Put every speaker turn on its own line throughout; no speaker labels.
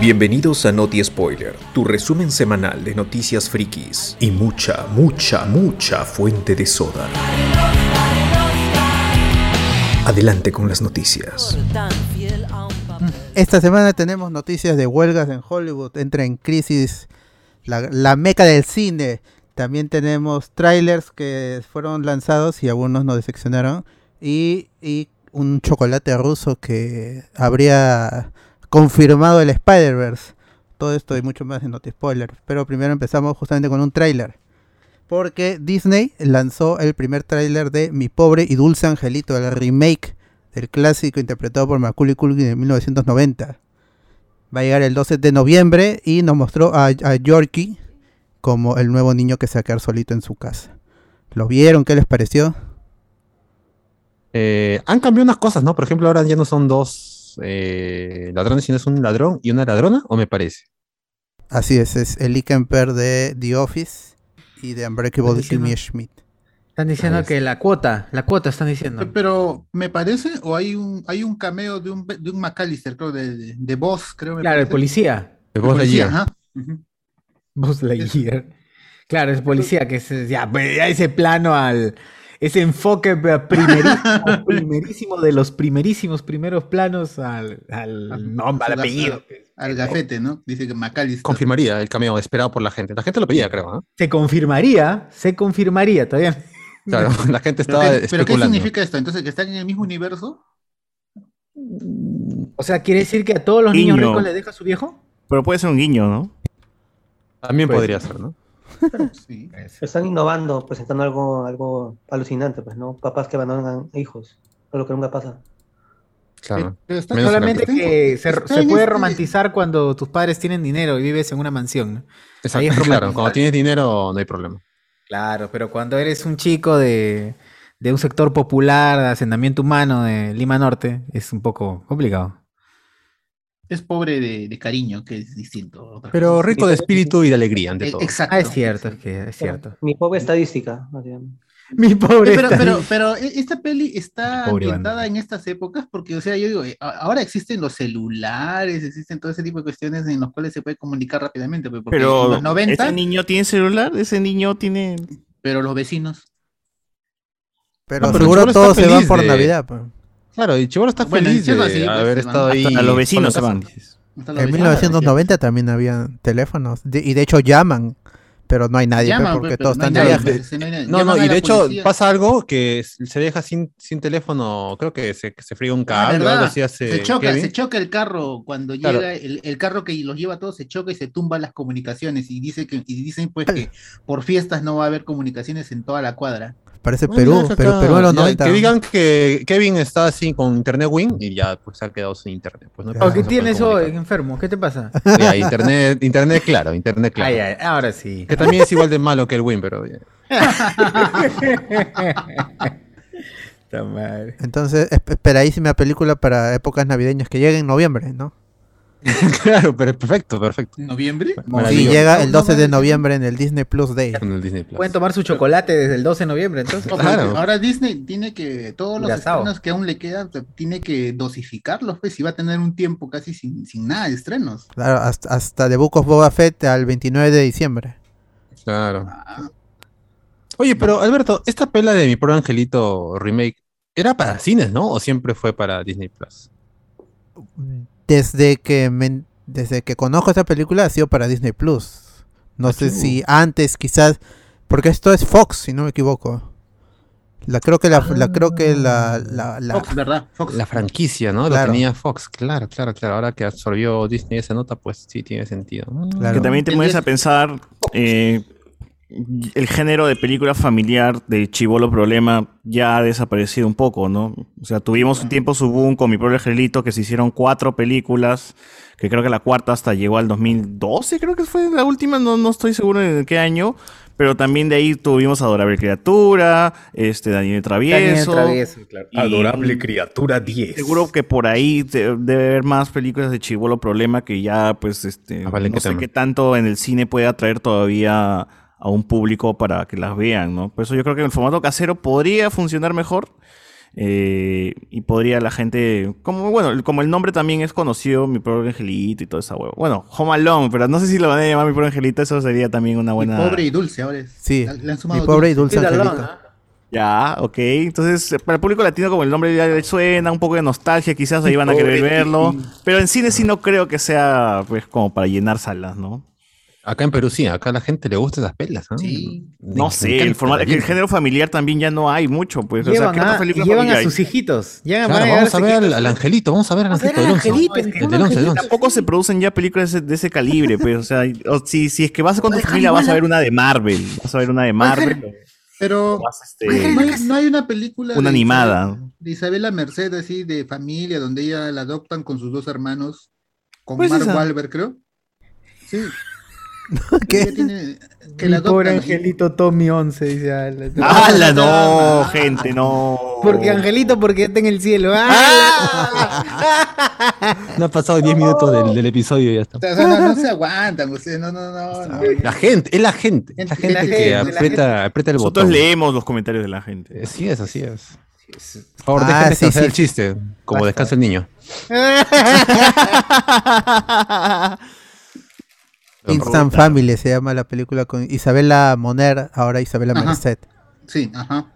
Bienvenidos a Noti Spoiler, tu resumen semanal de noticias frikis y mucha, mucha, mucha fuente de soda. Adelante con las noticias.
Mm.
Esta semana tenemos noticias de huelgas en Hollywood, entra en crisis la, la meca del cine. También tenemos trailers que fueron lanzados y algunos nos decepcionaron. Y, y un chocolate ruso que habría confirmado el Spider-Verse. Todo esto y mucho más en Noti Spoiler. Pero primero empezamos justamente con un tráiler. Porque Disney lanzó el primer tráiler de Mi pobre y dulce angelito, el remake del clásico interpretado por Macaulay Culkin en 1990. Va a llegar el 12 de noviembre y nos mostró a, a Yorkie como el nuevo niño que se va a quedar solito en su casa. ¿Lo vieron? ¿Qué les pareció?
Eh, han cambiado unas cosas, ¿no? Por ejemplo, ahora ya no son dos eh, ladrones, sino es un ladrón y una ladrona, ¿o me parece?
Así es, es el Kemper de The Office y de Unbreakable Kimmy Schmidt.
Están diciendo que la cuota, la cuota están diciendo.
Eh, Pero me parece, o hay un, hay un cameo de un, de un McAllister, creo, de, de, de Boss, creo. me
Claro, el
parece.
policía.
De voz de
Policía,
Year.
ajá. Ujú.
Buzz Lightyear. Claro, es policía que se, ya, pues, ya ese plano al. Ese enfoque pe- primerísimo, primerísimo de los primerísimos primeros planos al, al nombre, al apellido.
Al gafete, ¿no? Dice que McAllister.
Confirmaría el cameo esperado por la gente. La gente lo pedía, creo. ¿ah?
Se confirmaría, se confirmaría todavía.
Claro, la gente
¿Pero,
estaba
qué, pero qué
especulando.
significa esto? Entonces, que están en el mismo universo.
O sea, ¿quiere decir que a todos los niños
Guiño.
ricos les deja su viejo?
Pero puede ser un guiño, ¿no?
También
Pues-
podría ser, ¿no?
Sí.
Están innovando, presentando algo, algo alucinante, pues, ¿no? Papás que abandonan hijos, no lo que nunca pasa.
Claro.
Eh, Pero está-
Ah. Menos
Solamente
en la-
que se,
Está
se
en
puede
este-
romantizar cuando tus padres tienen dinero y vives en una mansión, ¿no?
Exacto,
ahí es
claro,
romantizar.
cuando tienes dinero no hay problema.
Claro, pero cuando eres un chico de, de un sector popular, de asentamiento humano de Lima Norte, es un poco complicado.
Es pobre de, de cariño, que es distinto. a otra
Pero
cosa.
rico de espíritu y de alegría
Eh,
ante todo.
Exacto.
Ah, es cierto, es que es cierto.
Mi pobre estadística, más bien.
Mi pobre.
Eh, pero,
Stan.
pero, pero e- esta peli está
Pobre
ambientada
banda.
en estas épocas porque, o sea, yo digo, eh, a- ahora existen los celulares, existen todo ese tipo de cuestiones en las cuales se puede comunicar rápidamente, pero, porque en
Pero
los 90,
ese niño tiene celular, ese niño tiene...
pero los vecinos.
Pero,
No, pero el
seguro
chibolo está
todos se van
feliz
por
de-
Navidad. pues.
Claro, y Chivolo está
Bueno,
feliz de
encima sí, pues,
haber
se van.
estado ahí.
A los
con la
vecinos se
casa.
van.
Hasta los
En
vecinos,
1990 también había teléfonos. de- y de hecho llaman, pero no hay nadie
Llaman,
pe,
pe,
porque
pero
todos
no hay
están de
nadie,
viaje.
pe, si no hay nadie.
No,
Llaman
no,
a
y
la
de hecho
policía.
pasa algo que se deja sin, sin teléfono, creo que se, que se fría un
Ah,
cable o
¿verdad?
algo así hace
se choca,
Kevin.
se choca el carro cuando
Claro.
llega, el, el carro que los lleva a todos se choca y se tumban las comunicaciones y dice que y dicen pues que por fiestas no va a haber comunicaciones en toda la cuadra.
Parece
Bueno,
Perú,
ya
pero
acá,
Perú en los
ya,
90.
Que digan que Kevin está así con internet win y ya pues se ha quedado sin internet. Pues, no,
¿O
hay
qué
Oh,
problema,
¿Qué
se puede
tienes hoy,
comunicar.
enfermo? ¿Qué te pasa?
Ya, internet, internet claro, internet claro.
Ay, ay, ahora sí.
Que también es igual de malo que el win, pero ya.
Puta madre.
Entonces, esp- esperadísima película para épocas navideñas que llegue en noviembre, ¿no?
claro, pero perfecto, perfecto.
¿Noviembre?
Sí,
Maravilloso.
llega el
No, no
12 de
mames.
noviembre en el Disney Plus Day.
Con el Disney Plus.
Pueden tomar su chocolate desde el 12 de noviembre, entonces.
No, pero
Claro.
Ahora Disney tiene que todos los
Curazao.
estrenos que aún le quedan te- tiene que dosificarlos, pues si va a tener un tiempo casi sin, sin nada de estrenos.
Claro, hasta, hasta The Book of Boba Fett al 29 de diciembre.
Claro. Oye, pero Alberto, esta pela de mi pro angelito remake era para cines, ¿no? ¿O siempre fue para Disney Plus?
Desde que me- desde que conozco esta película ha sido para Disney Plus.
Ah,
No sé si antes quizás porque esto es Fox, si no me equivoco. La creo que la, la
Ah.
creo que la, la- la-
Fox, ¿verdad? Fox.
La franquicia, ¿no?
Claro.
Lo tenía Fox, claro, claro, claro. Ahora que absorbió Disney esa nota, pues sí tiene sentido. Mm.
Claro.
Que también te mueves a
Entonces-
pensar eh, el género de película familiar de Chivolo Problema ya ha desaparecido un poco, ¿no? O sea, tuvimos un tiempo su boom con mi propio angelito que se hicieron cuatro películas, que creo que la cuarta hasta llegó al 2012, creo que fue la última, no, no estoy seguro de qué año. Pero también de ahí tuvimos Adorable Criatura, este, Daniel
Daniel
Travieso.
Travieso, claro.
y-
criatura 10.
Seguro que por ahí de- debe haber más películas de Chivolo Problema que ya, pues, este,
Ah, vale,
no
qué
sé
tema.
qué tanto en el cine puede atraer todavía a un público para que las vean, ¿no? Por eso yo creo que en el formato casero podría funcionar mejor. eh, y podría la gente, como bueno, como el nombre también es conocido, mi pobre angelito y toda esa huevo. Bueno, Home Alone, pero no sé si lo van a llamar mi pobre angelito, eso sería también una buena.
Mi pobre y dulce, ahora es.
Sí,
Le
mi
han sumado
pobre y dulce
Leave it alone,
angelito.
¿ah?
Ya, ok. Entonces, eh, para el público latino, como el nombre ya le suena, un poco de nostalgia, quizás ahí van a querer verlo. Pero en cine sí no creo que sea, pues, como para llenar salas, ¿no?
Acá en Perú sí, acá a la gente le gustan esas pelas. ¿no?
Sí.
Me
No sé,
encanta
el, formato,
la
es que el
vida.
género familiar también ya no hay mucho, pues. o sea,
Llevan,
¿qué otra
a,
película
llevan a
familiar hay?
sus hijitos. Ya
Claro,
van a
vamos a ver
llegar
al,
sus
al angelito, vamos a ver al angelito del once.
hijitos. No, es que-
El del once, el once.
Tampoco se producen ya películas de ese, de ese calibre, pues. O sea, y- o si, si es que vas con tu familia, vas a ver una de Marvel. Vas a ver una de Marvel.
Pero
o vas,
no
este,
hay, no hay una película.
Una
de
animada.
Isabel- De Isabela Merced, así de familia, donde ella la adoptan con sus dos hermanos. Con
Pues
Mark
esa.
Wahlberg, creo. Sí.
¿Qué?
Ella tiene- que la
Mi pobre
adoptan.
angelito Tommy 11, dice. ah, la-
¡Hala, no! Gente, no.
Porque angelito, porque está en el cielo. ¡Ah!
No han pasado 10 minutos del, del episodio y ya está.
O sea, no, no se aguantan ustedes, no, no, no. no.
La gente, es la gente. es La
Gente,
gente
la
que
gente, la
aprieta, aprieta el
Nosotros
botón.
leemos los comentarios de la gente.
Así es, así es. Por favor,
Ah,
dejen
sí,
descansar
sí.
el chiste, como descansa el niño.
Instant Family se llama la película con Isabela Moner, ahora Isabela
Ajá.
Merced.
Sí, ajá.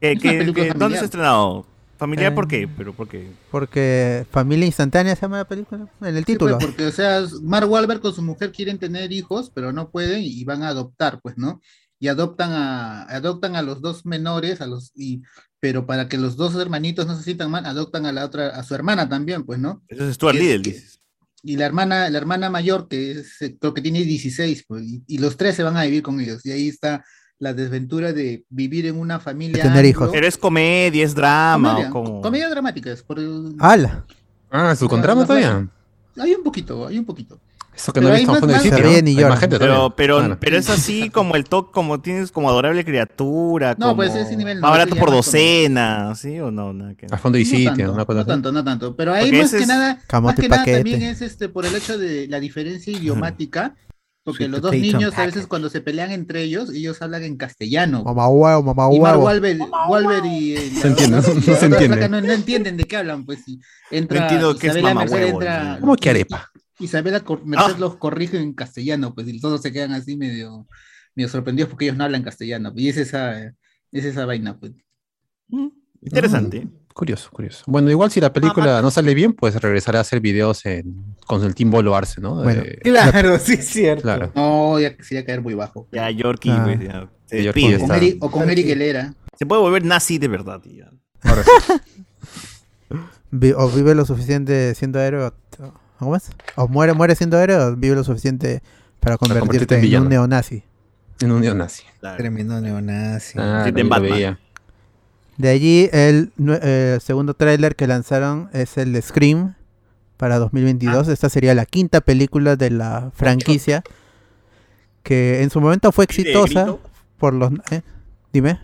¿Qué-
Es
qué-
una película
qué- ¿Dónde
familiar.
se ha estrenado? ¿Familiar
Eh.
por qué? ¿Pero por qué?
Porque Familia Instantánea se llama la película, en el
Sí, pues,
título.
porque, o sea, Mark Wahlberg con su mujer quieren tener hijos, pero no pueden y van a adoptar, pues, ¿no? Y adoptan a, adoptan a los dos menores, a los, y, pero para que los dos hermanitos no se sientan mal, adoptan a la otra, a su hermana también, pues, ¿no?
Eso es Stuart
Es
Little,
que-
dices.
Y la hermana, la hermana mayor, que es, eh, creo que tiene 16, pues, y, y los tres se van a vivir con ellos. Y ahí está la desventura de vivir en una familia.
tener hijos.
Pero es comedia, es drama,
Comedia,
o
co-
como...
comedia dramática, es por-
¡Hala!
Ah, su
No,
contrama
no,
todavía.
hay un poquito, hay un poquito.
Eso que
Pero
no he
hay
visto en
más-
fondo de
más-
sitio.
Se
¿no?
ríen y
Hay
lloran.
más gente
Pero,
todavía.
pero,
Claro.
pero es así como el toque, como tienes como adorable criatura.
No,
como
pues, ese nivel no,
Más
eso
barato
ya
por
no es
docena, ¿sí o no? Nada que-
Ah.
A fondo y
No
sitio,
tanto,
una cosa
no
así.
tanto, no tanto. Pero ahí
Porque
más
ese
que
es
nada, más
camote
que nada
paquete.
también es este por el hecho de la diferencia idiomática, porque
Sweet
los dos
potato and
niños a veces
packet.
cuando se pelean entre ellos, ellos hablan en castellano.
Mamá huevo, mamá
Y Mark
huevo.
Wahlberg, Wahlberg y eh, la-
entiende,
la-
no
la
se
otra
entiende.
flaca No, no entienden de qué hablan, pues sí. Entra
No entiendo qué es
Isabela
mamahuevo,
Merced entra.
¿no?
¿Cómo que arepa?
Isabela
Ah.
Cor- Merced los corrige en castellano, pues y todos se quedan así medio, medio sorprendidos porque ellos no hablan castellano. Y es esa, eh, es esa vaina, pues.
Mm, Interesante.
Mm, Curioso, curioso. Bueno, igual si la película no sale bien, pues regresará a hacer videos en- con el Team Bolo Arce, ¿no?
Bueno.
Eh,
Claro, sí, es cierto.
claro.
No, ya quisiera caer muy bajo.
Ya, Yorkie,
Ah.
pues, ya, se
Yorkie
despide.
Con
está.
Eric- o con Eric Helera.
Se puede volver nazi de verdad, tío.
Ahora sí.
Vi- o vive lo suficiente siendo héroe. o- ¿Cómo es? O muere, muere siendo héroe o vive lo suficiente para
convertirte
convertirte
en
en,
villano.
un neonazi.
En un neonazi.
Claro.
Tremendo neonazi.
Ah,
Sí,
lo
en
vi- lo
Batman.
veía.
De allí, el nue- eh, segundo tráiler que lanzaron es el de Scream para 2022.
Ah.
Esta sería la quinta película de la franquicia que en su momento fue
¿Y de
exitosa
grito?
por los... ¿eh? Dime.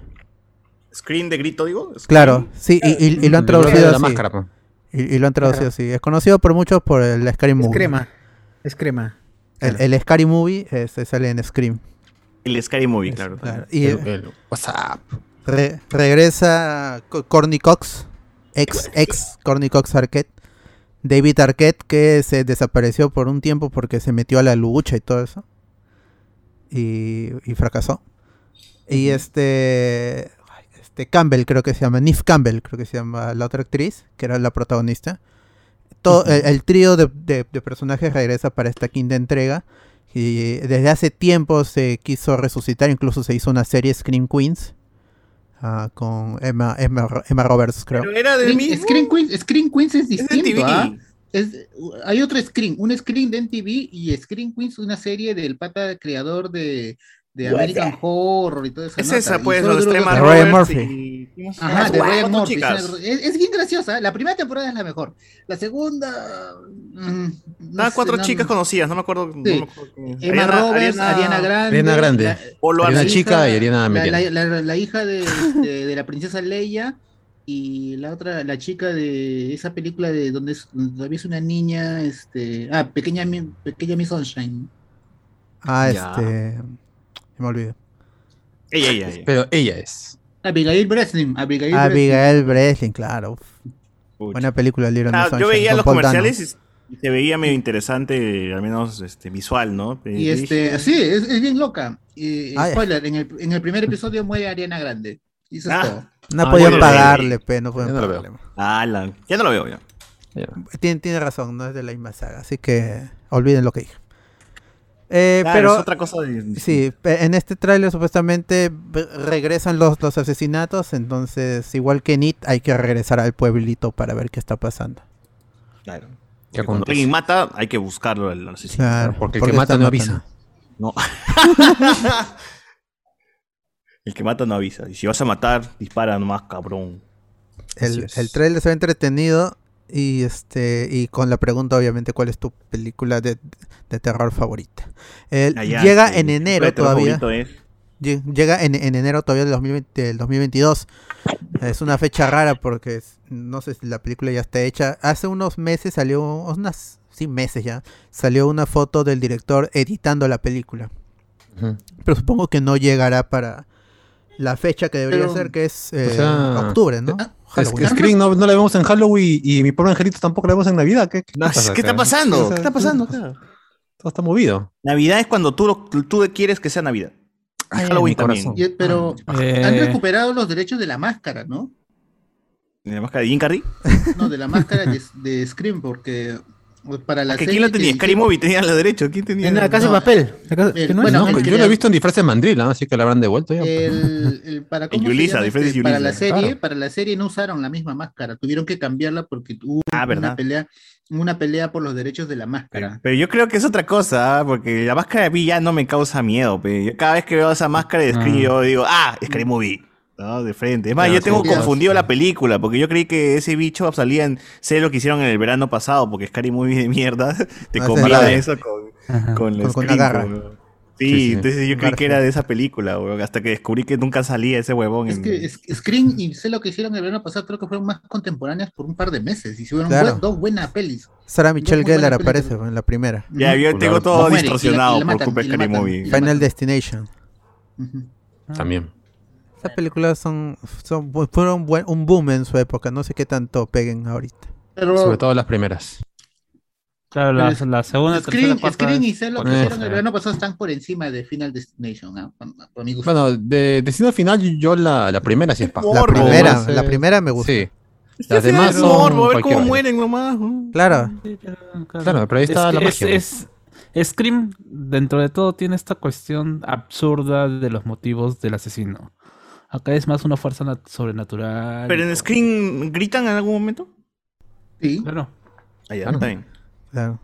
Screen de grito, digo. Screen.
Claro, sí, y, y- y lo han
Lo veía de
traducido
la
así.
máscara, pues. po.
Y, y lo han traducido así. Es conocido por muchos por el Scream ah,
Es
Movie.
crema. Es crema.
El, el Scary Movie eh, se sale en Scream.
El Scary Movie, claro.
Claro.
también. eh,
Y
El- el WhatsApp.
re- regresa Co- Courtney Cox, ex, ex Courtney Cox Arquette. David Arquette, que se desapareció por un tiempo porque se metió a la lucha y todo eso. Y, y fracasó. Y este, ay, este Campbell, creo que se llama, Nif Campbell, creo que se llama la otra actriz, que era la protagonista. Todo, el, el trío de, de- de personajes regresa para esta quinta entrega. Y desde hace tiempo se quiso resucitar, incluso se hizo una serie Scream Queens ah, con Emma, Emma, Emma Roberts, creo.
Pero era del
Screen,
mismo.
Screen Queens, Screen Queens es
Es de
distinto,
TV.
¿ah? Es- hay otro Screen, un Screen de MTV y Screen Queens, una serie del pata creador de, de American Horror y todo eso.
Es
¿no?
esa,
Y
pues,
solo
los
duró
extremas
dos-
de Ryan
Roberts
Murphy.
y-
Ajá, de pues,
Guau,
Ryan
dos
Murphy.
chicas.
Es, es bien graciosa. La primera temporada es la mejor. La segunda. mm, no
Estaban
sé,
cuatro
no-
chicas conocidas, no me acuerdo. no
Sí.
me acuerdo quién.
Emma Roberts, Ariana, Grande.
Ariana Grande.
la-
Polo
Ariana
Arce.
hija-
Chica y Ariana
la, la,
Mediana.
la- la hija de, de- de la princesa Leia y la otra, la chica de esa película de donde, es, donde había una niña, este, ah, pequeña, Mi- pequeña Miss Sunshine.
Ah,
Ya.
este. se Me olvidé.
Ella, ella, ella.
Pero ella es.
Abigail Breslin. Abigail,
Ah, Abigail Breslin, claro. uf. Buena película, el libro
Ah, yo veía los comerciales y se veía medio interesante, al menos este, visual, ¿no?
Breslin. Y este, sí, es, es bien loca. Y,
Ah, ya.
spoiler, en el, en el primer episodio muere Ariana Grande. Y eso
Mm. Ah.
es todo.
No
Ah,
podían
bueno,
pagarle, pe, no
Ya
podían
no lo
pagarle.
Ah, la- ya no lo veo ya.
Tiene, tiene razón, no es de la misma saga, así que olviden lo que dije. Eh,
Claro,
pero
es otra cosa de-
Sí, pe- en este tráiler supuestamente b- regresan los, los asesinatos, entonces igual que en It hay que regresar al pueblito para ver qué está pasando.
Claro.
¿Qué
Cuando
acontece?
alguien mata, hay que buscarlo al asesino.
Claro,
porque el que mata
están
no
matando.
avisa.
No. El que mata no avisa. Y si vas a matar, dispara nomás, cabrón. Así
El,
es.
el tráiler se ve entretenido y este y con la pregunta obviamente cuál es tu película de, de terror favorita. El-
Ah,
Allá,
llega
este,
en
mi
enero
juguete
todavía.
favorito es-
Lle- Llega en, en enero todavía del, 2020 del 2022. Es una fecha rara porque es- no sé si la película ya está hecha. Hace unos meses salió, unas, sí, meses ya, salió una foto del director editando la película.
Ujú.
Pero supongo que no llegará para la fecha que debería
Pero-
ser, que es eh,
sea,
octubre, ¿no?
Es
Halloween.
que Scream no, no la vemos en Halloween y mi pobre angelito tampoco la vemos en Navidad. ¿Qué, qué
No,
pasa acá?
¿Qué está
Sí, o
pasando?
sea,
¿Qué está pasando
Todo,
acá?
todo está movido.
Navidad es cuando tú, lo- tú quieres que sea Navidad. Y
Ay,
Halloween
mi corazón.
también.
Y- pero
Ah.
Eh.
han recuperado los derechos de la máscara, ¿no?
¿Y la máscara de Jim Carrey?
No, de la máscara de, de Scream, porque pues, para la
¿A que
serie
¿Quién la
que
tenía? Scary
hicieron-
Movie tenía los derechos. ¿Quién tenía?
En la casa
No,
de papel. La casa-
el-
¿qué no es?
bueno,
No,
el
pues
que
yo lo
le- Eh,
he visto en disfraz de mandril, ¿ah? así que la habrán devuelto ya. pues, ¿no?
El, el- para, ¿cómo se
Yulisa,
llama?
diferentes
Este, para la
Yulisas,
serie,
claro.
para la serie no usaron la misma máscara, tuvieron que cambiarla porque hubo
Ah,
una
¿verdad?
pelea, una pelea por los derechos de la máscara.
Pero yo creo que es otra cosa, ¿ah? porque la máscara de villano me causa miedo. pe. Yo cada vez que veo esa máscara de Scream,
Ah.
yo digo, ah, Scary Movie. ¿no? De frente. Es más,
Claro,
yo tengo
sí, claro,
confundido
sí.
la película, porque yo creí que ese bicho salía en. Sé lo que hicieron en el verano pasado, porque Scary Movie de mierda te
Ah,
comía
sí.
eso con,
Ajá.
Ah,
con,
Con-
el
con
Scream,
una garra.
weón. Sí,
Sí, sí.
entonces yo
Un
creí que
garfio.
era de esa película, weón, hasta que descubrí que nunca salía ese huevón.
Es
en-
que es- Scream y sé lo que hicieron el verano pasado, creo que fueron más contemporáneas por un par de meses. Hicieron
Claro.
buen- dos buenas pelis.
Sarah Michelle
Muy buena
Gellar
película.
aparece en la primera.
Ya, yo
Claro.
tengo
Muere,
todo
y la- y la
distorsionado por
matan,
culpa
y
de
la
Scary
matan.
Movie.
Final Destination.
Ujú.
pues, También.
Estas películas son, son fueron buen- un boom en su época, no sé qué tanto peguen ahorita.
Pero
Sobre todo las primeras.
Claro,
Pero
la,
es-
la segunda, tercera,
Scream,
cuarta
Scream
vez.
y sé lo que
Bueno,
hicieron el
sí.
verano pasado están por encima de Final Destination, ¿no? Pa- pa mi gusto.
Bueno, de destino final, yo la, la primera sí es paja.
La
Morbo,
primera,
Más, eh,
la primera me gusta.
Sí. Las demás
es
son.
morbo, a ver
cualquier
cómo
vaina.
mueren nomás. ¿no?
Claro,
Sí, pero,
Claro, pero ahí está
es,
la
que
magia.
es- es- Scream, dentro de todo, tiene esta cuestión absurda de los motivos del asesino. Acá es más una fuerza nat- sobrenatural.
Pero
y-
en Scream, ¿gritan en algún momento?
Sí.
Claro.
Ah, ya,
Claro.
está bien.
claro.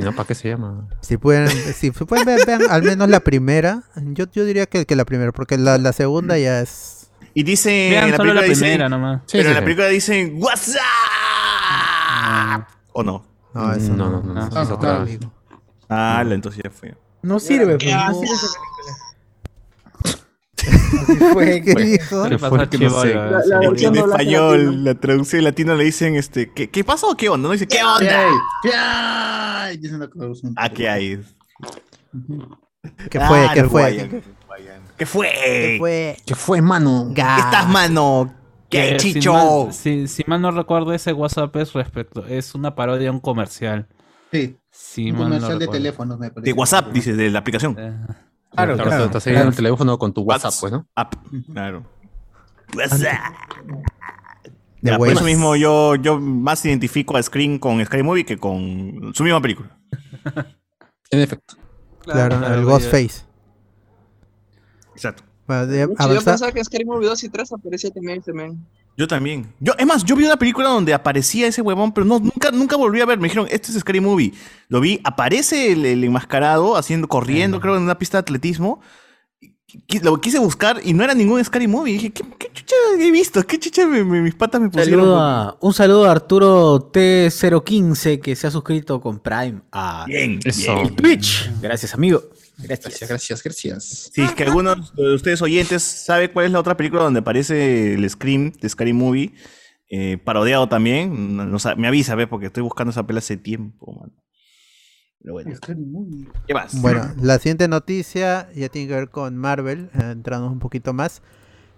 No, ¿para qué se llama?
Si pueden, si se pueden ver, vean al menos la primera. Yo, yo diría que, que la primera, porque la, la segunda ya es.
Y dice.
Vean
en la
solo
película
la
dice-
primera nomás.
Sí,
pero
sí,
en la
sí.
película dicen WhatsApp. ¿O no?
No, eso
no,
no.
no, no,
no,
es
no,
otra.
no.
Amigo.
Ah, la entonces ya fue.
No sirve, pues, no sirve esa película. Así
¿Qué
fue.
dijo?
¿Qué
Qué
pasa,
fuerte, no
chivola?
sé.
Eso.
En-
versión
en
doblaje
español,
latino.
la traducción latina le dicen este. ¿Qué, qué pasa o qué onda? No dice, ¿qué
¿Qué
onda?
hay? ¿Qué hay? Dicen la traducción.
Ah, ¿qué hay?
¿Qué fue?
Ah,
¿Qué
los
fue?
guayan, ¿Qué fue?
¿Qué
¿Qué fue?
fue? Ah.
¿Qué fue, mano?
¿Qué estás, mano? ¿Qué
Que,
hay,
si
chicho?
mal- Si, si mal no recuerdo, ese WhatsApp es respecto. Es una parodia a un comercial.
Sí,
Si
un
mal no
comercial de
recuerdo.
teléfonos, me parece.
De WhatsApp, dice, de la aplicación.
Eh,
Claro,
Claro,
claro.
estás ahí en el teléfono con tu WhatsApp, pues, ¿no?
App, claro. WhatsApp.
De
Ya, por eso
huevos.
mismo yo, yo más identifico a Scream con Scary Movie que con su misma película.
En efecto.
Claro, el
ya-
Ghostface.
Exacto.
Bueno, de-
Yo
avanza-
pensaba que Scary Movie 2 y 3 aparecía también este men.
Yo también. Yo, es más, yo vi una película donde aparecía ese huevón, pero no, nunca, nunca volví a ver. Me dijeron, este es Scary Movie. Lo vi, aparece el, el enmascarado haciendo, corriendo, creo, en una pista de atletismo. Qui- Lo quise buscar y no era ningún Scary Movie. Dije, ¿qué, qué chucha he visto? ¿Qué chucha me- me- mis patas me
Un
pusieron?
saludo, a, un saludo a Arturo T015 que se ha suscrito con Prime a
Bien,
Eso.
bien.
Twitch. Gracias, amigo. Gracias.
Gracias, gracias.
Si es que alguno de ustedes oyentes sabe cuál es la otra película donde aparece el Scream de Scary Movie, eh, parodiado también, no- no sa- me avisa, ¿ves? Porque estoy buscando esa pela hace tiempo, mano.
Pero bueno.
¿Qué más?
Bueno, la siguiente noticia ya tiene que ver con Marvel, eh, entrando un poquito más.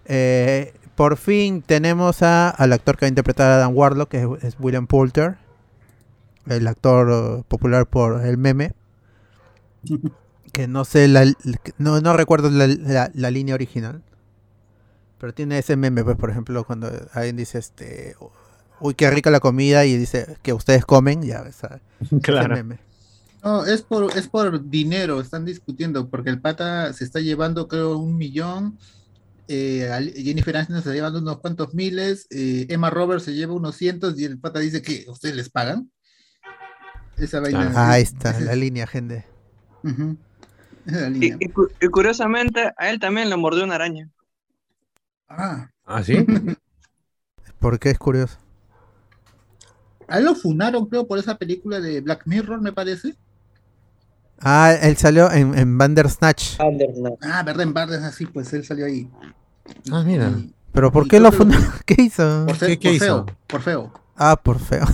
Eh, por fin tenemos a, al actor que va a interpretar a Dan Warlock, que es, es William Poulter, el actor eh, popular por el meme. Que no sé, la- no, no recuerdo la, la- la línea original. Pero tiene ese meme, pues, por ejemplo, cuando alguien dice, este, uy, qué rica la comida, y dice que ustedes comen, ya, esa, ese
Claro.
meme.
No, es por, es por dinero, están discutiendo, porque el pata se está llevando, creo, un millón. eh, al- Jennifer Aniston se está llevando unos cuantos miles. eh, Emma Roberts se lleva unos cientos y el pata dice que ustedes les pagan. Esa vaina.
Ah, ahí está, la línea, gente.
Ujú. Esa
Y,
línea.
y cu- y curiosamente, a él también le mordió una araña.
Ah,
¿Ah, sí?
Porque es curioso.
a él lo funaron, creo, por esa película de Black Mirror, me parece.
Ah, él salió en, en Bandersnatch.
Ah, verdad, en Bardes, así, pues él salió ahí.
Ah, mira.
Pero ¿por qué lo fundaron? ¿Qué hizo?
Por, ser-
¿Qué,
por feo, por feo.
Ah, por feo.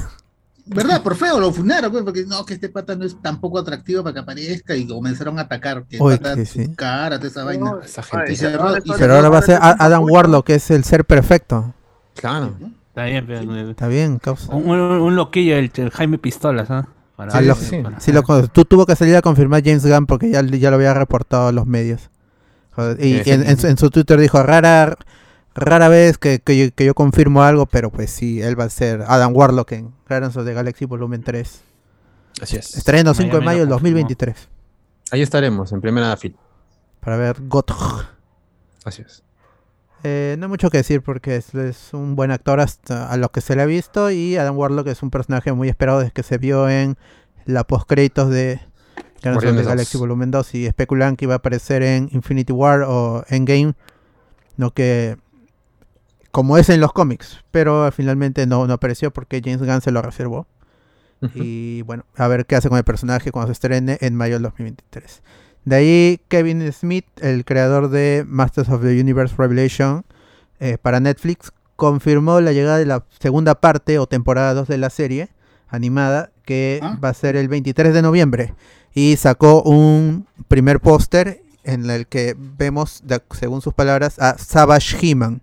¿Verdad? Por feo lo funaron, pues, porque no, que este pata no es tampoco atractivo para que aparezca y comenzaron a atacar. Que
Uy,
pata,
que
su
sí.
cara, toda esa vaina.
gente.
Y cerró- y
Pero
cerró-
ahora va a ser A- Adam Warlock, que es el ser perfecto.
Claro.
Está bien, pero-
Está bien, causa.
Un, un- un loquillo, el, el Jaime Pistolas, ¿ah? Para-
Ah, lo-
para- para-
sí, lo con- tú tuvo que salir a confirmar James Gunn porque ya, ya lo había reportado a los medios. Joder, y
Sí,
en,
sí.
en su, en su Twitter dijo, rara rara vez que, que yo, que yo confirmo algo, pero pues sí, él va a ser Adam Warlock en Guardians of the Galaxy Volumen 3.
Así es.
Estreno 5 de
Miami
mayo del
lo confirmó.
2023
Ahí estaremos, en primera fila.
para ver Gotch.
Así es.
Eh, no hay mucho que decir porque es, es un buen actor hasta a lo que se le ha visto y Adam Warlock es un personaje muy esperado desde que se vio en la postcréditos de Guardians of the
Guardianes 2.
Galaxy Volumen 2 y especulan que iba a aparecer en Infinity War o Endgame, no que como es en los cómics, pero finalmente no, no apareció porque James Gunn se lo reservó. Y bueno, a ver qué hace con el personaje cuando se estrene en mayo del 2023. De ahí Kevin Smith, el creador de Masters of the Universe Revelation eh, para Netflix, confirmó la llegada de la segunda parte o temporada 2 de la serie animada que va a ser el 23 de noviembre y sacó un primer póster en el que vemos, de- según sus palabras, a Savage He-Man.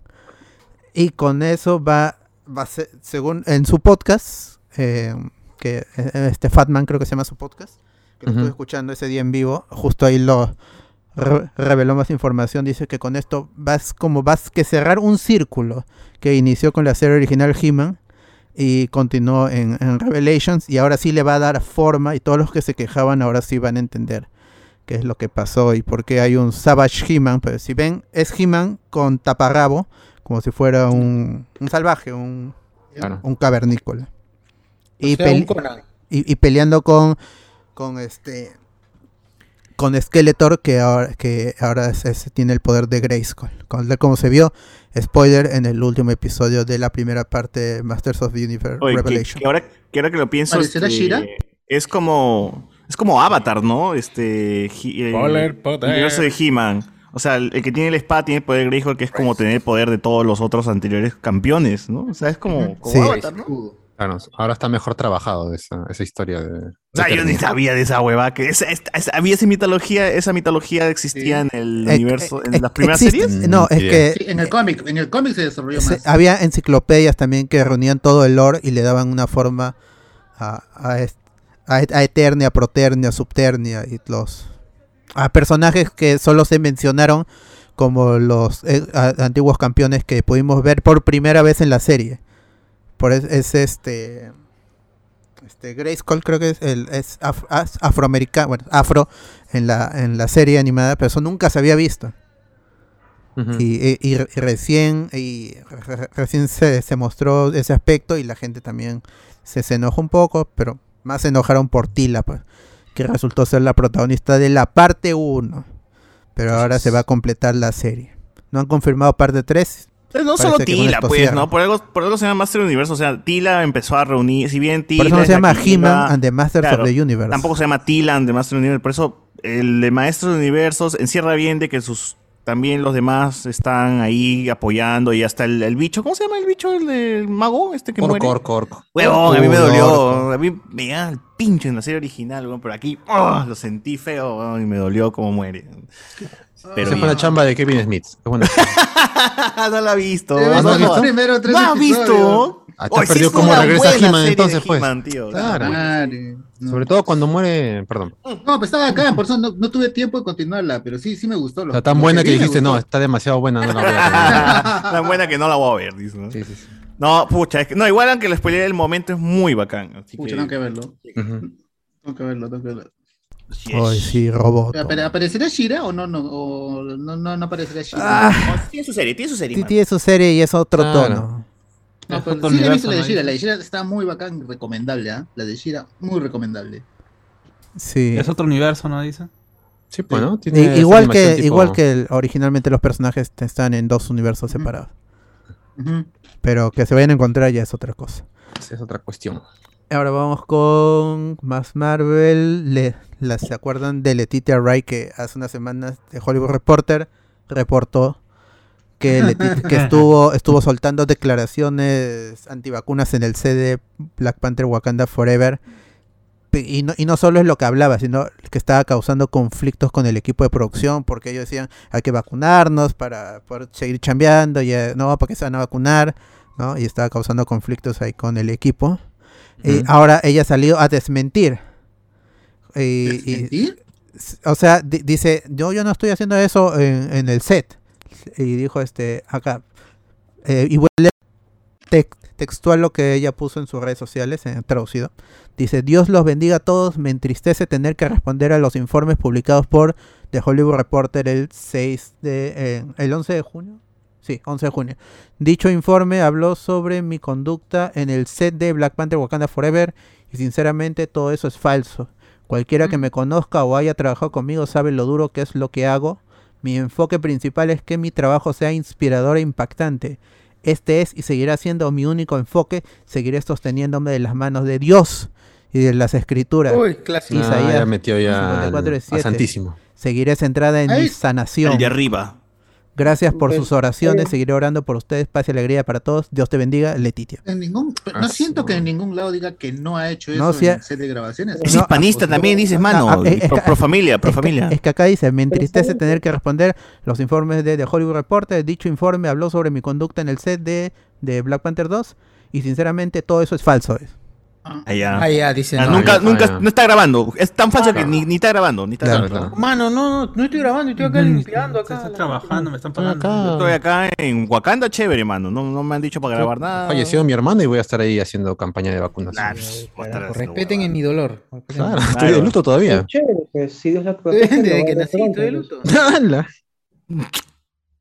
Y con eso va, va a ser, según en su podcast, eh, que eh, este Fatman creo que se llama su podcast, que lo
Ujú.
estuve escuchando ese día en vivo, justo ahí lo re- reveló más información, dice que con esto vas como vas que cerrar un círculo que inició con la serie original He-Man y continuó en, en Revelations y ahora sí le va a dar forma y todos los que se quejaban ahora sí van a entender qué es lo que pasó y por qué hay un Savage He-Man, pero si ven es He-Man con taparrabo como si fuera un, un salvaje, un,
Claro.
un cavernícola. Y,
sea,
pele-
un Conan.
y- y peleando con, con este con Skeletor que ahora, que ahora es- es- tiene el poder de Grayskull. Con, como se vio, spoiler, en el último episodio de la primera parte de Masters of the Universe
Oye, que-
Revelation.
que ahora, que ahora que lo pienso.
¿Parecerá
este,
Shira?
Es como. Es como Avatar, ¿no? Este. He- eh,
Poder, poder.
El universo de He-Man. O sea, el, el que tiene el espada tiene el poder Greyhawk, que es como tener el poder de todos los otros anteriores campeones, ¿no? O sea, es como, como
Sí.
Avatar, ¿no?
Claro, ahora está mejor trabajado esa, esa historia de.
O sea, Ah, yo ni sabía de esa hueva que esa- esa- esa- había esa mitología, esa mitología existía en el
Eh,
universo,
eh,
en las primeras
existe-
series.
no, es que-
Sí, en el cómic, en el cómic se desarrolló
Se-
más.
había enciclopedias también que reunían todo el lore y le daban una forma a, a, est- a et- a Eternia, Proternia, Subternia y los a personajes que solo se mencionaron como los eh, a- antiguos campeones que pudimos ver por primera vez en la serie. Por es, es este este Grayskull creo que es el es af- as- afroamericano, bueno, afro en la en la serie animada, pero eso nunca se había visto.
Mm.
Y, eh, y- y re- y recién, y re- re- recién se, se mostró ese aspecto y la gente también se, se enojó un poco, pero más se enojaron por Tila, pues, que resultó ser la protagonista de la parte 1. Pero ahora se va a completar la serie. No han confirmado parte 3.
Pero No solo Tila, pues, ¿no?
Por,
Por algo, por algo se llama Master Universo. O sea, Tila empezó a reunir. Si bien Tila.
eso no
es
se
la
llama
que iba-
He-Man and the Masters
Claro,
of the Universe.
Tampoco se llama Tilan de Master Universe. Por eso el de Maestros de Universos encierra bien de que sus También los demás están ahí apoyando y hasta el, el bicho. ¿Cómo se llama el bicho? El del mago, este que muere.
Orco, orco, orco.
Huevón, a mí me
Orco,
dolió.
orco.
A mí me llegaba el pincho en la serie original, huevón, pero aquí ¡ah! lo sentí feo huevón, y me dolió como muere. Pero
Esa fue la
bien.
chamba de Kevin Smith. Qué buena.
no la he visto.
Debes
huevón,
ver
no
los
la-
primeros tres
no ha visto.
episodios.
Ah, te
Hoy
has perdido cómo regresa He-Man, entonces, pues.
tío.
Claro.
Madre, no.
Sobre todo cuando muere. Perdón.
No, pero estaba acá, por eso no, no tuve tiempo de continuarla, pero sí, sí me gustó.
Está tan buena que dijiste, no, está demasiado buena, no la voy a ver.
Tan buena que no la voy a ver, dice. ¿no?
Sí, sí, sí.
No, pucha, es que, no, igual aunque la spoiler el momento es muy bacán. Así
Pucha,
que-
tengo que verlo.
Ujú.
Tengo que verlo, tengo que verlo.
Yes.
Ay, sí, robot.
Apare- ¿Aparecerá Shira o no? no o no, no, no aparecerá Shira.
Ah, tiene su serie, tiene su serie.
Sí,
man.
tiene su serie y es otro
Claro.
tono.
No,
Es
pero
otro
sí, la he visto
universo,
la de
¿no?
Shira. La de Shira está muy bacán, recomendable, ¿ah? La de Shira, muy recomendable.
Sí.
Es otro universo, ¿no? Dice.
Sí, pues, ¿no?
I-
Tiene esa
igual, que,
animación tipo-
igual que el- originalmente los personajes te- están en dos universos separados.
Ujú.
Pero que se vayan a encontrar ya es otra cosa.
Esa Es otra cuestión.
Ahora vamos con más Marvel. Le- la- ¿Se acuerdan de Letitia Wright que hace unas semanas de Hollywood Reporter reportó que, Leti- que estuvo, estuvo soltando declaraciones antivacunas en el CD Black Panther Wakanda Forever? Pe- Y no, y no solo es lo que hablaba, sino que estaba causando conflictos con el equipo de producción, porque ellos decían, hay que vacunarnos para poder seguir chambeando, y eh, no, porque se van a vacunar, ¿no? Y estaba causando conflictos ahí con el equipo. Y ahora ella salió a desmentir. Y- y-
¿Desmentir?
s- o sea, di- dice, yo, yo no estoy haciendo eso en, en el set. Y dijo este acá. eh, y voy a leer tex- textual lo que ella puso en sus redes sociales, en traducido. Dice, Dios los bendiga a todos, me entristece tener que responder a los informes publicados por The Hollywood Reporter el 6 de, eh, el 11 de junio. Sí, 11 de junio. Dicho informe habló sobre mi conducta en el set de Black Panther Wakanda Forever y sinceramente todo eso es falso. Cualquiera que me conozca o haya trabajado conmigo sabe lo duro que es lo que hago. Mi enfoque principal es que mi trabajo sea inspirador e impactante. Este es y seguirá siendo mi único enfoque. Seguiré sosteniéndome de las manos de Dios y de las escrituras.
Uy, clásico.
Ah,
Isaías
ya metió ya
54
al-
de
a
siete.
Santísimo.
Seguiré centrada en mi
Ay,
sanación.
El de arriba.
Gracias por sus oraciones. Seguiré orando por ustedes. Paz y alegría para todos. Dios te bendiga, Letitia.
En ningún, pero
Ah,
no siento
sí.
que en ningún lado diga que no ha hecho eso
No, sí
en
ha-
el set de grabaciones.
Es
No,
hispanista
ah,
también, dices, mano.
ah, es- es-
pro, pro familia, pro
Es que-
familia.
Es que, acá dice, me entristece tener que responder los informes de The Hollywood Reporter. Dicho informe habló sobre mi conducta en el set de, de Black Panther 2 y sinceramente todo eso es falso.
Allá.
Ah, ya, dice.
Ah,
no,
nunca,
ya,
nunca,
ya.
no está grabando. Es tan falso que ni, ni está grabando, ni está
Claro,
grabando.
Mano, no, no, no estoy grabando, estoy acá limpiando acá.
Estoy
la-
trabajando, me están pagando.
Yo estoy acá en Wakanda, chévere, mano. No, no me han dicho para grabar nada.
Falleció mi hermano y voy a estar ahí haciendo campaña de
Nah,
vacunación.
pss, voy a estar
Carajo,
haciendo
respeten en mi dolor.
Claro, estoy de luto todavía.
Chévere, pues, si Dios la protege, lo va
Desde
a
que
ver
nací,
pronto,
estoy de
pues.
luto.
¡Hala!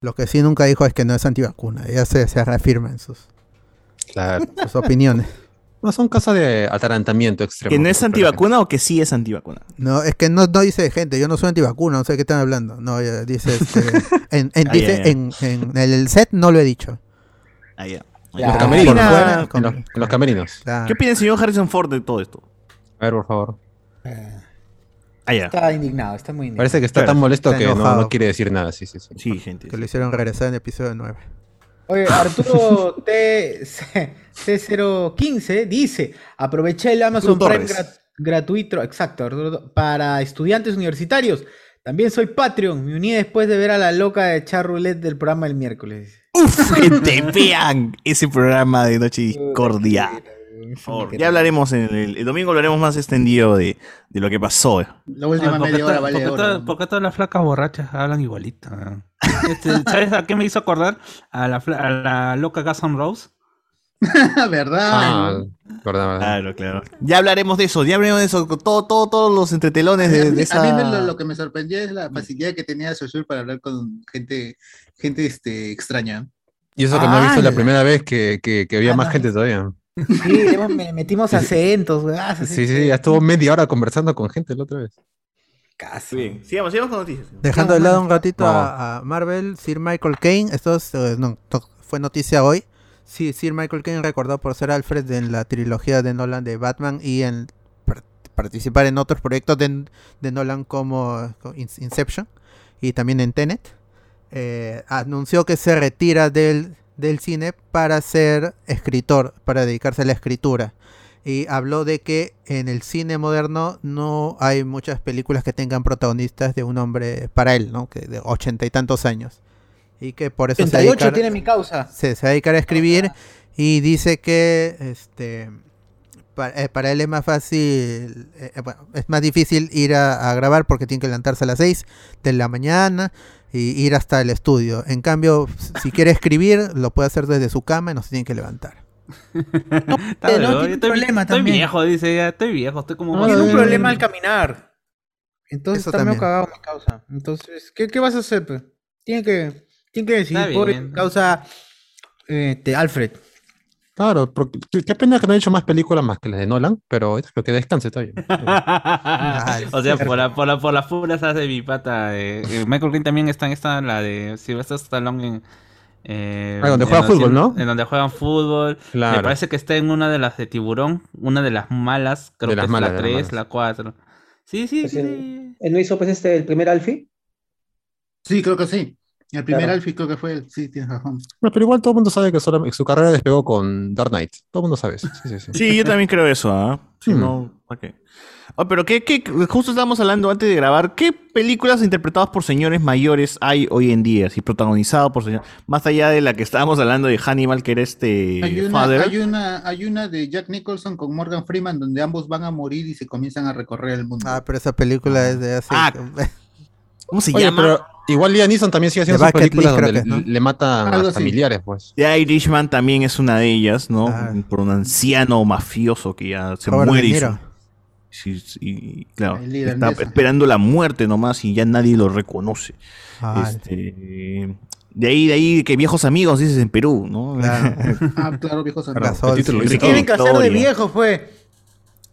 Lo que sí nunca dijo es que no es antivacuna. Ella se, se reafirma en sus,
Claro.
sus opiniones.
No son casas de atarantamiento
huevada.
extremo.
¿Que no es antivacuna o que sí es antivacuna?
No, es que no, no dice gente, yo no soy antivacuna, no sé de qué están hablando. No, ella dice, este, en, en-
Ah,
dice
ya, ya.
En, en el set no lo he dicho.
Allá.
En los
Ya,
camerinos.
por fuera,
En
con-
los- en los camerinos.
Claro.
¿Qué opina el señor Harrison Ford de todo esto?
A ver, por favor.
Allá.
Está indignado, está muy indignado.
Parece que está
Claro.
tan molesto
Está
que no,
enojado.
no quiere decir nada. Sí, sí, sí.
Sí, gente.
Que lo hicieron regresar en el episodio 9.
Oye, Arturo T C015 dice, aproveché el Amazon
Arturo
Prime
Torres.
grat- gratuito, exacto, Arturo, para estudiantes universitarios. También soy Patreon, me uní después de ver a la loca de Charroulette del programa el miércoles.
Uf, gente, vean ese programa de Noche Discordia. Por favor, Ya hablaremos en el, el domingo hablaremos más extendido de, de lo que pasó.
La última
Ah,
Ay, Ah, ¿por qué
media hora
to- por
vale
qué
oro.
to- por qué todas las flacas borrachas hablan igualito? weón? Este, ¿Sabes a qué me hizo acordar? A la, fla- a la loca Gasson Rose.
¿Verdad?
Ah, verdad, verdad.
Claro, claro. Ya hablaremos de eso, ya hablaremos de eso, con todo, todo, todos los entretelones
a
de,
mí,
de
a mí
esa.
me lo, lo que me sorprendió es la facilidad que tenía Soshur para hablar con gente, gente este, extraña.
Y eso que no he visto la
¡Hala!
primera vez que, que, que había
Ah,
más
no.
gente todavía.
Sí, hemos- me- metimos acentos, weón, así
Sí, sí,
que-
ya estuvo media hora conversando con gente la otra vez.
Casi.
Muy bien, sigamos, sigamos con noticias.
Dejando de lado un ratito
No.
a, a Marvel, Sir Michael Kane, esto es, eh, no, to- fue noticia hoy. Sí, Sir Michael Kane recordado por ser Alfred en la trilogía de Nolan de Batman y en par- participar en otros proyectos de, de Nolan como eh, co- In- Inception y también en Tenet. eh, anunció que se retira del, del cine para ser escritor, para dedicarse a la escritura. Y habló de que en el cine moderno no hay muchas películas que tengan protagonistas de un hombre para él, ¿no? Que de ochenta y tantos años. Y que por eso se, va a
38
dedicar-
tiene mi causa.
se, se va a dedicar a escribir y dice que este pa- eh, para, él es más fácil, eh, eh, bueno, es más difícil ir a, a grabar porque tiene que levantarse a las 6 de la mañana y ir hasta el estudio. En cambio, s- si quiere escribir, lo puede hacer desde su cama y no se tiene que levantar.
Está
Eh,
de
no
dolor,
tiene
yo estoy,
problema
estoy
también.
viejo, dice ella, estoy viejo, estoy como...
Tiene un problema al caminar. Mm. Entonces
Eso
está medio
también.
cagado mi causa. Entonces, ¿qué, qué vas a hacer? pe? Tiene que, tiene que
Está
decidir por
bien.
mi causa este, Alfred.
Claro, porque- qué qué pena que no han hecho más películas más que las de Nolan, pero espero que descanse está bien.
o sea, por, la, por, la, por las puras hace mi pata. eh, eh, Michael Green también está en esta, la de Sylvester Stallone en... eh,
Ah, donde
en
juega
los-
fútbol, ¿no?
En donde juegan fútbol. Me
Claro.
parece que está en una de las de Tiburón, una de las malas, creo
De
que
las
es
malas, de
la
las
3,
malas.
la 4. Sí, sí,
Pues
sí.
el- Él no hizo pues este, el primer Alfie.
Sí, creo que sí. El primer
Claro.
Alfie creo que fue él. Sí, tienes razón.
Bueno, pero igual todo el mundo sabe que solo- su carrera despegó con Dark Knight. Todo el mundo sabe eso. Sí, sí, sí.
Sí, yo también creo eso, ¿ah? Si
Hmm.
no, ¿para qué? Ah, pero qué, qué- justo estábamos hablando antes de grabar, ¿qué películas interpretadas por señores mayores hay hoy en día? Si protagonizado por señores, más allá de la que estábamos hablando de Hannibal, que era este
Hay una,
Father.
hay, una, hay una de Jack Nicholson con Morgan Freeman donde ambos van a morir y se comienzan a recorrer el mundo.
Ah, pero esa película es de hace...
Ah, ¿Cómo se
Oye,
llama?
pero igual Liam Neeson también sigue haciendo
The
sus
Bucket
películas
List,
donde le,
creo que es, ¿no?
le matan
Algo
a
así.
familiares, pues.
The Irishman también es una de ellas, ¿no?
Ah.
Por un anciano mafioso que ya se
Robert De
muere. y
Niro.
se- sí, sí, y claro,
El líder
está
de esa.
esperando la muerte nomás y ya nadie lo reconoce.
Ah,
Este, de ahí, de ahí, que viejos amigos dices en Perú, ¿no?
claro.
Ah, claro, viejos amigos.
Gasol,
el título
sí.
lo dice
Ricky.
todo.
Tienen que hacer de
Victoria.
viejo, fue.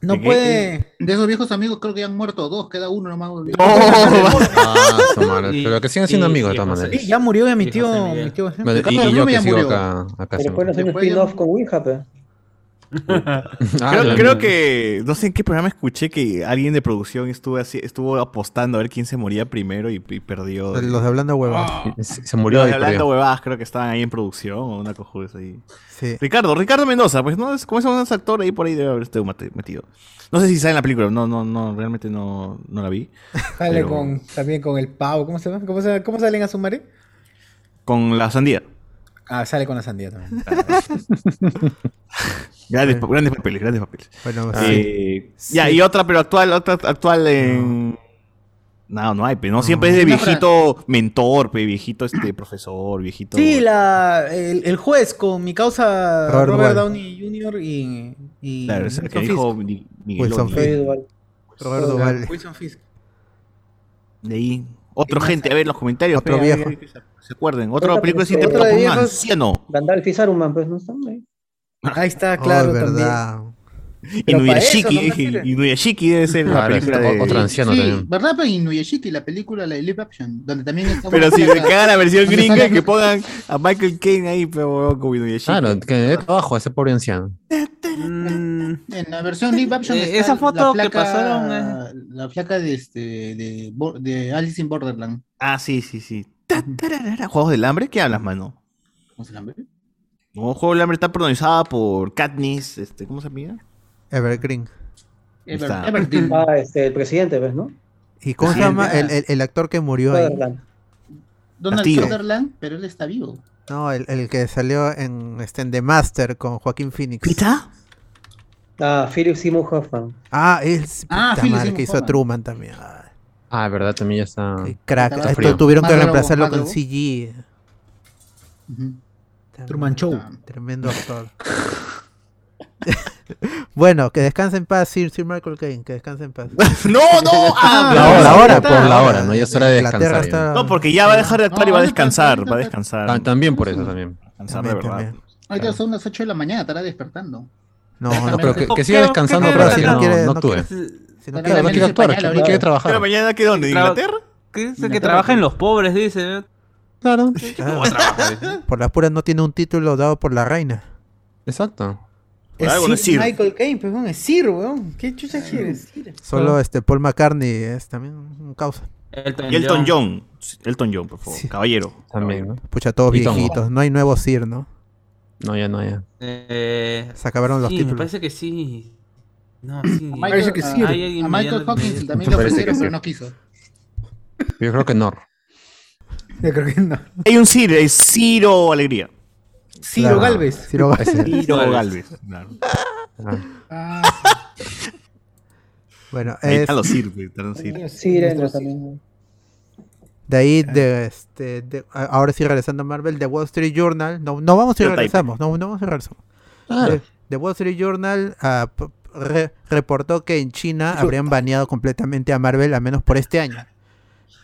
No
¿De qué?
puede.
De esos viejos amigos creo que ya han muerto dos, queda uno nomás.
Oh,
Ah, su madre.
Y-
Pero que sigan siendo
y-
amigos de
y
todas
José.
maneras.
Sí, ya murió ya mi
José
tío.
Miguel.
Mi tío Vicente.
Bueno, y,
Carlos
y yo
Rubio
que
ya
sigo
murió.
acá. acá
Pero
sí.
pueden hacer un
Después ya-
spin-off con Ouija, pe.
Ah,
Creo,
la-
creo que, no sé en qué programa escuché que alguien de producción estuvo así, estuvo apostando a ver quién se moría primero y, y perdió.
Los de hablando huevos.
se se murió
Los
ahí
de hablando
perdió.
huevadas, creo que estaban ahí en producción o una cojuda ahí.
Sí.
Ricardo, Ricardo Mendoza, pues no, es como es un actor ahí por ahí debe haber estado mate- metido. No sé si sale en la película, no, no, no, realmente no, no la vi.
Sale
Pero-
con, también con el pavo. ¿Cómo se llama? ¿Cómo, se- cómo salen a su madre?
Con la sandía.
Ah, sale con la sandía también.
Grandes, pa- grandes papeles, grandes papeles.
Bueno,
Ah,
sí.
Eh, Ya, y otra, pero actual, otra actual en. No, no hay, pero no siempre es de
Una fra-
viejito mentor, pe, viejito este profesor, viejito.
Sí, la, el, el juez con mi causa
Robert
Robert,
Duvall.
Downey Jr. y. y
Claro, es el que
Wilson Fisk.
dijo Ni-
Wilson
Migueloni.
Fue igual.
Robert Duvall.
Wilson Fisk.
De ahí. Otro gente, a ver los comentarios.
Otro
pe, a ver,
viejo.
que se- Se acuerden. Otra
Otra
película
película.
interpretó
Otra de
por un
viejos.
anciano.
Gandalf y Saruman, pues no están ahí.
Ahí está,
Oh,
Ah, claro, también.
verdad.
Pero para eso
Inuyashiki,
nomás
dije,
sirve.
Inuyashiki debe ser la
Claro,
película
está-
de...
otra anciano
sí,
también.
¿verdad? Pero Inuyashiki, la película, la de live action, donde también está...
Pero si se caga la versión
Donde
gringa,
sale-
que pongan a Michael Caine ahí, pero huevón, como Inuyashiki.
Claro, Ah, que de trabajo a ese pobre anciano.
Mm,
En la versión live action
Eh,
está
esa
la
foto que
flaca-
pasaron, eh.
La flaca de, este, de, Bo- de Alice in Borderland.
Ah, sí, sí, sí. Ta, tararara. ¿Juegos del hambre? ¿Qué hablas, mano?
¿Cómo se llama?
No, Juego del hambre está protagonizada por Katniss, este, ¿cómo se llama?
Evergreen.
Ever-
Está.
Everdeen.
Ah, este, el presidente, pues, ¿no?
¿Y cómo se
Sí,
llama
ya.
el, el- el actor que murió ahí?
Sutherland.
Donald
Castillo.
Sutherland, pero él está vivo.
No, el, el que salió en, este, en The Master con Joaquín Phoenix.
¿Pita?
Ah, Philip Seymour Hoffman.
Ah, es
Ah, Phil Seymour
que hizo
Hoffman.
a Truman también. Ah,
Ah, verdad, también ya está.
qué crack.
Está
Esto
frío.
tuvieron que
Más
reemplazarlo
lobo, más
con
lobo.
CG.
Ujú.
También,
Truman Show.
Tremendo actor. bueno, que descanse en paz, Sir, Sir Michael Caine. Que descanse en paz.
¡No, no! Ah,
La hora,
La hora,
por la
la
hora, ¿no? Ya es hora de
Inglaterra
descansar. ya.
está-
No, porque ya va a dejar de actuar y va a
No, no, no,
descansar,
no,
va a
no.
descansar.
Ah, También por eso también.
Descansar de
También,
verdad.
también.
Ahorita son las 8 de la mañana, estará despertando.
No,
No,
no,
pero que, que siga
¿Qué-
descansando,
qué
pero
quiere
sí, no,
tratar?
no
No
actúe.
si no
Pero
quiere ver-
la
Claro, no
También
quiere
dice
actuar,
pañal
no quiere
ahorita.
¿Pero
trabajar.
mañana qué dónde?
Tra-
¿Inglaterra?
¿Qué dice que trabajen los pobres? Dice.
Claro,
¿Cómo va a trabajar?
por las puras no tiene un título dado por la reina.
exacto.
Por algo no es
Es Sir
Sir.
Michael Caine, pues, weón, es Sir, weón. ¿Qué chucha quieres? Sir.
Solo este Paul McCartney es también un causa.
Elton,
Y Elton John. Elton John, por favor. Caballero.
También, ¿no?
Pucha, todos
Y Tongo.
viejitos. No hay nuevo Sir, ¿no?
No, ya no, ya.
Eh,
Se acabaron los
sí, me
títulos.
parece que sí. No, sí.
A Michael,
Parece que
a-
sí.
a
Hay alguien
Michael
mirando-
Hawkins también
Me
lo
parece que
ofrecieron,
sí.
pero no quiso.
Yo creo que no.
Yo creo que no.
Hay un Ciro, es Ciro Alegría.
Ciro
Claro.
Galvez.
Ciro Galvez.
Ciro Galvez. Claro.
Ah,
Bueno,
Ahí
es-
están los Ciro, pues, están los Ciro.
Sí, dentro también.
de ahí, de, este, de- a- ahora sí regresando a Marvel, The Wall Street Journal. No, no vamos y
Yo
regresamos. No, no vamos y regresamos. The, The Wall Street Journal ah, p- re- reportó que en China habrían baneado completamente a Marvel, al menos por este año.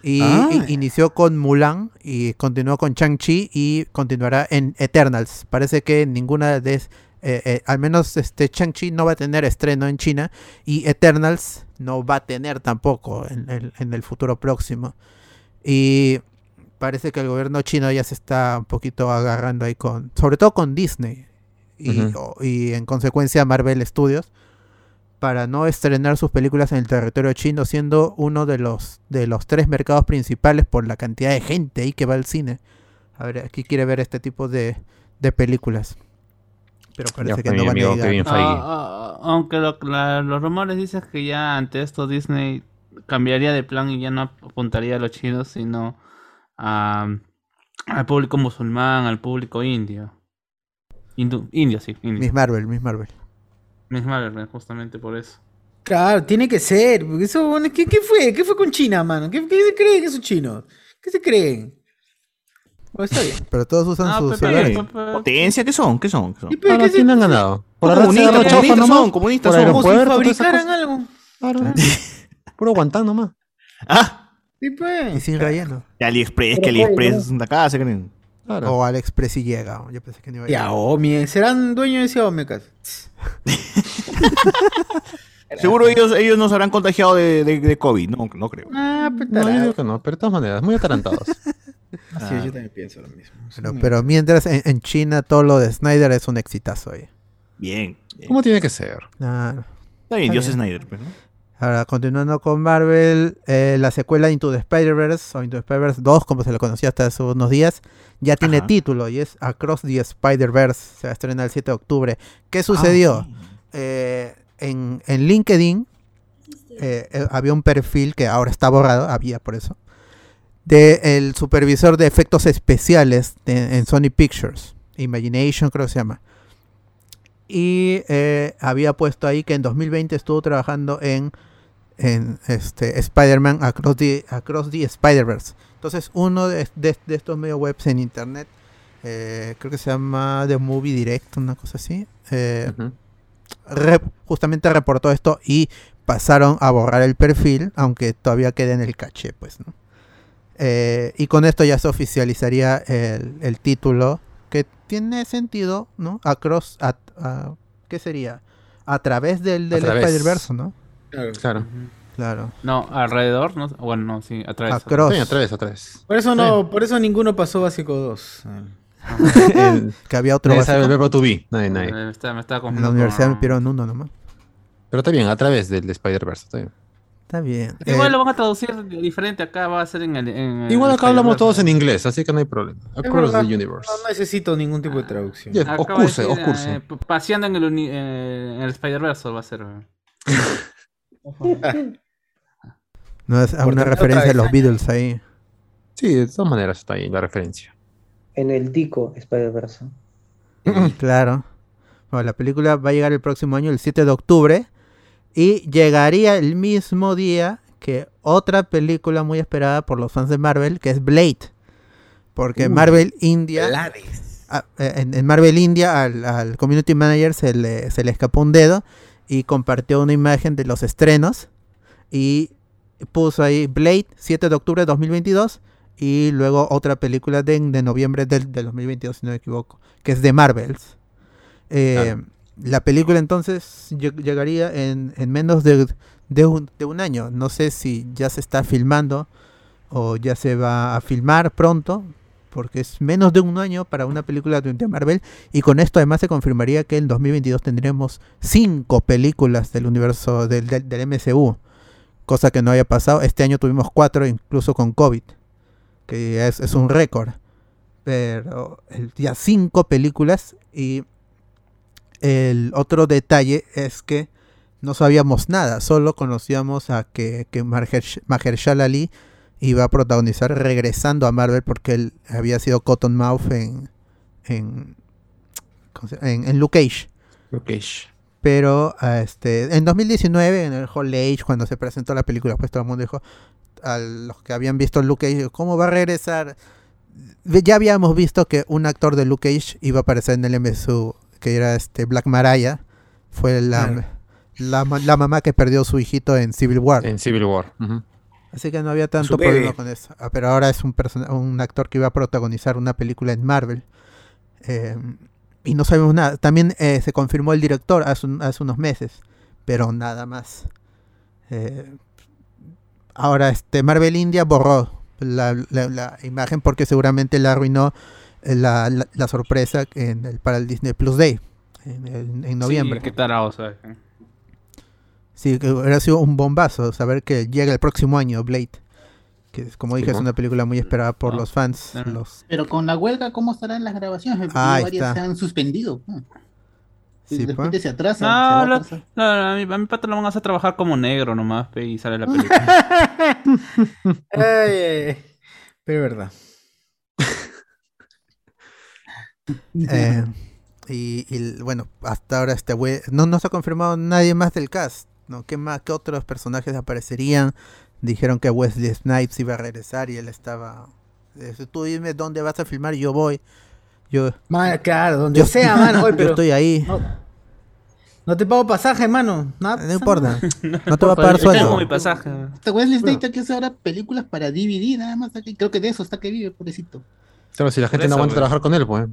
Y,
Ah.
y- inició con Mulan y continuó con Chang-Chi y continuará en Eternals. Parece que ninguna de es- eh, eh, al menos este Chang-Chi no va a tener estreno en China y Eternals no va a tener tampoco en el, en el futuro próximo. Y parece que el gobierno chino ya se está un poquito agarrando ahí con, sobre todo con Disney y,
Ujú.
o- y en consecuencia Marvel Studios para no estrenar sus películas en el territorio chino, siendo uno de los de los tres mercados principales por la cantidad de gente ahí que va al cine. A ver, aquí quiere ver este tipo de, de películas. Pero parece
Ya
que
fue
no van
mi
a
amigo
llegar.
Kevin
Ah,
Feige.
ah, ah, aunque lo- la- los rumores dicen que ya ante esto Disney cambiaría de plan y ya no apuntaría a los chinos, sino a- al público musulmán, al público indio. Hindú- indio, sí, indio.
Miss Marvel, Miss Marvel.
Miss Marvel, justamente por eso.
Claro, tiene que ser. porque Eso, bueno, ¿qué, qué fue? ¿Qué fue con China, mano? ¿Qué, qué se creen esos chinos? ¿Qué se creen? Bueno, está bien.
Pero todos usan
Ah,
pues,
sus
Pepe,
celulares.
Pepe, Pepe.
Potencia, ¿qué son? ¿Qué son? ¿Qué son?
¿Y pero
Ahora,
qué se-
¿quién han ganado? Por la
Son
raza de
comunistas,
Rochofa
comunistas
nomás.
son, comunistas
Por
son.
Como si
aeropuerto, todas esas
fabricaran algo.
Claro, ¿no? Puro guantán nomás.
Ah,
Sí,
Y
pues.
sin relleno.
de AliExpress, que AliExpress es una casa, creen.
Claro.
O Aliexpress y llega. Yo pensé que no iba a llegar.
Xiaomi, serán dueños de Xiaomi, acaso?
Seguro ellos, ellos nos habrán contagiado de, de- de COVID. No, no creo.
Ah, pues
No, yo
tarado.
digo que no, pero de todas maneras, muy atarantados.
Sí, yo también pienso lo mismo.
Pero, pero mientras en, en China todo lo de Snyder es un exitazo ahí.
Bien. bien.
¿Cómo tiene que ser?
Ah, no.
Está
Está
bien, Dios
bien.
Snyder. pues, ¿no?
Ahora, continuando con Marvel, eh, la secuela Into the Spider-Verse, o Into the Spider-Verse 2, como se lo conocía hasta hace unos días, ya tiene
Ajá.
título y es Across the Spider-Verse. Se va a estrenar el 7 de octubre. ¿Qué sucedió?
Ah,
Eh, en, en LinkedIn eh, eh, había un perfil que ahora está borrado, había por eso, del el supervisor de efectos especiales de- en Sony Pictures, Imagination creo que se llama. Y eh, había puesto ahí que en 2020 estuvo trabajando en, en este, Spider-Man Across the, Across the Spider-Verse. Entonces uno de, de- de estos medios webs en internet, eh, creo que se llama The Movie Direct, una cosa así, eh,
Ujú.
rep- justamente reportó esto y pasaron a borrar el perfil, aunque todavía quede en el caché, pues, ¿no? Eh, y con esto ya se oficializaría el, el título, que tiene sentido, ¿no? Across, a, a- ¿qué sería? A través del, del
través.
Spider-Verse, ¿no?
Claro.
Claro.
No, alrededor, no, bueno, no, sí, a través.
Across.
Sí, otra vez, otra vez.
Por eso no, por eso ninguno pasó básico 2.
El-
Que había otro
Nadie sabe el
básico.
verbo to be. Nadie,
Eh,
nadie.
Me estaba, me estaba
En la
confundiendo
universidad
con-
me pidieron uno nomás.
Pero está bien, a través del de Spider-Verse. Está bien.
Está bien.
Igual
Eh,
lo van a traducir diferente acá, va a ser en el. en el
Igual acá hablamos
Spider-Verse.
todos en inglés, así que no hay problema. Across the universe.
Pues,
No necesito ningún
ah,
tipo de traducción.
Yeah.
Acaba de
Ocurse,
decir,
ocurse.
eh, p- paseando en el, uni- eh, en el Spider-Verse va a ser. eh. weón.
no es a
por
una
tener
referencia a los
otra
Beatles ahí.
Sí, de todas maneras está ahí la referencia.
En el Dico Spider-Verse.
Claro. Bueno, la película va a llegar el próximo año, el 7 de octubre. Y llegaría el mismo día que otra película muy esperada por los fans de Marvel, que es Blade. Porque Marvel India, ah, eh, en, en Marvel India al, al community manager se le, se le escapó un dedo y compartió una imagen de los estrenos. Y puso ahí Blade, 7 de octubre de 2022. Y luego otra película de, de noviembre del, del 2022, si no me equivoco, que es de Marvels. Eh, La película entonces lleg- llegaría en, en menos de, de un, de un año. No sé si ya se está filmando o ya se va a filmar pronto, porque es menos de un año para una película de, de Marvel. Y con esto además se confirmaría que en 2022 tendremos cinco películas del universo del, del- del MCU cosa que no había pasado. Este año tuvimos cuatro, incluso con COVID, que es, es un récord. Pero el día cinco películas y el otro detalle es que no sabíamos nada, solo conocíamos a que, que Mahersh- Mahershala Ali iba a protagonizar regresando a Marvel porque él había sido Cottonmouth en, en, ¿cómo se llama? en, en Luke Cage. Pero ah, este, en 2019, en el Hall Age, cuando se presentó la película, pues todo el mundo dijo, a los que habían visto Luke Cage, ¿cómo va a regresar? Ve- Ya habíamos visto que un actor de Luke Cage iba a aparecer en el MSU, que era este Black Mariah, fue la, la, ma- la mamá que perdió su hijito en Civil War.
En Civil War. ujú.
Así que no había tanto
Su bebé.
problema con eso. Ah, Pero ahora es un, persona- un actor que iba a protagonizar una película en Marvel. Eh, y no sabemos nada. También eh, se confirmó el director hace, un- hace unos meses. Pero nada más. Eh, ahora, este Marvel India borró la, la- la imagen porque seguramente la arruinó eh, la, la- la sorpresa en el, para el Disney Plus Day en, el- en noviembre.
Sí, qué tarado, ¿sabes?
Sí, que hubiera sido un bombazo saber que llega el próximo año Blade. Que es, como dije, es
¿no?
una película muy esperada por los fans.
Claro.
Los,
Pero con la huelga, ¿cómo estarán las grabaciones? Porque
Ah, ahí
varias
está.
se han suspendido. ¿no?
sí,
de
pues.
repente se atrasa. se
No,
va a
lo-
atrasar.
No, no, a, mi, a mi pata lo van a hacer trabajar como negro nomás, pe, y sale la película.
Ay, ay, ay. Pero es verdad.
Eh, y, y, bueno, hasta ahora este güey- no nos ha confirmado nadie más del cast. ¿no? ¿Qué, más, ¿Qué otros personajes aparecerían? Dijeron que Wesley Snipes iba a regresar y él estaba... eh, Tú dime dónde vas a filmar y yo voy. Yo,
Man, Ah, claro, donde
yo,
sea, mano. Oye,
yo
pero
estoy ahí.
no, no te pago pasaje, mano. Nada
No
pasa
importa.
nada.
No te va a pagar
Yo tengo mi
sueldo.
pasaje.
Este Wesley Snipes hay que hace ahora películas para DVD, nada más. aquí. Creo que de eso está que vive, pobrecito.
Claro, si la gente
Por eso,
no aguanta
güey.
trabajar con él, pues.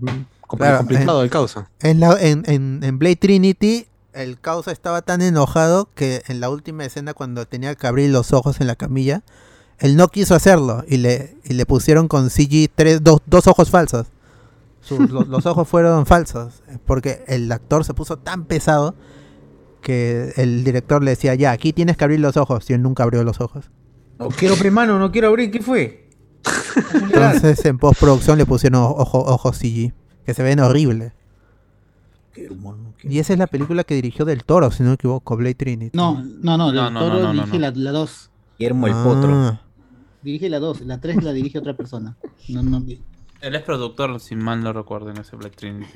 compl-
Claro, eh.
complicado el causa.
En, la- en, en- en Blade Trinity, el causa estaba tan enojado que en la última escena, cuando tenía que abrir los ojos en la camilla, él no quiso hacerlo y le, y le pusieron con CG tres, dos, dos ojos falsos. Sus- los, los ojos fueron falsos porque el actor se puso tan pesado que el director le decía, ya, aquí tienes que abrir los ojos y él nunca abrió los ojos.
No quiero, pe, mano, no quiero abrir. ¿Qué fue?
Entonces en postproducción le pusieron ojo- ojos CG, que se ven horribles.
Qué mono, qué-
Y esa es la película que dirigió Del Toro, si no me equivoco, Blade Trinity.
No, no, no.
No,
el
no,
toro
no, no, no,
dirige
no.
la- la 2.
Guillermo el potro.
Ah,
Dirige la 2. La 3 la dirige otra persona. No, no.
Él es productor, si mal no recuerdo, en ese Black Trinity.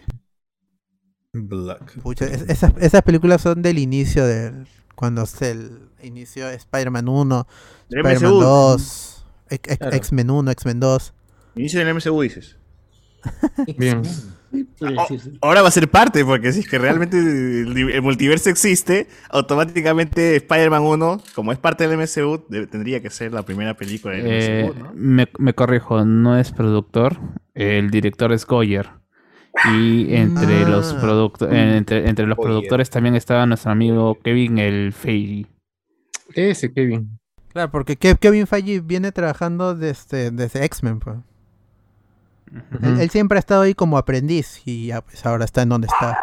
Black.
pucha, es- esas, esas películas son del inicio de cuando se el- inició Spider-Man 1,
Del
Spider-Man
MCU.
2, X- X-
Claro.
X-Men 1, X-Men 2.
Inicio del MCU, dices.
Bien.
Puede
oh.
Ah,
decirse.
Ahora va a ser parte, porque si es que realmente el el multiverso existe, automáticamente Spider-Man 1, como es parte del MCU, de- tendría que ser la primera película del
Eh,
MCU, ¿no?
me, me corrijo, no es productor. El director es Goyer. Y entre
Ah.
los producto- eh, entre, entre los productores también estaba nuestro amigo Kevin el Feige.
Ese, Kevin.
Claro, porque Kev- Kevin Feige viene trabajando desde, desde X-Men. pues. Él, él siempre ha estado ahí como aprendiz y ya pues ahora está en donde está.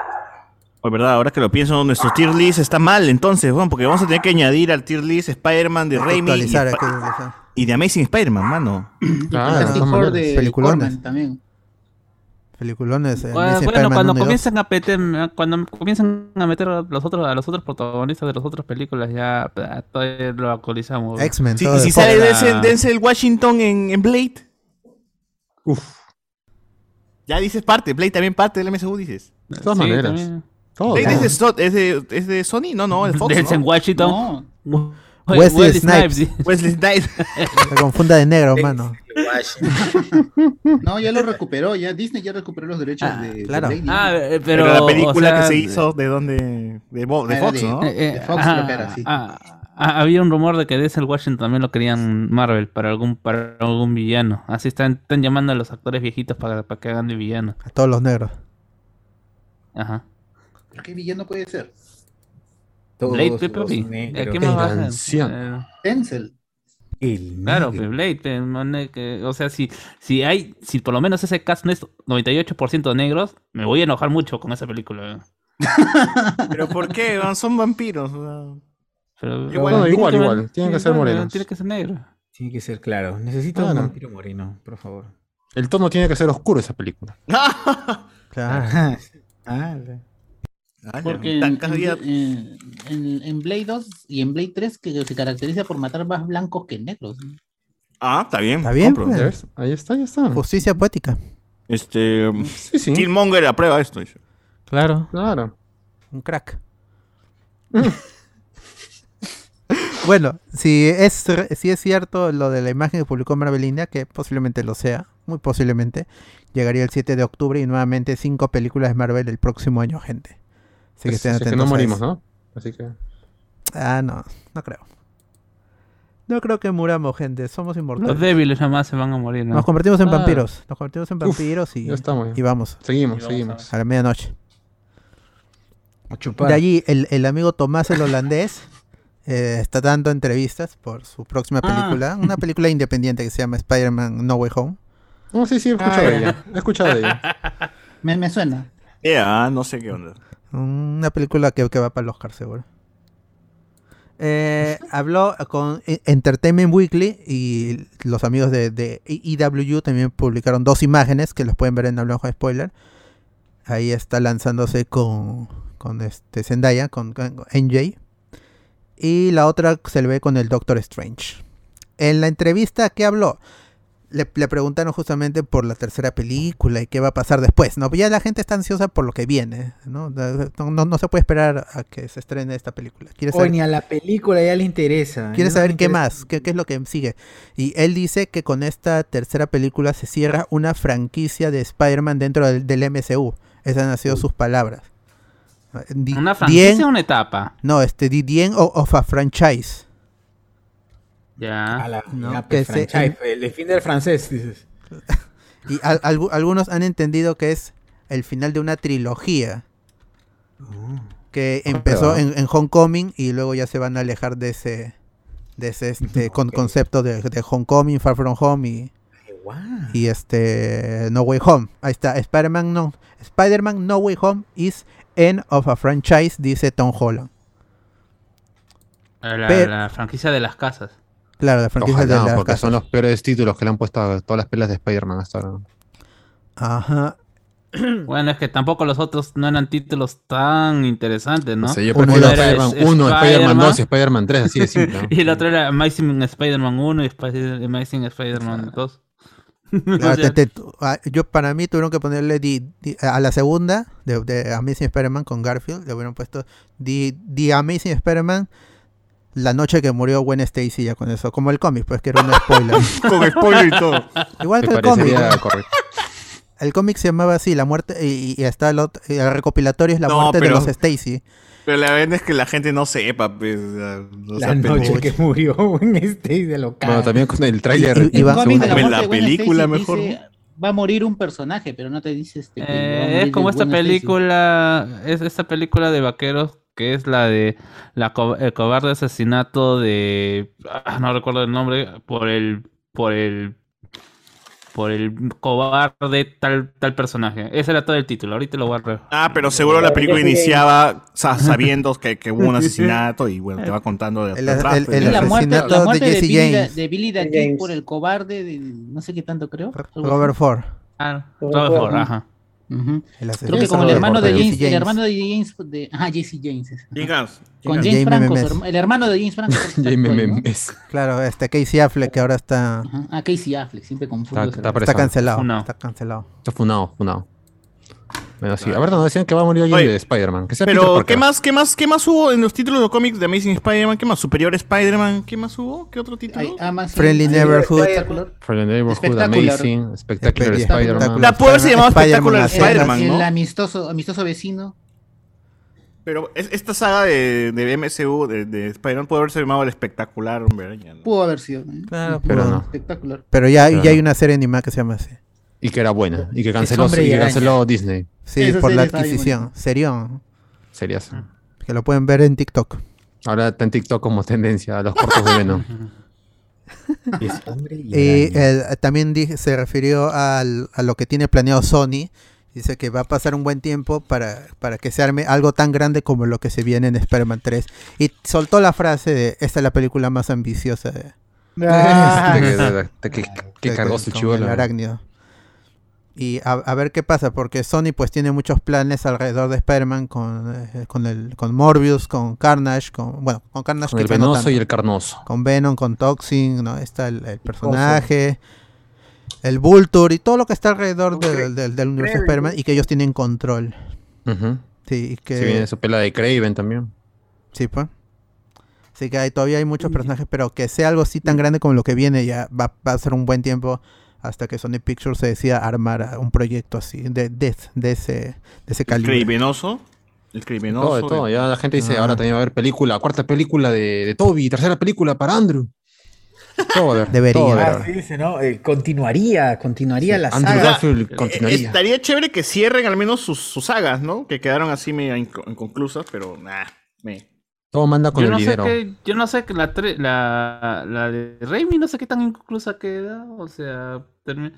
Pues verdad, ahora que lo pienso, nuestro tier list está mal, entonces, bueno, porque vamos a tener que añadir al tier list Spider-Man de Raimi y,
Actualizar,
Sp-
actualizar.
y de Amazing Spider-Man, mano.
Claro,
Fantastic
no,
Four
man.
de
Peliculones.
Corman también.
Peliculones. eh,
Bueno,
Amazing
bueno,
Spider-Man 1
cuando
y 2.
comiencen a meter, cuando comiencen a meter a los otros, a los otros protagonistas de las otras películas, ya ah, todavía lo actualizamos.
X-Men.
Sí,
todo
y si
de-
sale
Ahora-
Denzel, Denzel Washington en, en Blade. Uf. Ya dices parte, Blade también parte del MCU, dices.
de
todas maneras. Todo.
Blade es de, So- es de- es de Sony, no, no, de Fox.
Oh, Denzel
¿no?
Washington.
No,
We-
Wesley
Wesley Snipes.
Se confunda de negro, mano.
no, ya lo recuperó. Ya Disney ya recuperó los derechos
Ah,
de,
claro.
de Blade.
Ah, eh, pero,
Pero, la película
o sea,
que se hizo de donde de, Bo- de
Ah,
Fox,
de-
¿no?
eh, eh,
De Fox,
ajá,
creo que era, sí.
ah, ah, había un rumor de que Denzel Washington también lo querían Marvel para algún para algún villano. Así están, están llamando a los actores viejitos para, para que hagan de villano.
A todos los negros.
Ajá.
¿Qué villano puede ser?
Todos
Blade, pe,
los
papi.
negros.
¿Qué más va a hacer?
Anciano.
Eh,
Denzel.
El
Claro,
negro.
pues, Blade, pues, mane- que- o sea, si, si hay, si por lo menos ese cast no es 98% negros, me voy a enojar mucho con esa película.
Pero ¿por qué? Son vampiros. o sea.
Pero,
Igual,
Bueno,
igual,
tiene
igual, tienen que ser
bueno,
morenos.
Tiene que ser negro.
Tiene que ser claro. Necesito
Claro.
un tiro moreno, por favor.
El tono tiene que ser oscuro esa película.
Claro.
Ah,
Porque en, en- en- en Blade 2 y en Blade 3 que se caracteriza por matar más blancos que negros. ¿no?
Ah, está bien.
Está bien,
compro.
pues.
¿Ya ves? Ahí está, ya está.
Justicia poética.
Este.
Sí, sí.
Killmonger aprueba esto. dice.
Claro.
Claro.
Un crack. bueno, si es, re- si es cierto lo de la imagen que publicó Marvelindia, que posiblemente lo sea, muy posiblemente, llegaría el 7 de octubre y nuevamente cinco películas de Marvel el próximo año, gente. Así que
Es-
estén
Pues, es
atentos.
que no
a
morimos,
eso.
¿no? Así que.
Ah, no, no creo. No creo que muramos, gente. Somos
Los
inmortales.
débiles nomás se van a morir, ¿no?
Nos convertimos en
Ah.
vampiros. Nos convertimos en
Uf,
vampiros y,
Ya estamos.
y
ya.
vamos
Seguimos,
Y vamos
seguimos.
a la medianoche.
a chupar.
De allí, el, el amigo Tomás el holandés eh, está dando entrevistas por su próxima
Ah.
película. Una película independiente que se llama Spider-Man No Way Home.
No, sí, sí, he escuchado de ella. He escuchado de ella.
Me, me suena.
Eh, ah, no sé qué onda.
Una película que, que va para el Oscar, seguro. Eh, habló con E- Entertainment Weekly y los amigos de, de EW también publicaron dos imágenes que los pueden ver en Hablamos con Spoiler. Ahí está lanzándose con, con este Zendaya, con, con NJ. Y la otra se le ve con el Doctor Strange. En la entrevista que habló, le, le preguntaron justamente por la tercera película y qué va a pasar después. No, ya la gente está ansiosa por lo que viene, ¿no? No, no- no se puede esperar a que se estrene esta película. Quiere
O
saber-
ni a la película ya le interesa.
Quiere
Ya no
saber
le
qué
interesa.
más, qué, qué es lo que sigue. Y él dice que con esta tercera película se cierra una franquicia de Spider-Man dentro del, del MCU. Esas han sido sus palabras. Di-
¿Una franquicia
dien-
o una etapa?
no, este, the, the end o- of a franchise.
A
Ya.
la,
No,
ya, pues,
que se-
franchise, el, el fin del francés, dices.
Y al- algu- algunos han entendido que es el final de una trilogía
Uh.
que
Ah,
empezó en, en Homecoming y luego ya se van a alejar de ese, de ese este, con- concepto de, de Homecoming, Far From Home y,
Ay, guau.
y este No Way Home. Ahí está, Spider-Man No. Spider-Man No Way Home is end of a franchise, dice Tom Holland.
La,
Pero-
la franquicia de las casas.
Claro, la franquicia
Ojalá,
de la
porque
casa.
son los peores títulos que le han puesto a todas las pelas de Spider-Man hasta ahora.
Ajá.
Bueno, es que tampoco los otros no eran títulos tan interesantes, ¿no?
O sea, yo
Uno
prefiero
era
Spider-Man
es-
1, Spider-Man
Spider-Man.
2 y Spider-Man 3, así de simple. ¿no?
Y el otro era Amazing Spider-Man 1 y Sp- Amazing Spider-Man 2. O
Claro,
sea,
te- te- ah, yo para mí tuvieron que ponerle di- di- a la segunda de, de Amazing Spider-Man con Garfield, le hubieran puesto The, The Amazing Spider-Man la noche que murió Gwen Stacy ya con eso, como el cómic, pues que era un spoiler.
Con spoiler y todo.
Igual
Me
que el cómic.
parecería
¿no?
correcto.
El cómic se llamaba así, la muerte y, y está el, ot- y el recopilatorio es la
No,
muerte
pero-
de los Stacy.
Pero la verdad es que la gente no sepa, pues. o sea, no
La
sea
noche
pendejo.
que murió en este y de lo
Bueno,
caga.
también con el tráiler.
Y- y- y
El
va-
cómic de
Como en la
muerte de Gwen
película,
Stacy
mejor,
dice, Va a morir un personaje, pero no te dices. que va a
eh,
morir
es como
de
esta
Gwen Stacy.
película, es esta película de vaqueros que es la de la co- el cobarde asesinato de ah, no recuerdo el nombre por el por el por el cobarde tal tal personaje. Ese era todo el título. Ahorita lo guardo.
Ah, pero seguro la película iniciaba sa- sabiendo que, que hubo un asesinato y bueno, te va contando de
El-
atrás,
el-
pues,
Es
el-
ya.
la muerte,
asesinato
la
de
muerte de,
Jesse
Billy Da-
James.
de Billy Da
James.
Kid por el cobarde de no sé qué tanto creo. algo
Robert
así.
Ford.
Ah,
Robert
Robert
Ford,
Ford,
¿no?
ajá.
Ujú.
El asesino
Creo que
de
como el
Robert
hermano de
Ford,
James,
Jesse
el hermano de James, de, ah, Jesse James. es.
Chicas,
Con
chicas.
James
James
Franco, su
Memes.
herma- el hermano de James Franco. es
Jaime
actor, ¿no?
Memes.
Claro, este Casey Affleck que ahora está,
Ajá. Ah, Casey Affleck, siempre confundo.
Está,
ese
está
nombre.
está
preso.
cancelado.
Funado.
Está cancelado.
Está funado, funado. Bueno, sí. A ver, nos decían que va a morir
Oye,
alguien de Spider-Man. Que sea Peter
Pero,
Parker.
¿qué más, qué más, qué más hubo en los títulos de los cómics de Amazing Spider-Man? ¿Qué más? Superior Spider-Man, ¿qué más hubo? ¿Qué otro título?
Ay, ah. Amazon-
Friendly
Ay,
Neighborhood.
Spectacular.
For the Neighborhood,
Espectacular.
Amazing, Spectacular
Espe-
Spider-Man.
La puede haberse llamado Espectacular
a ciegas.
Spider-Man.
el,
¿no?
el amistoso, amistoso vecino.
Pero es- esta saga de, de MCU, de, de Spider-Man, puede haberse llamado el espectacular, hombre. ya, ¿no?
Pudo haber sido. ¿eh?
Claro,
Pero
pero,
no.
Espectacular.
pero ya,
Claro.
ya hay una serie animada que se llama así.
Y que era buena. Y que canceló,
hombre
y
y
que
araña.
canceló Disney.
Sí,
Esa
por la
serie está bien
adquisición. Serión.
Sería
Ah.
eso.
Que lo pueden ver en TikTok.
Ahora está en TikTok como tendencia a los cortos de Venom.
Es hombre y
Y
araña. Eh,
eh, el- también dije- se refirió al- a lo que tiene planeado Sony Dice que va a pasar un buen tiempo para, para que se arme algo tan grande como lo que se viene en Spider-Man 3. Y soltó la frase de, esta es la película más ambiciosa de...
Ah. Que- que- que
De-
cargó
Este, con-
su
con
chivolo.
el arácnido. Y a, a ver qué pasa, porque Sony pues tiene muchos planes alrededor de Spider-Man con, eh, con, el, con Morbius, con Carnage, con... Bueno, con Carnage
Con el
quizá no
venoso
tanto.
y el carnoso.
Con Venom, con Toxin, ¿no? Está el, el personaje, el Vulture y todo lo que está alrededor del, del- del universo de Spider-Man y que ellos tienen control.
Ujú.
Sí, y que...
Se viene su pela de Craven también.
Sí, pues. Así que hay, todavía hay
Mm,
muchos personajes, pero que sea algo así tan grande como lo que viene, ya va, va a ser un buen tiempo hasta que Sony Pictures se decida armar a un proyecto así, de, de, de ese, de ese calibre.
Cravenoso. El cravenoso.
todo, de todo. Ya la gente dice,
Ah.
ahora también va a haber película, cuarta película de, de Toby, tercera película para Andrew. Todo, va a haber,
Debería.
todo va a
Ah,
haber.
sí, dice, ¿no? Eh, continuaría, continuaría la
Andrew
saga.
Garfield
Eh,
continuaría.
Estaría chévere que cierren al menos sus, sus sagas, ¿no? Que quedaron así medio inco- inconclusas, pero nah, me-
Todo manda con
Yo
el
no, sé
lidero.
que, yo no sé que la, tre- la, la de Raimi no sé qué tan inconclusa queda. O sea, termi-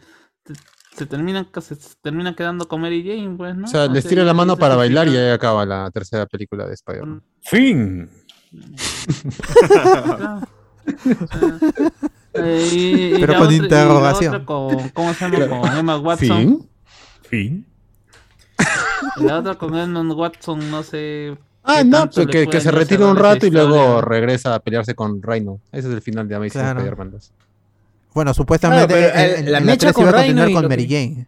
te- se, terminan, ca- se, se termina quedando con Mary Jane, pues, ¿no?
O sea, les tira
ya-
la mano
ya
para
se
bailar y
justifica.
ahí acaba la tercera película de Spider-Man.
Fin.
Claro. O sea, eh, y- y
Pero
la
con
otra- y la
interrogación.
otra con, ¿Cómo se llama? Con Emma Watson.
¿Fin?
Fin.
Y La otra con Emma Watson, no sé.
Ah,
qué
no,
tanto
pero
le
que, que
pueden
se
hacer
retira un
a esa
rato y luego
historia.
regresa a pelearse con Reino. Ese es el final de Amazing
Claro.
Spider-Man 2.
Bueno, supuestamente
Claro, pero,
en-
eh,
en-
la
en
mecha
3
con
iba a
Rhino
continuar
y
con
lo
Mary
que-
Jane,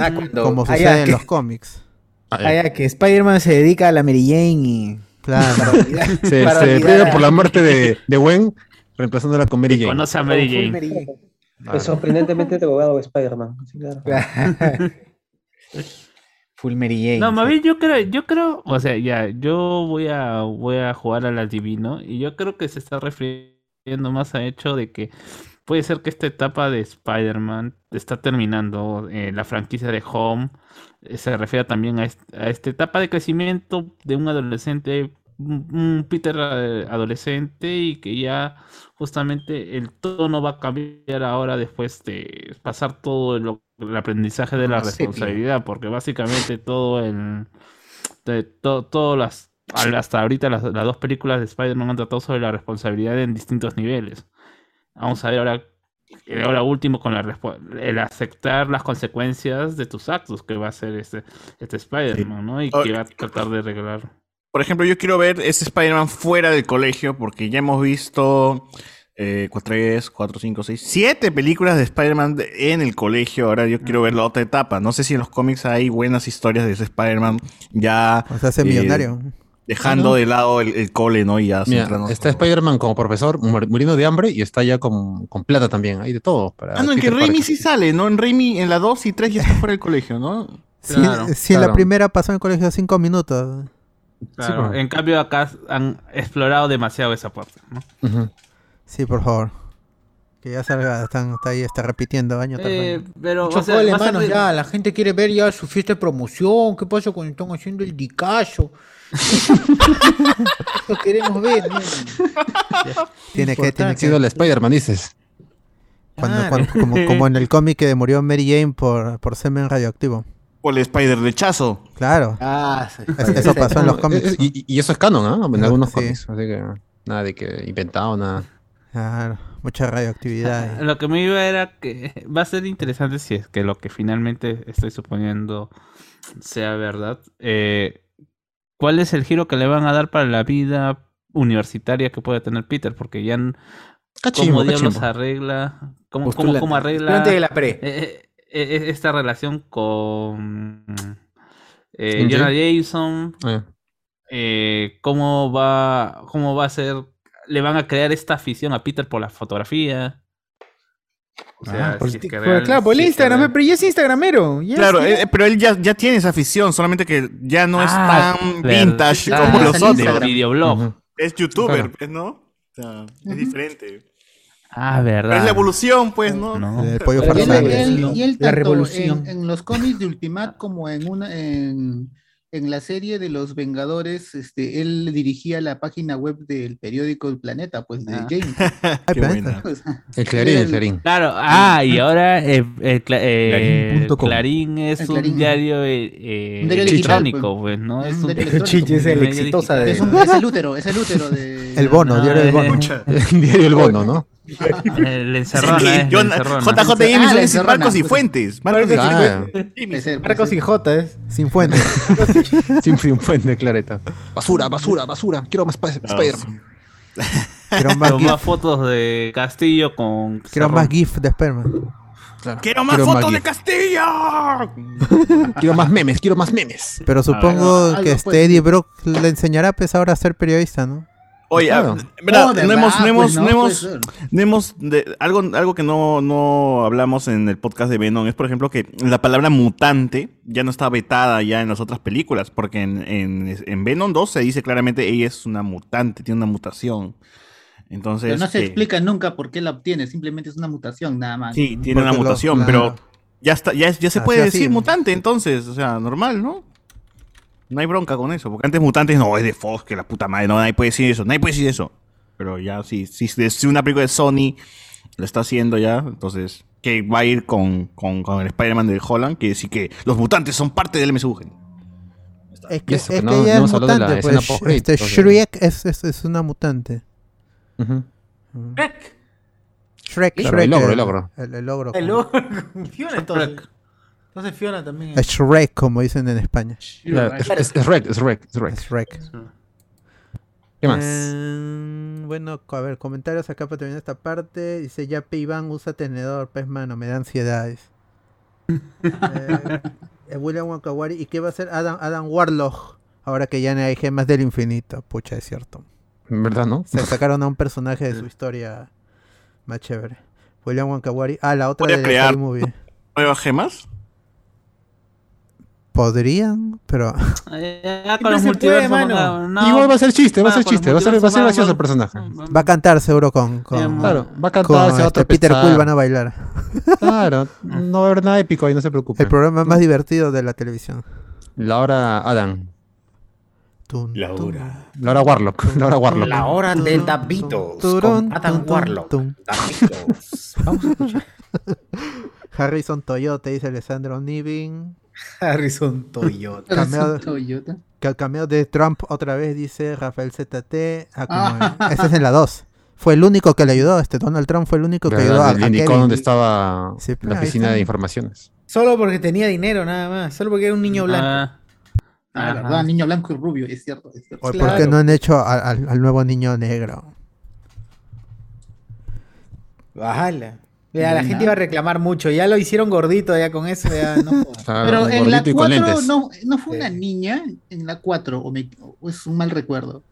Ah, cuando-
como
ah, ya,
sucede en
que-
los cómics.
ah, ya, que Spider-Man se dedica a la Mary Jane y...
Claro.
Se,
Para
se
olvidar
despide
a-
por la muerte de, de Gwen, reemplazándola con Mary Jane.
Conoce a Mary
Full
Jane.
Mary Jane.
Ah,
Pues sorprendentemente drogado Spider-Man. Sí, claro.
Full Mary Jane.
No, más bien yo creo, yo creo, o sea, ya, yo voy a, voy a jugar al adivino y yo creo que se está refiriendo más a hecho de que puede ser que esta etapa de Spider-Man está terminando, eh, la franquicia de Home eh, se refiere también a, est- a esta etapa de crecimiento de un adolescente, un, un Peter eh, adolescente y que ya justamente el tono va a cambiar ahora después de pasar todo el, el aprendizaje de la
Ah, sí,
responsabilidad, porque básicamente todo el... de to- todas las... al- Hasta ahorita las, las dos películas de Spider-Man han tratado sobre la responsabilidad en distintos niveles. Vamos a ver ahora, Eh, ahora último con la respo- el aceptar las consecuencias de tus actos que va a ser este, este Spider-Man, ¿no? Y
Ah,
que va a tratar de arreglar.
Por ejemplo, yo quiero ver ese Spider-Man fuera del colegio, porque ya hemos visto eh, 3, 4, 5, 6, 7 películas de Spider-Man de- en el colegio. Ahora yo quiero ver la otra etapa. No sé si en los cómics hay buenas historias de ese Spider-Man ya
O sea, hace
Eh,
millonario. Ah,
dejando de lado el, el cole, ¿no? Y ya
Mira,
centrarnos-
está Spider-Man como profesor mur- muriendo de hambre y está ya con, con plata también. Hay de todo. Para
Ah, no, en que
Peter
Raimi
Parker.
sí sale, ¿no? En Raimi, en la 2 y 3 ya está fuera del colegio, ¿no?
Si,
Claro,
si en la
claro.
primera pasó en el colegio 5 minutos.
Claro,
bueno.
En cambio acá han explorado demasiado esa parte, ¿no?
Ujú.
Sí, por favor. Que ya salga, están, está ahí, está repitiendo año tras
Eh,
año.
pero
Mucho cole, mano, ya, la gente quiere ver ya su fiesta de promoción, qué pasa cuando están haciendo el dicazo. Eso queremos ver, ¿no?
Tiene que, tiene
Ha
que
sido el Spider-Man, dices.
Cuando,
Claro.
cuando- como, como en el cómic que murió Mary Jane por, por semen radioactivo.
O el Spider lechazo.
Claro.
Ah, sí.
Es- eso pasó en los
Es-
cómics.
es- Eh, y, y eso es canon, ¿ah? En algunos
Sí.
cómics. Así que nada de que inventado, nada.
Claro, mucha radioactividad.
Lo que me iba era que va a ser interesante si es que lo que finalmente estoy suponiendo sea verdad. Eh, ¿Cuál es el giro que le van a dar para la vida universitaria que puede tener Peter? Porque ya n-
Cachimbo,
cómo diablos
cachimbo.
arregla,
Pues
cómo, cómo,
Postulante.
cómo arregla
Postulante de la pre.
eh, eh, eh, esta relación con eh,
MJ.
Jonah Jameson,
Ah,
eh, cómo va cómo va a ser le van a crear esta afición a Peter por la fotografía o sea,
por
si es
ti-
Ah, que
por-
real-
claro, por el
si es que
Instagram,
real-
pero ya es Instagramero. ya
Claro,
es-
eh, pero él ya, ya tiene esa afición, solamente que ya no es
Ah,
tan
claro.
vintage
Ah,
como
es
los
el
otros.
del videoblog
ujú.
Es youtuber,
Claro.
pues, ¿no? O sea, es diferente.
ah
Pero
verdad
es la evolución, pues, ¿no?
No.
El pollo
Pero
Y él-
Fernando.
Fernández.
él- y él
La
tanto
revolución.
En, en los cómics de Ultimate como en una en, en la serie de los Vengadores, este, él dirigía la página web del periódico El Planeta, pues de James.
Qué
este,
buena.
Pues,
El Clarín, el Clarín.
Claro, ah, y ahora eh, eh, Cla- eh,
Clarín.com.
Clarín es
El
un
Clarín.
diario, eh, eh,
Un diario digital,
electrónico, pues, ¿no? Es un
diario
diario
Chichi
es el
digital.
exitosa de-
Es, un- es el útero, es el útero de.
El bono,
Ah,
diario del
eh,
bono.
eh,
Diario El Bono, ¿no?
El encerrona,
Sí,
eh, el
yo-
encerrona.
JJ
Ah,
James
la
es
encerrona.
Marcos y Fuentes. Marcos y
Ah,
Puede ser, puede
Marcos
ser.
y J es.
Sin fuentes.
sin sin fuente, clareta. Basura, basura, basura. Quiero más pa- Spider-Man.
Quiero más
Tomó
gif,
fotos de Castillo con.
quiero
Cerrón.
más gif de Spider-Man.
¡Quiero más
Quiero más
fotos de
GIF.
Castillo!
Quiero más memes, quiero más memes.
Pero supongo
algo
que este
puede-
Eddie Brock le enseñará pues ahora a ser periodista, ¿no?
Oye, ah,
Claro.
verdad,
Oh, de
no hemos, no
verdad,
hemos,
pues,
no
no,
hemos,
puede ser.
no hemos- de- algo, algo que no, no hablamos en el podcast de Venom es, por ejemplo, que la palabra mutante ya no está vetada ya en las otras películas, porque en, en, en Venom 2 se dice claramente ella es una mutante, tiene una mutación. Entonces,
Pero no se
Este.
eh,
explica nunca por qué la obtiene, simplemente es una mutación, nada más.
Sí, tiene una
Porque lo-
mutación,
la-
pero ya está, ya, es- ya se
Así,
puede
así,
decir
¿no?
mutante entonces, o sea, normal, ¿no? No hay bronca con eso, porque antes mutantes no, es de Fox, que la puta madre, no, nadie puede decir eso, nadie puede decir eso. Pero ya, si, si, si una película de Sony lo está haciendo ya, entonces, que va a ir con, con, con el Spider-Man de Holland, que sí que los mutantes son parte del MCU. gente.
Es que,
Y eso,
es
que no-
que
no
ella es
hemos hablado de la
mutante,
escena
pues.
post-credit,
este
o sea.
Shrek es, es, es una mutante. Shrek,
Claro,
Shrek.
el ogro,
eh,
el ogro.
El, el ogro.
El
como-
Fiona entonces. Entonces Fiona también.
Es Shrek, como dicen en España.
Claro, es, es, es Red, es Red, es Red.
Es Shrek.
¿Qué más?
Eh, bueno, a ver, comentarios acá para terminar esta parte. Dice, ya pe, Iván usa tenedor, pez mano, me da ansiedades. Eh, eh, William Wakawari, ¿y qué va a hacer Adam, Adam Warlock? Ahora que ya no hay gemas del infinito. Pucha, es cierto.
En ¿Verdad, no?
Se sacaron a un personaje de su historia más chévere. William Wankawari. Ah, la otra
Podría
de
crear.
la movie.
¿Nuevas gemas?
Podrían, pero
Eh, ya
No
con los
se puede,
multiversos.
mano.
van a- no.
Igual va a ser chiste, va a
Ah,
ser
con los
chiste, va a ser, va a ser
multiversos
gracioso
van-
el personaje.
van-
va a cantar seguro con, con,
Claro,
Claro, va a
con
cantar, se va a
este Peter
tropezar.
Quill van a bailar.
Claro, no va a haber nada épico ahí, no se preocupen.
El programa más divertido de la televisión.
Laura Adam,
Tun,
La
tun,
hora.
Laura Warlock, Laura Warlock.
La hora de Davidos con Adam Warlock. Harrison Toyota, dice Alessandro Niven.
Harrison Toyota.
Cameo-
Toyota.
Que el cameo de Trump otra vez dice Rafael ZT. Ah, como- Ese es en la 2. Fue el único que le ayudó. Este Donald Trump fue el único que ayudó a,
¿Verdad?
a
Le indicó
Kevin.
dónde estaba
Sí, pero
la
ahí
oficina
está.
de informaciones.
Solo porque tenía dinero, nada más. Solo porque era un niño blanco.
Ah,
Ah,
Ajá.
verdad, niño blanco y rubio, es cierto. Es cierto.
Oye, ¿Por qué no han hecho al, al- al nuevo niño negro?
Bájala. Mira, la
Buena.
gente iba a reclamar mucho. Ya lo hicieron gordito ya con eso. Ya no jodas.
Estaba
Pero en la
Ah, gordito y con
4
lentes.
no, no fue una
Sí.
niña, en la 4, o, me- o es un mal recuerdo.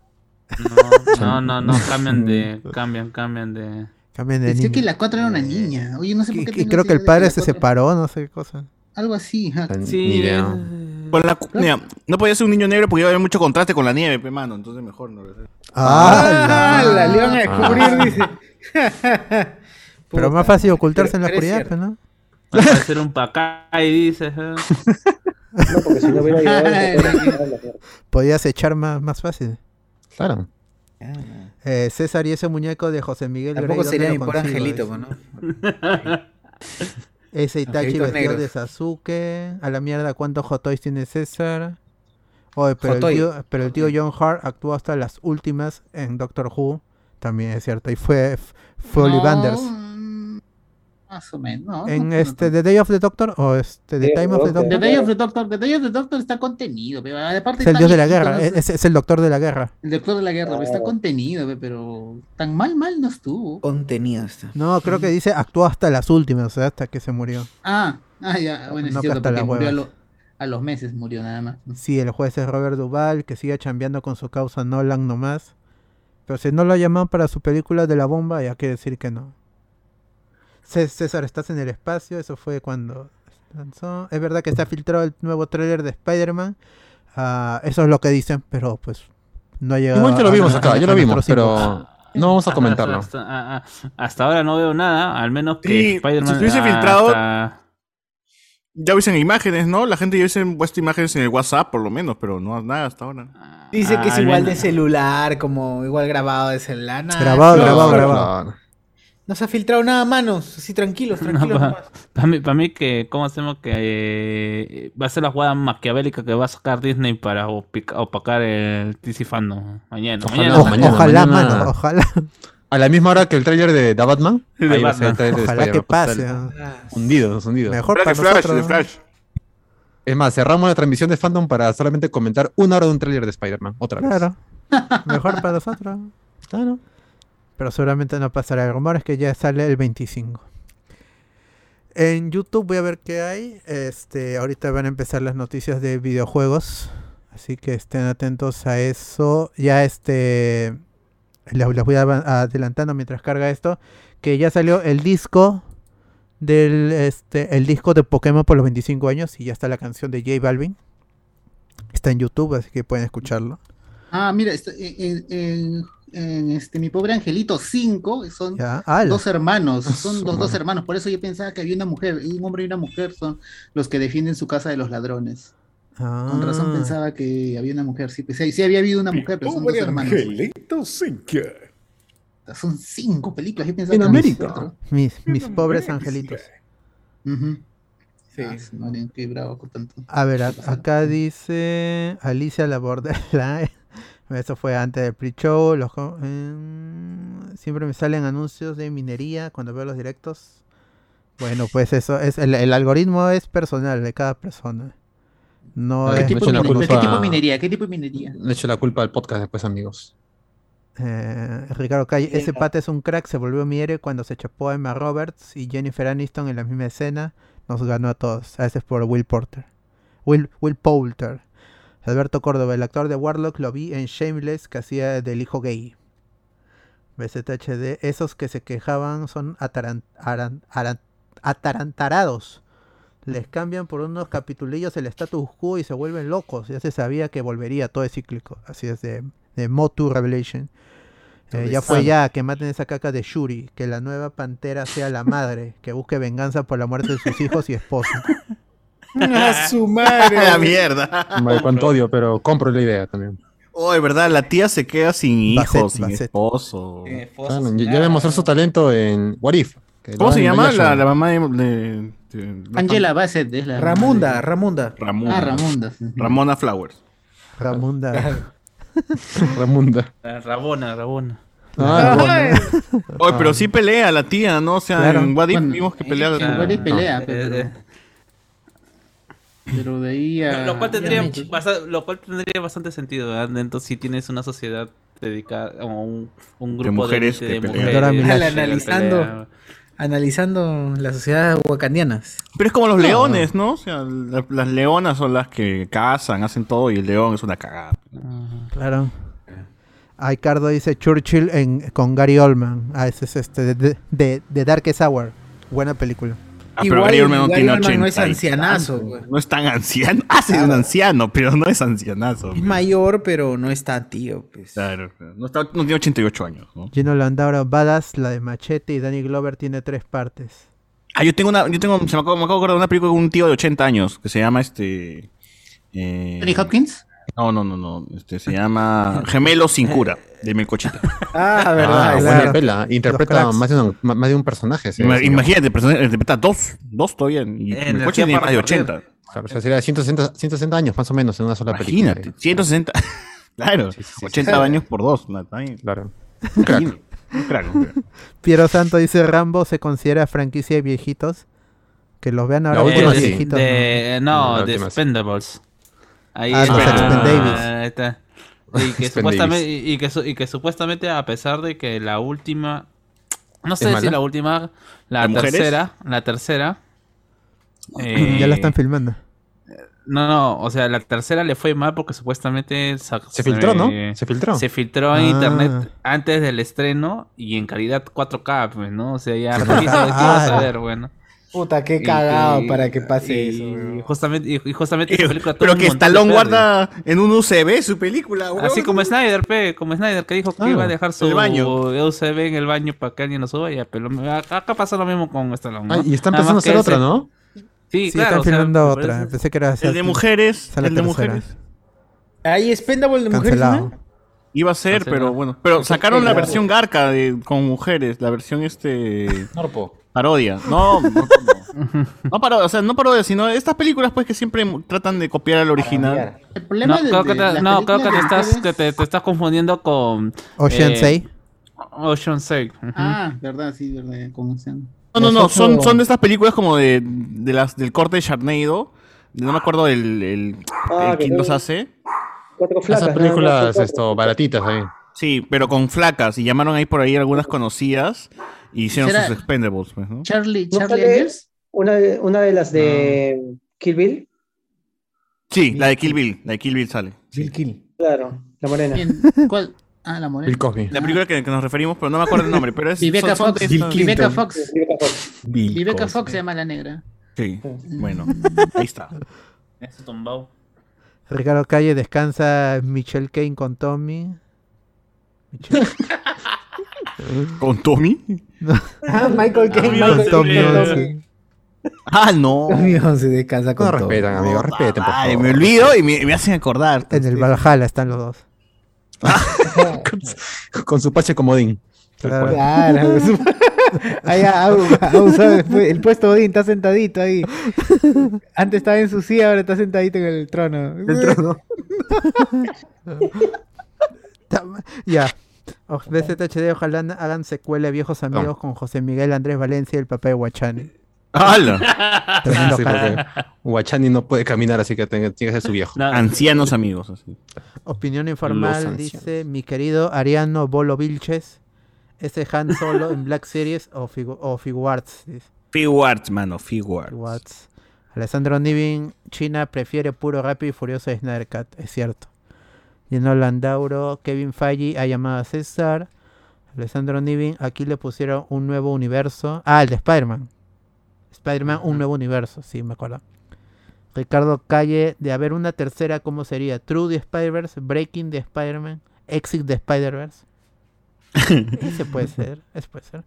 No, no, no, cambian de. Cambian, cambian de.
Cambian de
Decía
niño.
que la 4 era una niña. Oye, no sé por
Y,
qué.
y
tengo
creo
esa
que el
idea de
padre
la
se
cuatro.
separó, no sé qué cosa.
Algo así. ajá.
Ni idea.
eh,
Con Pues la, mira, no podía ser un niño negro porque iba a haber mucho contraste con la nieve, pe, mano, entonces mejor no.
¡Ah! la-
¡Hala! Le iban a descubrir, dice.
Pero
Puta.
más fácil ocultarse en la
Pero es
oscuridad,
cierto.
¿no?
Va a ser un pacay, dices. eh.
No, porque si no hubiera llegado.
Podías echar más, más fácil.
Claro.
Ah,
Eh, César y ese muñeco de José Miguel
Tampoco
Grey, ¿dónde
sería
lo
mi pobre
consigo?
angelito, pues,
Dice.
¿no?
Ese Itachi
Angelitos
vestido
negros.
de Sasuke. A la mierda, ¿cuántos Hotoys tiene César? Oye, pero el,
Hotoy.
tío, pero el tío John Hart actuó hasta las últimas en Doctor Who. También es cierto. Y fue, fue
No,
Ollivanders.
mm, Más o menos. no,
En
no,
este
no.
The Day of the Doctor o este The
Eh,
Day of
Time
the
of the
Doctor.
Doctor.
The Day of the Doctor, The Day of the Doctor está contenido, pe, aparte
Es el
está
dios de la
viejito,
guerra.
¿no?
Es, es el doctor de la guerra.
El doctor de la guerra, pe, está contenido, pe, pero tan mal, mal no estuvo.
Contenido está.
No, creo que dice actuó hasta las últimas, o sea, hasta que se murió.
Ah, ah, ya, bueno, es
No
cierto,
canta
porque
las
murió a,
huevas.
lo- a los meses, murió nada más.
Sí, el juez es Robert Duval, que sigue chambeando con su causa Nolan nomás. Pero si no lo llaman para su película de la bomba, ya que decir que no. Cé- César, estás en el espacio, eso fue cuando lanzó. Es verdad que está filtrado el nuevo tráiler de Spider-Man. Ah, eso es lo que dicen, pero pues no ha llegado.
Igual ya lo
a-
vimos
a-
acá,
a-
ya
a
lo vimos,
nuestros inbox.
pero
Ah,
no vamos a comentarlo.
Hasta, ah, hasta- hasta- hasta ahora no veo nada, al menos que
Sí,
Spider-Man. ah,
si se hubiese filtrado-
hasta-
Ya hubiesen imágenes, ¿no? La gente ya hubiese puesto imágenes en el WhatsApp, por lo menos, pero no nada hasta ahora.
Dice que es
Ah,
igual
bien.
de celular, como igual grabado de celular. nada,
Grabado,
no,
grabado,
no,
grabado.
no. No se ha filtrado nada, manos. Así tranquilos, tranquilos. nomás.
Para mí, pa' mí que, ¿cómo hacemos que eh, va a ser la jugada maquiavélica que va a sacar Disney para opica- opacar el DC Fandom? Mañana, mañana.
ojalá, ojalá, mano, ojalá.
A la misma hora que el tráiler de The Batman.
De
ahí va a ser el
Batman.
tráiler de
Ojalá que
Spider-Man. pues,
pase.
Total.
¿no?
Hundidos, hundidos.
Mejor
Flash,
para
Flash,
nosotros.
de
¿no?
Flash.
Es más, cerramos la transmisión de fandom para solamente comentar una hora de un tráiler de Spider-Man. Otra vez.
Claro. Mejor para nosotros.
Claro.
Pero seguramente no pasará. El rumor es que ya sale el 25. En YouTube voy a ver qué hay. Este, ahorita van a empezar las noticias de videojuegos. Así que estén atentos a eso. Ya este. Las las voy avan- adelantando mientras carga esto. Que ya salió el disco. Del este. El disco de Pokémon por los 25 años. Y ya está la canción de J Balvin. Está en YouTube, así que pueden escucharlo.
Ah, mira, este, en, en- eh, en, este, mi pobre angelito 5 son
Ya. ¡Al!
dos hermanos, son
su
los dos
madre.
hermanos. Por eso yo pensaba que había una mujer, un hombre y una mujer son los que defienden su casa de los ladrones. Con razón
Ah.
pensaba que había una mujer, sí, pues, sí, sí había habido una mujer, pero son dos
Pobre
hermanos.
angelito, sí que-
Son cinco películas, yo pensaba
En
que eran
América.
cuatro.
Mis, mis pobres angelitos.
Ujú.
Sí.
Ah, sí, Marín, qué bravo con tanto.
A ver, a-
¿Qué pasa?
acá dice Alicia la Bordela. Eso fue antes del pre-show. los co- em, siempre me salen anuncios de minería cuando veo los directos. Bueno, pues eso es el, el algoritmo es personal de cada persona. No
¿Qué
es
tipo,
hecho, la
de, minería?
culpa-
¿Qué tipo de minería? ¿Qué tipo de minería?
Le echo la culpa al podcast después, amigos.
eh, Ricardo Calle. Ese pata es un crack, se volvió mi héroe cuando se chapó a Emma Roberts y Jennifer Aniston en la misma escena. Nos ganó a todos. A veces por Will Porter. Will, Will Poulter. Alberto Córdoba, el actor de Warlock, lo vi en Shameless, que hacía del hijo gay. BZHD, esos que se quejaban son ataran- aran- aran- atarantarados. Les cambian por unos capitulillos el status quo y se vuelven locos. Ya se sabía que volvería, todo es cíclico. Así es, de, de Motu Revelation. Eh, ya fue ya, que maten esa caca de Shuri, que la nueva pantera sea la madre, que busque venganza por la muerte de sus hijos y esposos.
A su madre.
la mierda.
Mal, Cuánto odio, pero compro la idea también.
Oh, de verdad, la tía se queda sin hijos,
Bassett,
sin
Bassett.
esposo.
Claro, ya, ya demostró su talento en What If. que lo
¿Cómo se
dan en
llama
Inuyasha.
la, la mamá de, de- de-
Angela Bassett es la
Ramunda, Ramunda.
Ramona.
Ah, Ramunda. sí.
Ramona Flowers.
Ramunda.
Ramunda.
Eh, Rabona, Rabona.
Ah, Ramunda.
Oye, pero sí pelea la tía, ¿no? O sea,
Claro.
en What If
Bueno,
vimos que pelea la
en What If
tía.
pelea,
Eh, eh.
pero, pero de ahí a...
Lo cual, tendría basa- lo cual tendría bastante sentido, ¿verdad? Dentro si tienes una sociedad dedicada o un, un grupo de,
mujeres
de
que pelean.
mujeres.
Dora Milaje.
que
Analizando.
pelean.
Analizando las sociedades wakandianas.
Pero es como los leones, ¿no? O sea, la- las leonas son las que cazan, hacen todo y el león es una cagada.
claro.
Eh.
Ay, Cardo dice Churchill en, con Gary Oldman. Ah, ese es este, de, de, de- de Darkest Hour. Buena película.
Ah, pero Gary Oldman no
Gary
tiene
Oldman
80.
no es
y
ancianazo,
tanto.
güey.
No es tan anciano. Ah, sí, es un anciano, pero no es ancianazo.
Es mayor, pero no está tío, pues.
Claro, claro. no, está- no tiene 88 años, ¿no?
Gino Landau, Badass, la de Machete y Danny Glover tiene tres partes.
Ah, yo tengo una, yo tengo, se me acabo, me acabo de acordar de una película con un tío de 80 años que se llama este. eh,
Anthony Hopkins?
no, no, no, no. Este se llama Gemelos sin cura, de Melcochita.
Ah, verdad.
Ah,
es
buena
claro.
pela.
Los
Interpreta
cracks.
más de un, ma- más de un personaje. ese
Ima-
señor.
Imagínate, persona- interpreta dos, dos todavía. Y
Energía
Melcochita tiene
para
más de
correr.
80.
Claro, o sea, sería 160, 160 años más o menos en una sola película. eh.
Imagínate, 160. claro,
Sí, sí, sí,
80
sí.
años por dos. ¿no? Está bien.
Claro.
Un crack. Un crack, un crack.
Piero Santo dice Rambo se considera franquicia de viejitos. Que los vean ahora
La
como
última
de,
sí.
viejitos.
de-
No,
no,
la
de
última sí.
Spendables. Ahí
Ah,
los
Expendables.
Ah, ahí está. Y que,
Expendables.
supuestamente, y, y que su- y que supuestamente, a pesar de que la última. No sé
¿Es
si
mala?
la última. La
¿De mujeres?
tercera. La tercera.
¿no? Ya la están
eh,
filmando.
No, no, o sea, la tercera le fue mal porque supuestamente sa-
Se filtró, ¿no?
eh,
Se filtró.
Se filtró en
Ah.
internet antes del estreno y en calidad 4K, pues, ¿no? O sea, ya revisó
Ah.
a ver, bueno.
Puta, qué
Y-
cagado
y-
para que pase
y
eso, weón.
Justamente, y, y justamente esa película tuvo
Pero
un
que
montón de
Stallone
pérdidas.
guarda en un UCB su película, huevón.
Así como Snyder, pe, como Snyder que dijo que
Claro,
iba a dejar su E
el baño.
UCB en el baño para que alguien lo suba, ya, pero acá pasa lo mismo con Stallone. ¿no?
Ah, y está
Nada
empezando a
más que
hacer
él
otra,
se-
¿no?
Sí, están filmando otra. Pensé que era esa-
El de mujeres,
esa la
el de
tercera.
mujeres.
Ahí Spendable de mujeres,
Cancelado.
¿no?
Iba a ser, pero bueno. Pero sacaron la versión Garca de- con mujeres, la versión este.
Norpo.
Parodia. No, no, no. No parodia, o sea, no parodia, sino estas películas pues que siempre mu- tratan de copiar al original.
El
No,
problema de,
creo que
de
te,
las
no, creo que te
películas de
estás, que
mujeres-
te, te estás confundiendo con...
Ocean's
eh,
Eight.
Ocean's Eight. ujú.
Ah, verdad, sí, verdad, como sean.
No, no, no, son, son de estas películas como de, de las del corte de Sharnado. No me acuerdo del el,
Ah,
el
que
quién los
no.
hace.
Cuatro flacas.
Esas
nada más,
películas
cuatro.
esto, baratitas también.
Sí, pero con flacas. Y llamaron ahí por ahí algunas conocidas y hicieron
¿Será?
sus expendables, pues, ¿no?
Charlie,
¿No
Charlie
sale?
Angels.
Una, de- una de las de Kill Bill.
Sí, la de Kill Bill. La de Kill Bill sale.
Bill Kill.
Claro, la morena.
¿Quién? ¿Cuál? Ah, la morena.
Bill Cosby.
La película que, que nos referimos, pero no me acuerdo el nombre. Pero es.
Viveca
son- son de
Fox.
estas-
Viveca Fox.
Vivica Fox.
Viveca Fox se llama la negra.
Ah,
Sí, bueno, ahí está.
Ese tumbao.
Ricardo Calle descansa Michelle Kane con Tommy. Michelle-
¿Con Tommy?
Ah, Michael Caine.
Dios,
Michael
Tommy
Caine.
Olsen.
Ah, no.
Dios, se descansa con
No
todo.
respetan, amigo, respeten, por
Ay,
favor.
me olvido y me, me hacen acordar.
En el Valhalla están los dos.
Con su parche comodín.
Claro.
Claro. Ahí ah, ha, ha usado el, pu- el puesto Odín, está sentadito ahí. Antes estaba en su silla, ahora está sentadito en el trono.
Tam- Ya. O- BZHD, ojalá na- hagan secuela de Viejos Amigos con José Miguel Andrés Valencia y el papá de Guachani.
¡Hala!
Tremendo
Ah,
Sí,
caso.
porque Guachani no puede caminar, así que tiene, tiene que ser su viejo.
No,
Ancianos amigos. Así.
Opinión
Los
informal
ancianos.
dice mi querido Ariano Bolo Vilches. Ese Han Solo en Black Series o, Figu o Figuarts. dice.
Figuarts, mano, Figuarts.
Figuarts. Alessandro Nivin, China prefiere puro rápido y furioso de Snyder Cut, es cierto. Llenó Landauro, Kevin Feige ha llamado a César. Alessandro Nivin, aquí le pusieron un nuevo universo. Ah, el de Spider-Man. Spider-Man, un nuevo universo, sí, me acuerdo. Ricardo Calle, de haber una tercera, ¿cómo sería? True de Spider-Verse, Breaking de Spider-Man, Exit de Spider-Verse. ese puede ser, ese puede ser.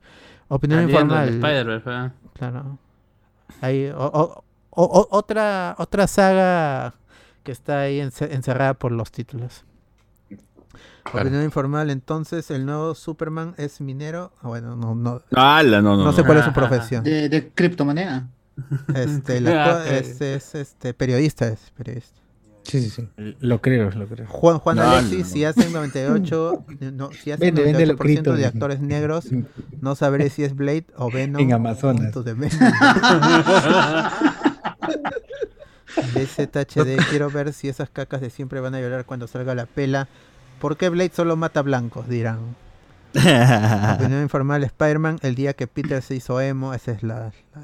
Opinión
Saliendo del
informal.
Spider-Verse, ¿verdad?
Claro. Hay o- o- o- o- otra, otra saga que está ahí ence- encerrada por los títulos. Opinión informal, entonces, el nuevo Superman es minero. Ah, Bueno, no, no,
¡Hala! No, no,
no
no.
sé cuál es su
Ajá.
profesión.
De, de criptomoneda.
Este, el actor
Ah, ok.
es, es, este, periodista, es periodista.
Sí, sí, sí. Lo creo, lo creo.
Juan, Juan
No,
Alexis,
no,
si hacen 98, no, si hacen
Vende, vende lo
98% de
cripto.
actores negros, no sabré si es Blade o Venom.
En Amazonas.
Punto de Venom. DZHD, quiero ver si esas cacas de siempre van a llorar cuando salga la pela. ¿Por qué Blade solo mata blancos? Dirán.
Ah.
Opinión informal, Spider-Man, el día que Peter se hizo emo, esa es la, la,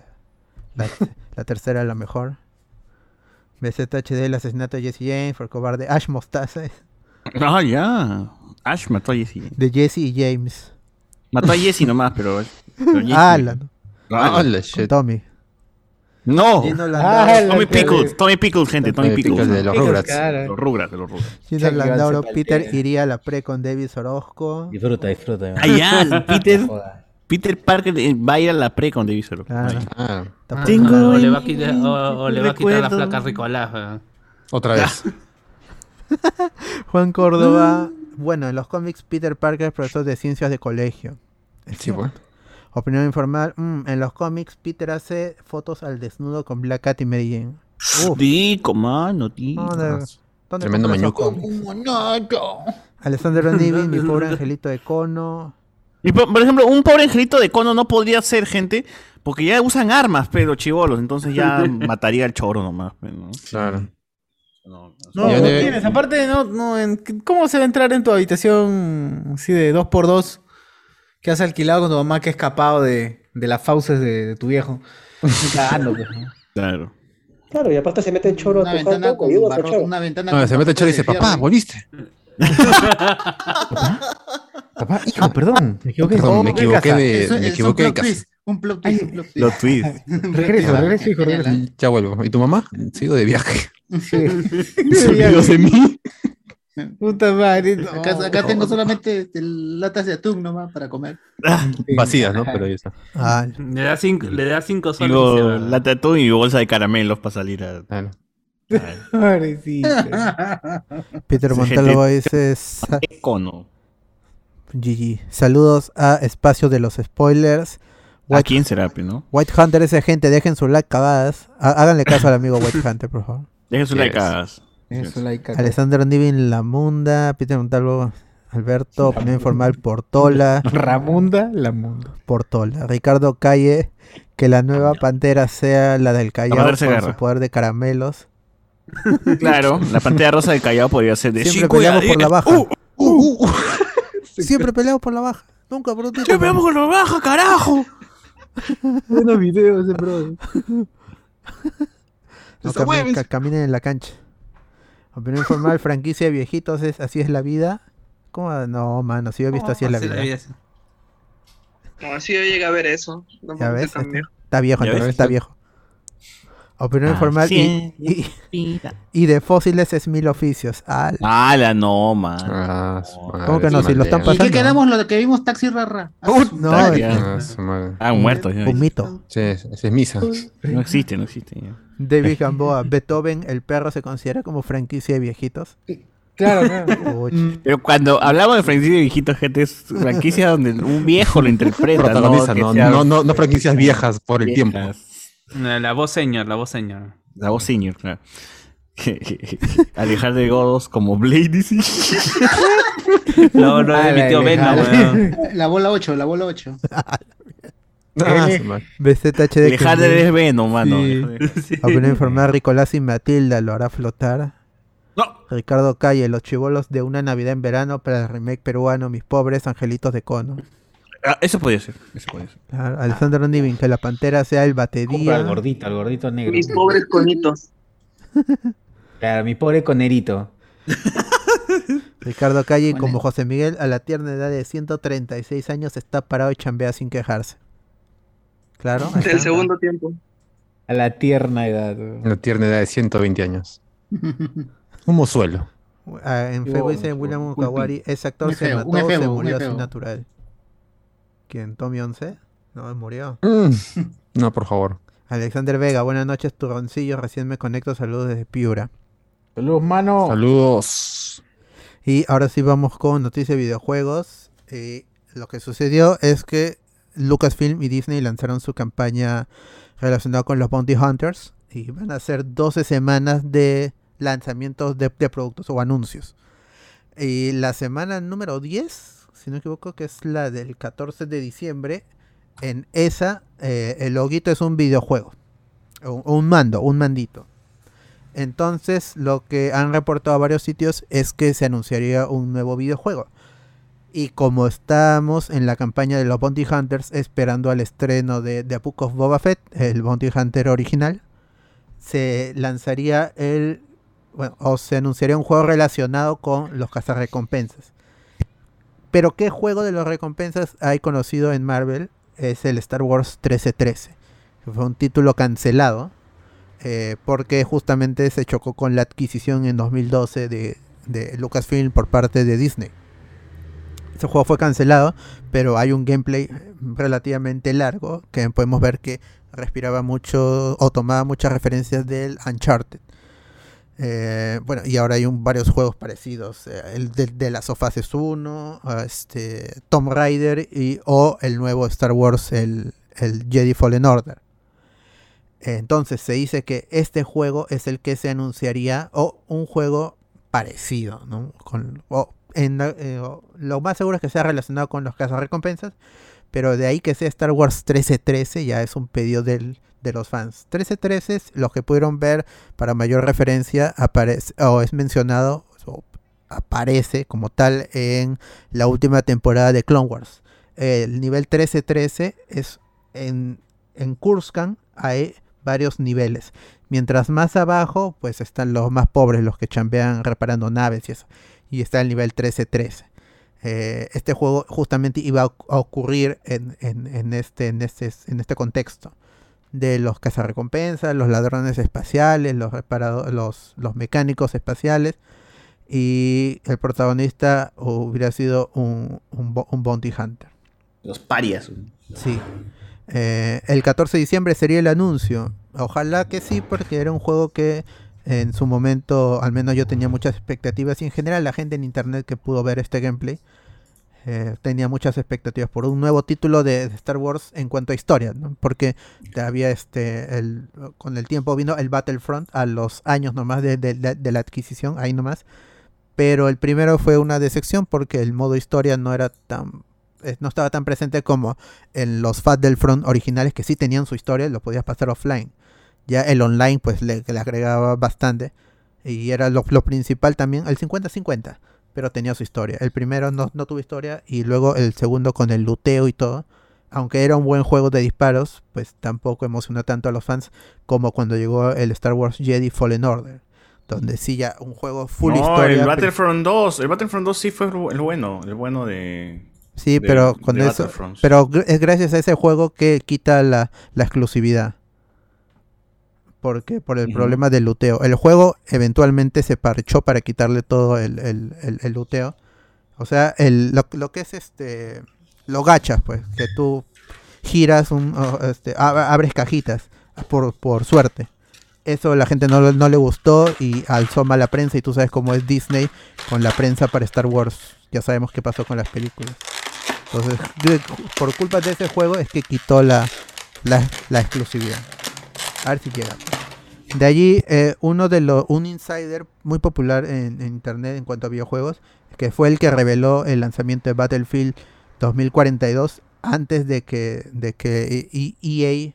la, la tercera, la mejor. BZHD, el asesinato de Jesse James, por cobarde Ash Mostaza,
Ah, ya. Ash mató a Jesse.
de Jesse y James.
Mató a Jesse nomás, pero. pero Jesse-
Alan,
Hola,
¡Hala!
con
Ah, shit.
Tommy.
¡No!
Gino Landau,
Alan.
Tommy Pickles, Tommy Pickles, gente, Tommy
Tommy
Pickles.
Pickles de los
Pickles,
Rugrats.
claro. De Los Rugrats, de los Rugrats.
Gino
Che,
Landauro,
Iván se
Peter
paltea.
iría a la pre con Davis Orozco.
Disfruta, disfruta.
Ah, ya, Peter,
Joda.
Peter Parker eh, va a ir a la pre con Davis Orozco.
Claro.
Ah,
Tampoco-
Tengo
o le
el
va a quitar, o, o le va a quitar la ah.
recuerdo.
placa Ricolás, ¿verdad?
otra vez.
Ah,
Juan Córdoba. Bueno, en los cómics Peter Parker es profesor de ciencias de colegio. Es
Sí, pues.
Opinión informal. mm, en los cómics Peter hace fotos al desnudo con Black Cat y Mary Jane. Uf.
Tico, mano, tico.
No, de- ¿dónde
Tremendo
compras esos
mañuco.
cómics? Alessandro Nivi, mi pobre angelito de cono.
Y por, por ejemplo, un pobre angelito de cono no podría ser gente, porque ya usan armas, pero chivolos, entonces ya mataría al choro nomás. pues, ¿no?
Claro.
No,
Yo
no
de-
tienes, aparte, no, no, en- ¿cómo se va a entrar en tu habitación así de 2 por 2 que has alquilado con tu mamá que ha escapado de, de las fauces de, de tu viejo? Cagando, pues, ¿no?
Claro.
Claro, y aparte se mete el choro
Una
a tu
ventana
cuarto,
con
te ayuda,
barro-
choro.
una ventana
No,
con
se mete el chorro y
barrotes de
dice, papá,
fierro".
¿volviste?
Papá, hijo, ah, perdón, me equivoqué.
Perdón, me equivoqué de,
Eso
me
es un
equivoqué de
plot
casa.
twist, Un plot twist, un plot twist.
Los tweets.
Regreso, regreso, hijo, regreso.
Genial,
Ya vuelvo. ¿Y tu mamá? Sigo de viaje.
Sí.
Sonidos de mí.
Puta madre. no.
Acá, acá tengo solamente este, latas de atún nomás para comer.
Ah,
Vacías, ¿no? Pero ya está.
Ah,
Le da cinco, le da cinco soles. y se
Digo,
va.
la tatu y bolsa de caramelos para salir a.
Claro.
a-
Pobrecito.
Peter
Sí,
Montalvo dice sa-
Cono.
GG. Saludos a Espacio de los Spoilers.
¿A
White,
quién será, pe, no?
White Hunter ese gente, dejen su like cagadas. Há- Háganle caso al amigo White Hunter, por favor.
Dejen su
Yes.
like a-
Eso, laica.
Alessandro Nivin La Munda, Peter Montalvo, Alberto, opinión informal Portola,
Ramunda, la munda.
Portola, Ricardo Calle, que la nueva pantera sea la del Callao con
Amandarse Guerra.
su poder de caramelos.
Claro, la pantalla rosa del Callao podría ser de
Siempre
Chico y
peleamos
Adel.
por la baja.
Uh, uh, uh.
Siempre peleamos por la baja. Nunca por un título.
Siempre vamos con la baja, carajo.
Buenos videos, bro.
No, cami- ca- caminen en la cancha. Opinión informal, franquicia de viejitos es así es la vida. ¿Cómo? No, mano, si yo he visto así es la
Así
vida.
sí.
No, Oh, sí, yo llegué a ver eso. No,
Ya
no
ves,
cambió.
Está viejo,
¿Ya
entonces
ves?
está viejo. Opinión informal y, y- y de fósiles es mil oficios. Al.
Ah, la no, man.
Ah, su madre,
¿Cómo que no?
su
Si lo
madre.
están
¿Y
pasando.
qué quedamos lo que vimos Taxi Rarra?
no,
Está
es
bien.
Ah, su madre.
Ah, muerto. ya.
un mito.
Sí, esa es misa.
No existe, no existe. ya.
David Gamboa, Beethoven, el perro se considera como franquicia de viejitos.
Claro, claro.
Uy,
Pero cuando hablamos de franquicia de viejitos, gente, es franquicia donde un viejo lo interpreta. ¿no?
Protagoniza,
Que
no,
sea-
no, no, no franquicias viejas por el tiempo.
No, La voz señor, la voz señor.
La voz senior, claro. Alejar de godos como Blade dice.
No, no
Ah,
es mi
la
tío Venom,
ilegal.
weón.
La bola 8, la bola 8.
Ah, su madre.
BZHD.
Alejar
Quindín.
de Venom, mano.
Sí.
Opinión informal, Ricolás y Matilda lo hará flotar.
No.
Ricardo Calle, Los chibolos de una Navidad en verano para el remake peruano, Mis pobres angelitos de cono.
Ah, eso podía ser. Eso podía ser.
Claro,
Ah.
Alessandro Niven, que la pantera sea el
Compra al
batería.
gordito, al gordito negro.
Mis pobres conitos.
Claro, mi pobre conerito.
Ricardo Calle,
Con
como
él.
José Miguel, a la tierna edad de 136 años, está parado y chambea sin quejarse. Claro. ahí
Del
está.
segundo tiempo.
A la tierna edad. bro.
La tierna edad de 120 años. Un mozuelo.
Ah, en Facebook dice William Mukawari, ese actor
Un
se
efebo, un
mató, se
efebo, un
murió así
efebo.
natural. ¿Quién? ¿Tommy 11? No, murió.
Mm. No, por favor.
Alexander Vega, buenas noches, turroncillo, recién me conecto, saludos desde Piura.
Saludos, mano.
Saludos.
Y ahora sí vamos con noticias de videojuegos. Eh, lo que sucedió es que Lucasfilm y Disney lanzaron su campaña relacionada con los Bounty Hunters. Y van a ser 12 semanas de lanzamientos de, de productos o anuncios. Y la semana número 10, si no me equivoco, que es la del 14 de diciembre, en esa eh, el loguito es un videojuego. Un, un mando, un mandito. Entonces, lo que han reportado varios sitios es que se anunciaría un nuevo videojuego. Y como estamos en la campaña de los Bounty Hunters esperando al estreno de The Book of Boba Fett, el Bounty Hunter original, se lanzaría el. Bueno, o se anunciaría un juego relacionado con los cazarrecompensas. Pero, ¿qué juego de los recompensas hay conocido en Marvel? Es el Star Wars 1313. que Fue un título cancelado eh, porque justamente se chocó con la adquisición en 2012 de, de Lucasfilm por parte de Disney. Ese juego fue cancelado, pero hay un gameplay relativamente largo que podemos ver que respiraba mucho o tomaba muchas referencias del Uncharted. Eh, bueno, y ahora hay un- varios juegos parecidos. eh, el de, de las Us 1, ah, este, Tomb Raider y, o el nuevo Star Wars, el, el Jedi Fallen Order. Entonces se dice que este juego es el que se anunciaría o un juego parecido, ¿no? Con, o en la- eh, o lo más seguro es que sea relacionado con los cazarrecompensas, pero de ahí que sea Star Wars 1313 ya es un pedido del, de los fans. 1313, es los que pudieron ver para mayor referencia, aparece o es mencionado o aparece como tal en la última temporada de Clone Wars. El nivel 1313 es en, en Kurskan hay varios niveles. Mientras más abajo, pues están los más pobres, los que chambean reparando naves y eso. Y está el nivel 1313. Eh, este juego justamente iba a oc- a ocurrir en, en- en este, en, este, en este contexto. De los cazarrecompensas, los ladrones espaciales, los, reparado- los, los mecánicos espaciales. y el protagonista hubiera sido un, un, bo- un bounty hunter.
Los parias.
Sí. Eh, el 14 de diciembre sería el anuncio. Ojalá que sí, porque era un juego que en su momento, al menos yo tenía muchas expectativas y en general la gente en internet que pudo ver este gameplay eh, tenía muchas expectativas por un nuevo título de de Star Wars en cuanto a historia, ¿no? porque te había este, el- con el tiempo vino el Battlefront a los años nomás de, de- de- de la adquisición, ahí nomás, pero el primero fue una decepción porque el modo historia no era tan eh, no estaba tan presente como en los Fat del Front originales que sí tenían su historia, lo podías pasar offline. Ya el online pues le, le agregaba bastante y era lo, lo principal también, el 50-50, pero tenía su historia. El primero no, no tuvo historia y luego el segundo con el luteo y todo. Aunque era un buen juego de disparos, pues tampoco emocionó tanto a los fans como cuando llegó el Star Wars Jedi Fallen Order, donde sí ya un juego full
no,
historia.
el
pero-
Battlefront 2. El Battlefront 2 sí fue el bueno. El bueno de.
Sí,
de-
pero con
de
eso.
Battlefront.
Pero gr- es gracias a ese juego que quita la, la exclusividad. Porque por el problema del luteo. El juego eventualmente se parchó para quitarle todo el, el, el- el luteo. O sea, el, lo, lo que es este. Lo gachas, pues. Que tú giras, un, o, este, ab- abres cajitas. Por, por suerte. Eso a la gente no, no le gustó y alzó mala prensa. Y tú sabes cómo es Disney con la prensa para Star Wars. Ya sabemos qué pasó con las películas. Entonces, de- por culpa de ese juego es que quitó la, la, la exclusividad. A ver si llega. De allí, eh, uno de los, un insider muy popular en, en internet en cuanto a videojuegos, que fue el que reveló el lanzamiento de Battlefield 2042 antes de que, de que E- E- EA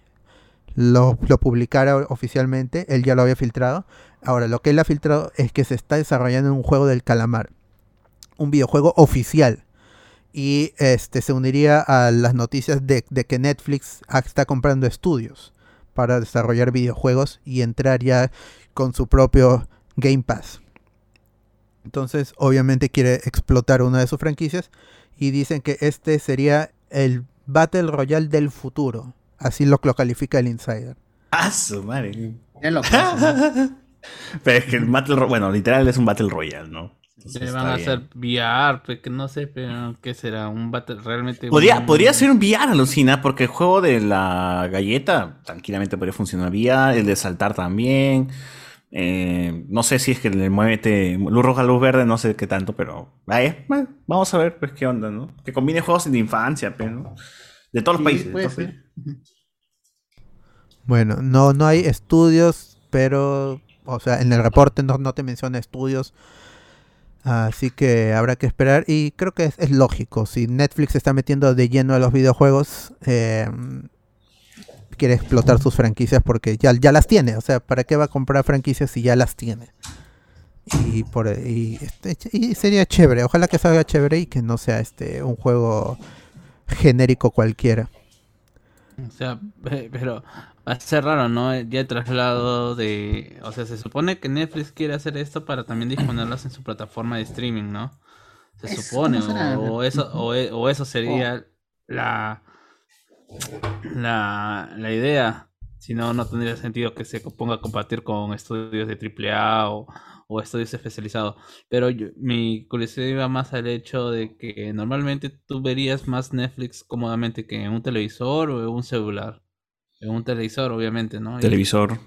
lo, lo publicara oficialmente, él ya lo había filtrado. Ahora, lo que él ha filtrado es que se está desarrollando un juego del calamar, un videojuego oficial y este se uniría a las noticias de, de que Netflix ah, está comprando estudios para desarrollar videojuegos y entrar ya con su propio Game Pass. Entonces, obviamente quiere explotar una de sus franquicias y dicen que este sería el Battle Royale del futuro. Así lo, lo califica el insider.
Ah, su madre.
Ya lo
Pero es que el Battle Royale. Bueno, literal es un Battle Royale, ¿no?
Se
Entonces
van
está
a
bien.
hacer VR, pues, que no sé, pero ¿qué será? Un battle realmente.
Podría,
un-
podría ser un VR, alucina, porque el juego de la galleta tranquilamente podría funcionar VR, el de saltar también. Eh, no sé si es que le muévete luz roja, luz verde, no sé qué tanto, pero ahí, bueno, vamos a ver pues qué onda, ¿no? Que combine juegos de infancia, pero ¿no? de todos los países. de
puede
todos los
ser.
Bueno, no, no hay estudios, pero, o sea, en el reporte no, no te menciona estudios. Así que habrá que esperar. Y creo que es, es lógico. Si Netflix se está metiendo de lleno a los videojuegos, eh, quiere explotar sus franquicias porque ya, ya las tiene. O sea, ¿para qué va a comprar franquicias si ya las tiene? Y, por, y, este, y sería chévere. Ojalá que salga chévere y que no sea este un juego genérico cualquiera.
O sea, pe- pero va a ser raro, ¿no? Ya el traslado de. O sea, se supone que Netflix quiere hacer esto para también disponerlas en su plataforma de streaming, ¿no? Se
Eso
supone,
no será-
o, o eso, o, e- o eso sería la, la, la idea. Si no, no tendría sentido que se ponga a compartir con estudios de AAA o, o estudios especializados. Pero yo- mi curiosidad iba más al hecho de que normalmente tú verías más Netflix cómodamente que en un televisor o en un celular. En un televisor, obviamente, ¿no? Y-
Televisor.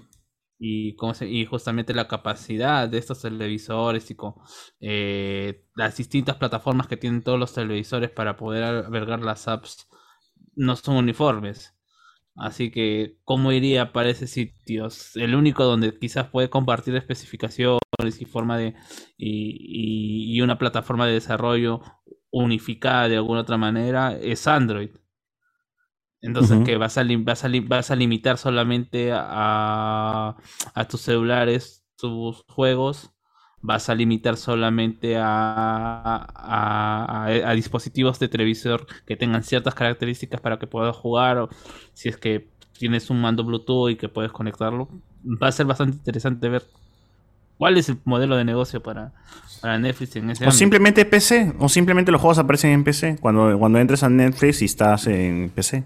y, cómo se- y justamente la capacidad de estos televisores y con eh, las distintas plataformas que tienen todos los televisores para poder albergar las apps no son uniformes. Así que, ¿cómo iría para ese sitio? Es El único donde quizás puede compartir especificaciones y forma de y, y- y una plataforma de desarrollo unificada de alguna otra manera es Android. Entonces,
Ujú.
que vas a, lim- vas, a lim- vas a limitar solamente a, a tus celulares, tus juegos, vas a limitar solamente a, a- a- a dispositivos de televisor que tengan ciertas características para que puedas jugar, o si es que tienes un mando Bluetooth y que puedes conectarlo. Va a ser bastante interesante ver cuál es el modelo de negocio para, para Netflix en e, ese
O
ámbito.
simplemente PC, o simplemente los juegos aparecen en PC cuando, cuando entres a Netflix y estás en PC.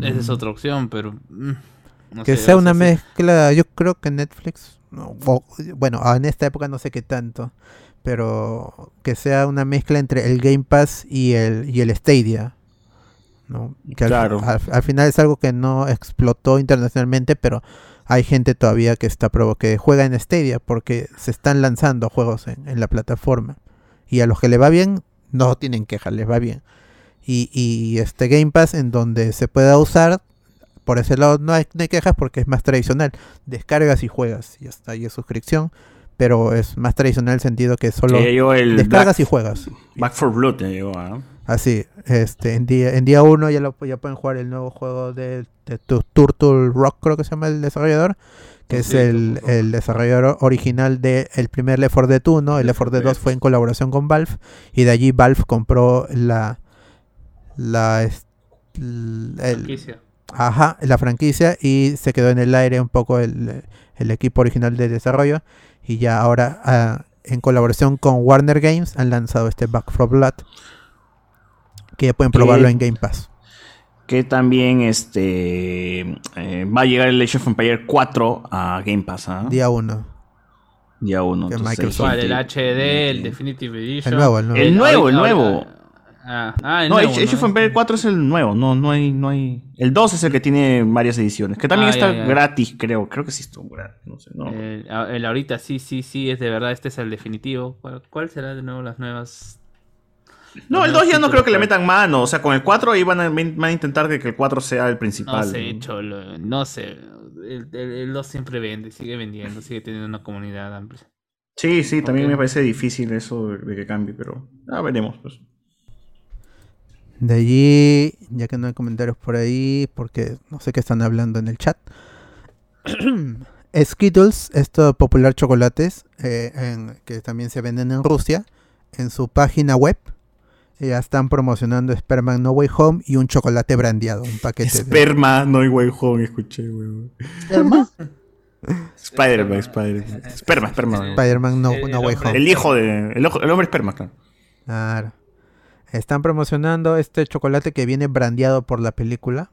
Esa es otra opción, pero... mm, no
que
sé,
sea
o
una
sí.
mezcla, yo creo que Netflix no, o- bueno, ah, en esta época no sé qué tanto, pero que sea una mezcla entre el Game Pass y el, y el Stadia. ¿no? Que al-
Claro.
Al, al final es algo que no explotó internacionalmente, pero hay gente todavía que está provo- que juega en Stadia porque se están lanzando juegos en, en la plataforma. Y a los que le va bien, no tienen quejas, les va bien. Y, y este Game Pass en donde se pueda usar, por ese lado no hay, no hay quejas porque es más tradicional. Descargas y juegas, y hasta ahí es suscripción. Pero es más tradicional el sentido que solo
Que llegó el
descargas
Black-
y juegas.
Back for Blood ya llegó, ¿ah?
Así, este, en día, en día uno ya, lo, ya pueden jugar el nuevo juego de, de tu- Turtle Rock, creo que se llama el desarrollador, que es el, el desarrollador original del el primer Left 4 Dead 1, el Left 4 Dead 2 fue en colaboración con Valve, y de allí Valve compró la... la es- l- el-
Franquicia.
Ajá, la franquicia y se quedó en el aire un poco el, el equipo original de desarrollo y ya ahora ah, en colaboración con Warner Games han lanzado este Back 4 Blood que ya pueden
Que-
probarlo en Game Pass.
Que también este eh, va a llegar el Age of Empire 4 a Game Pass, ¿ah?
Día 1.
Día 1.
que Microsoft-
¿Cuál? El HD, el Definitive Edition.
El nuevo, el nuevo.
El nuevo, el
Ahorita-
nuevo.
Ah, ah, el
No,
nuevo.
Age, Age of
¿no?
Empire 4 es el nuevo, no, no hay, no hay. El 2 es el que tiene varias ediciones, que también
Ah,
está
ya, Eh, ya.
gratis, creo. Creo que sí está gratis, no sé, no.
El, el ahorita sí, sí, sí, es de verdad, este es el definitivo. ¿Cuál, cuál será de nuevo las nuevas?
No,
los nuevos
el 2 ya no
títulos
creo que le
para-
metan mano. O sea, con el 4 ahí van a, van a intentar que que el 4 sea el principal.
No sé, cholo, no sé. El, el, el 2 siempre vende, sigue vendiendo, sigue teniendo una comunidad amplia.
Sí, sí, también
Ok.
me parece difícil eso de de que cambie, pero ah, veremos. Pues.
De allí, ya que no hay comentarios por ahí, porque no sé qué están hablando en el chat. Skittles, estos popular chocolates eh, en- que también se venden en Rusia, en su página web eh, ya están promocionando Sperman No Way Home y un chocolate brandeado, un paquete. de-
Sperma, no hay way home, escuché, weón. Spider-Man, Spider-Man. Esperma, esperma. weón.
Spider-Man No,
El-
No
el
Way
hombre-
Home.
El hijo de. El, ojo- el hombre esperma, claro.
Claro. Están promocionando este chocolate que viene brandeado por la película.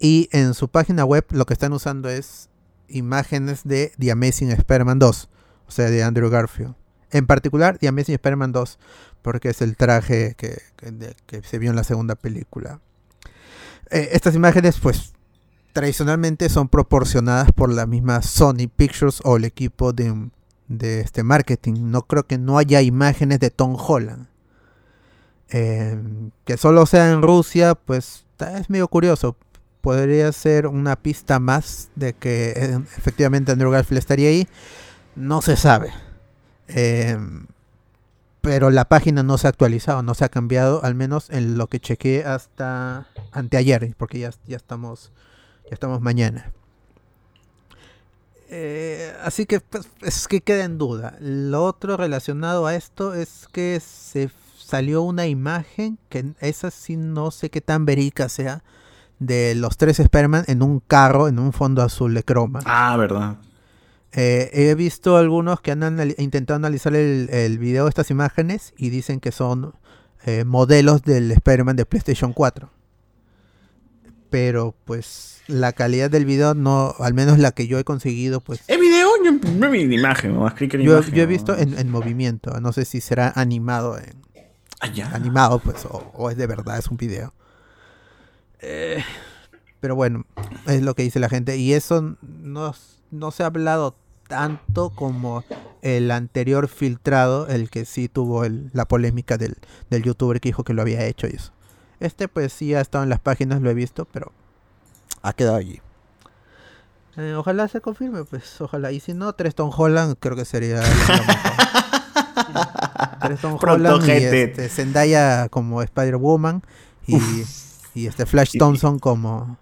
Y en su página web lo que están usando es imágenes de The Amazing Spider-Man 2. O sea, de Andrew Garfield. En particular, The Amazing Spider-Man 2. Porque es el traje que, que- de- que se vio en la segunda película. Eh, estas imágenes, pues, tradicionalmente son proporcionadas por la misma Sony Pictures o el equipo de, de este marketing. No creo que no haya imágenes de Tom Holland. Eh, que solo sea en Rusia, pues ta- es medio curioso. Podría ser una pista más de que eh, efectivamente Andrew Garfield estaría ahí. No se sabe. Eh, pero la página no se ha actualizado, no se ha cambiado, al menos en lo que chequeé hasta anteayer, porque ya, ya estamos ya estamos mañana. Eh, así que pues, es que queda en duda. Lo otro relacionado a esto es que se f- salió una imagen que esa sí no sé qué tan verica sea de los tres Sperman en un carro en un fondo azul de croma.
Ah, verdad.
Eh, he visto algunos que han anali- intentado analizar el, el video de estas imágenes y dicen que son eh, modelos del Spider-Man de PlayStation 4. Pero pues la calidad del video no, al menos la que yo he conseguido, pues
¿Es video? Yo no vi ni imagen, nomás creí que era
yo,
imagen.
yo he
¿no?
visto en, en movimiento. No sé si será animado en,
Ah, ya.
animado, pues, o, o es de verdad, es un video. Eh, pero bueno, es lo que dice la gente. Y eso no, no se ha hablado tanto como el anterior filtrado, el que sí tuvo el- la polémica del, del youtuber que dijo que lo había hecho y eso. Este pues sí ha estado en las páginas, lo he visto, pero ha quedado allí. Eh, ojalá se confirme, pues ojalá. Y si no, Treston Holland creo que sería... lo mejor. Treston
Pronto,
Holland y
gente.
este, Zendaya como Spider-Woman y, y este Flash Thompson como,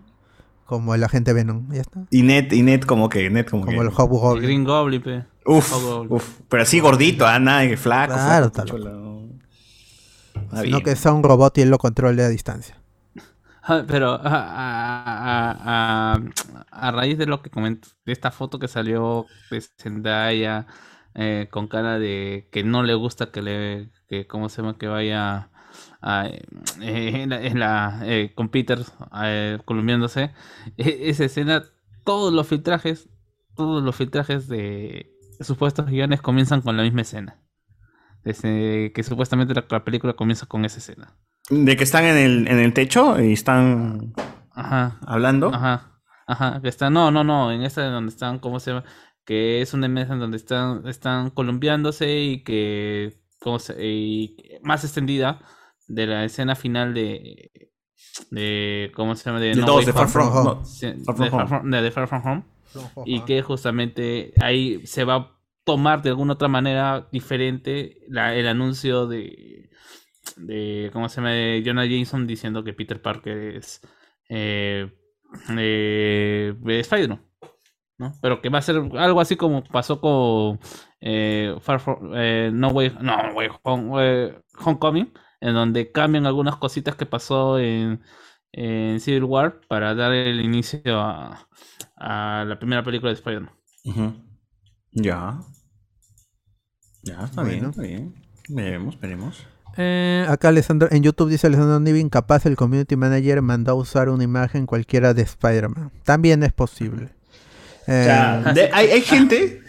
como el agente Venom. Ya está.
Y Net, y Net como que, Net como,
Como
que.
el Hobgoblin.
El Green Goblin, pe.
Uf,
Hobgoblin.
uf. Pero así gordito, ah, nada, de flaco.
Claro,
flaco,
tal
chola, no. Ah,
sino
bien.
que sea un robot y él lo controle a distancia.
Ah, Pero a, a- a- a- a raíz de lo que comentó, de esta foto que salió de Zendaya eh, con cara de que no le gusta que le, que cómo se llama, que vaya a, eh, en la, en la, eh, con Peter eh, columpiándose, e- esa escena, todos los filtrajes todos los filtrajes de supuestos guiones comienzan con la misma escena. Desde que supuestamente la, la película comienza con esa escena.
De que están en el, en el techo y están
Ajá.
hablando.
Ajá, ajá, que está, no, no, no, en esta donde están, ¿cómo se llama? Que es una mesa en donde están, están columpiándose y que, ¿cómo se- y más extendida de la escena final de, de ¿cómo se llama? De
Del
No
2,
Way
de Far
Home.
From Home. No,
Sí, de
Far From Home.
Far From- de- de Far From Home y que justamente ahí se va a tomar de alguna otra manera diferente la- el anuncio de, de cómo se llama de Jonah Jameson diciendo que Peter Parker es eh, eh, Spider-Man ¿no? pero que va a ser algo así como pasó con eh, Far From- eh, No Way, no, Way Home, eh, Homecoming en donde cambian algunas cositas que pasó en, en Civil War para dar el inicio a, a la primera película de Spider-Man.
Ujú. Ya. Ya, está bien,
Bueno.
está bien. Veremos, veremos.
Eh, Acá Alessandro, en YouTube dice Alessandro Nivin, capaz el community manager mandó a usar una imagen cualquiera de Spider-Man. También es posible. Eh,
O sea, de- hay, hay gente.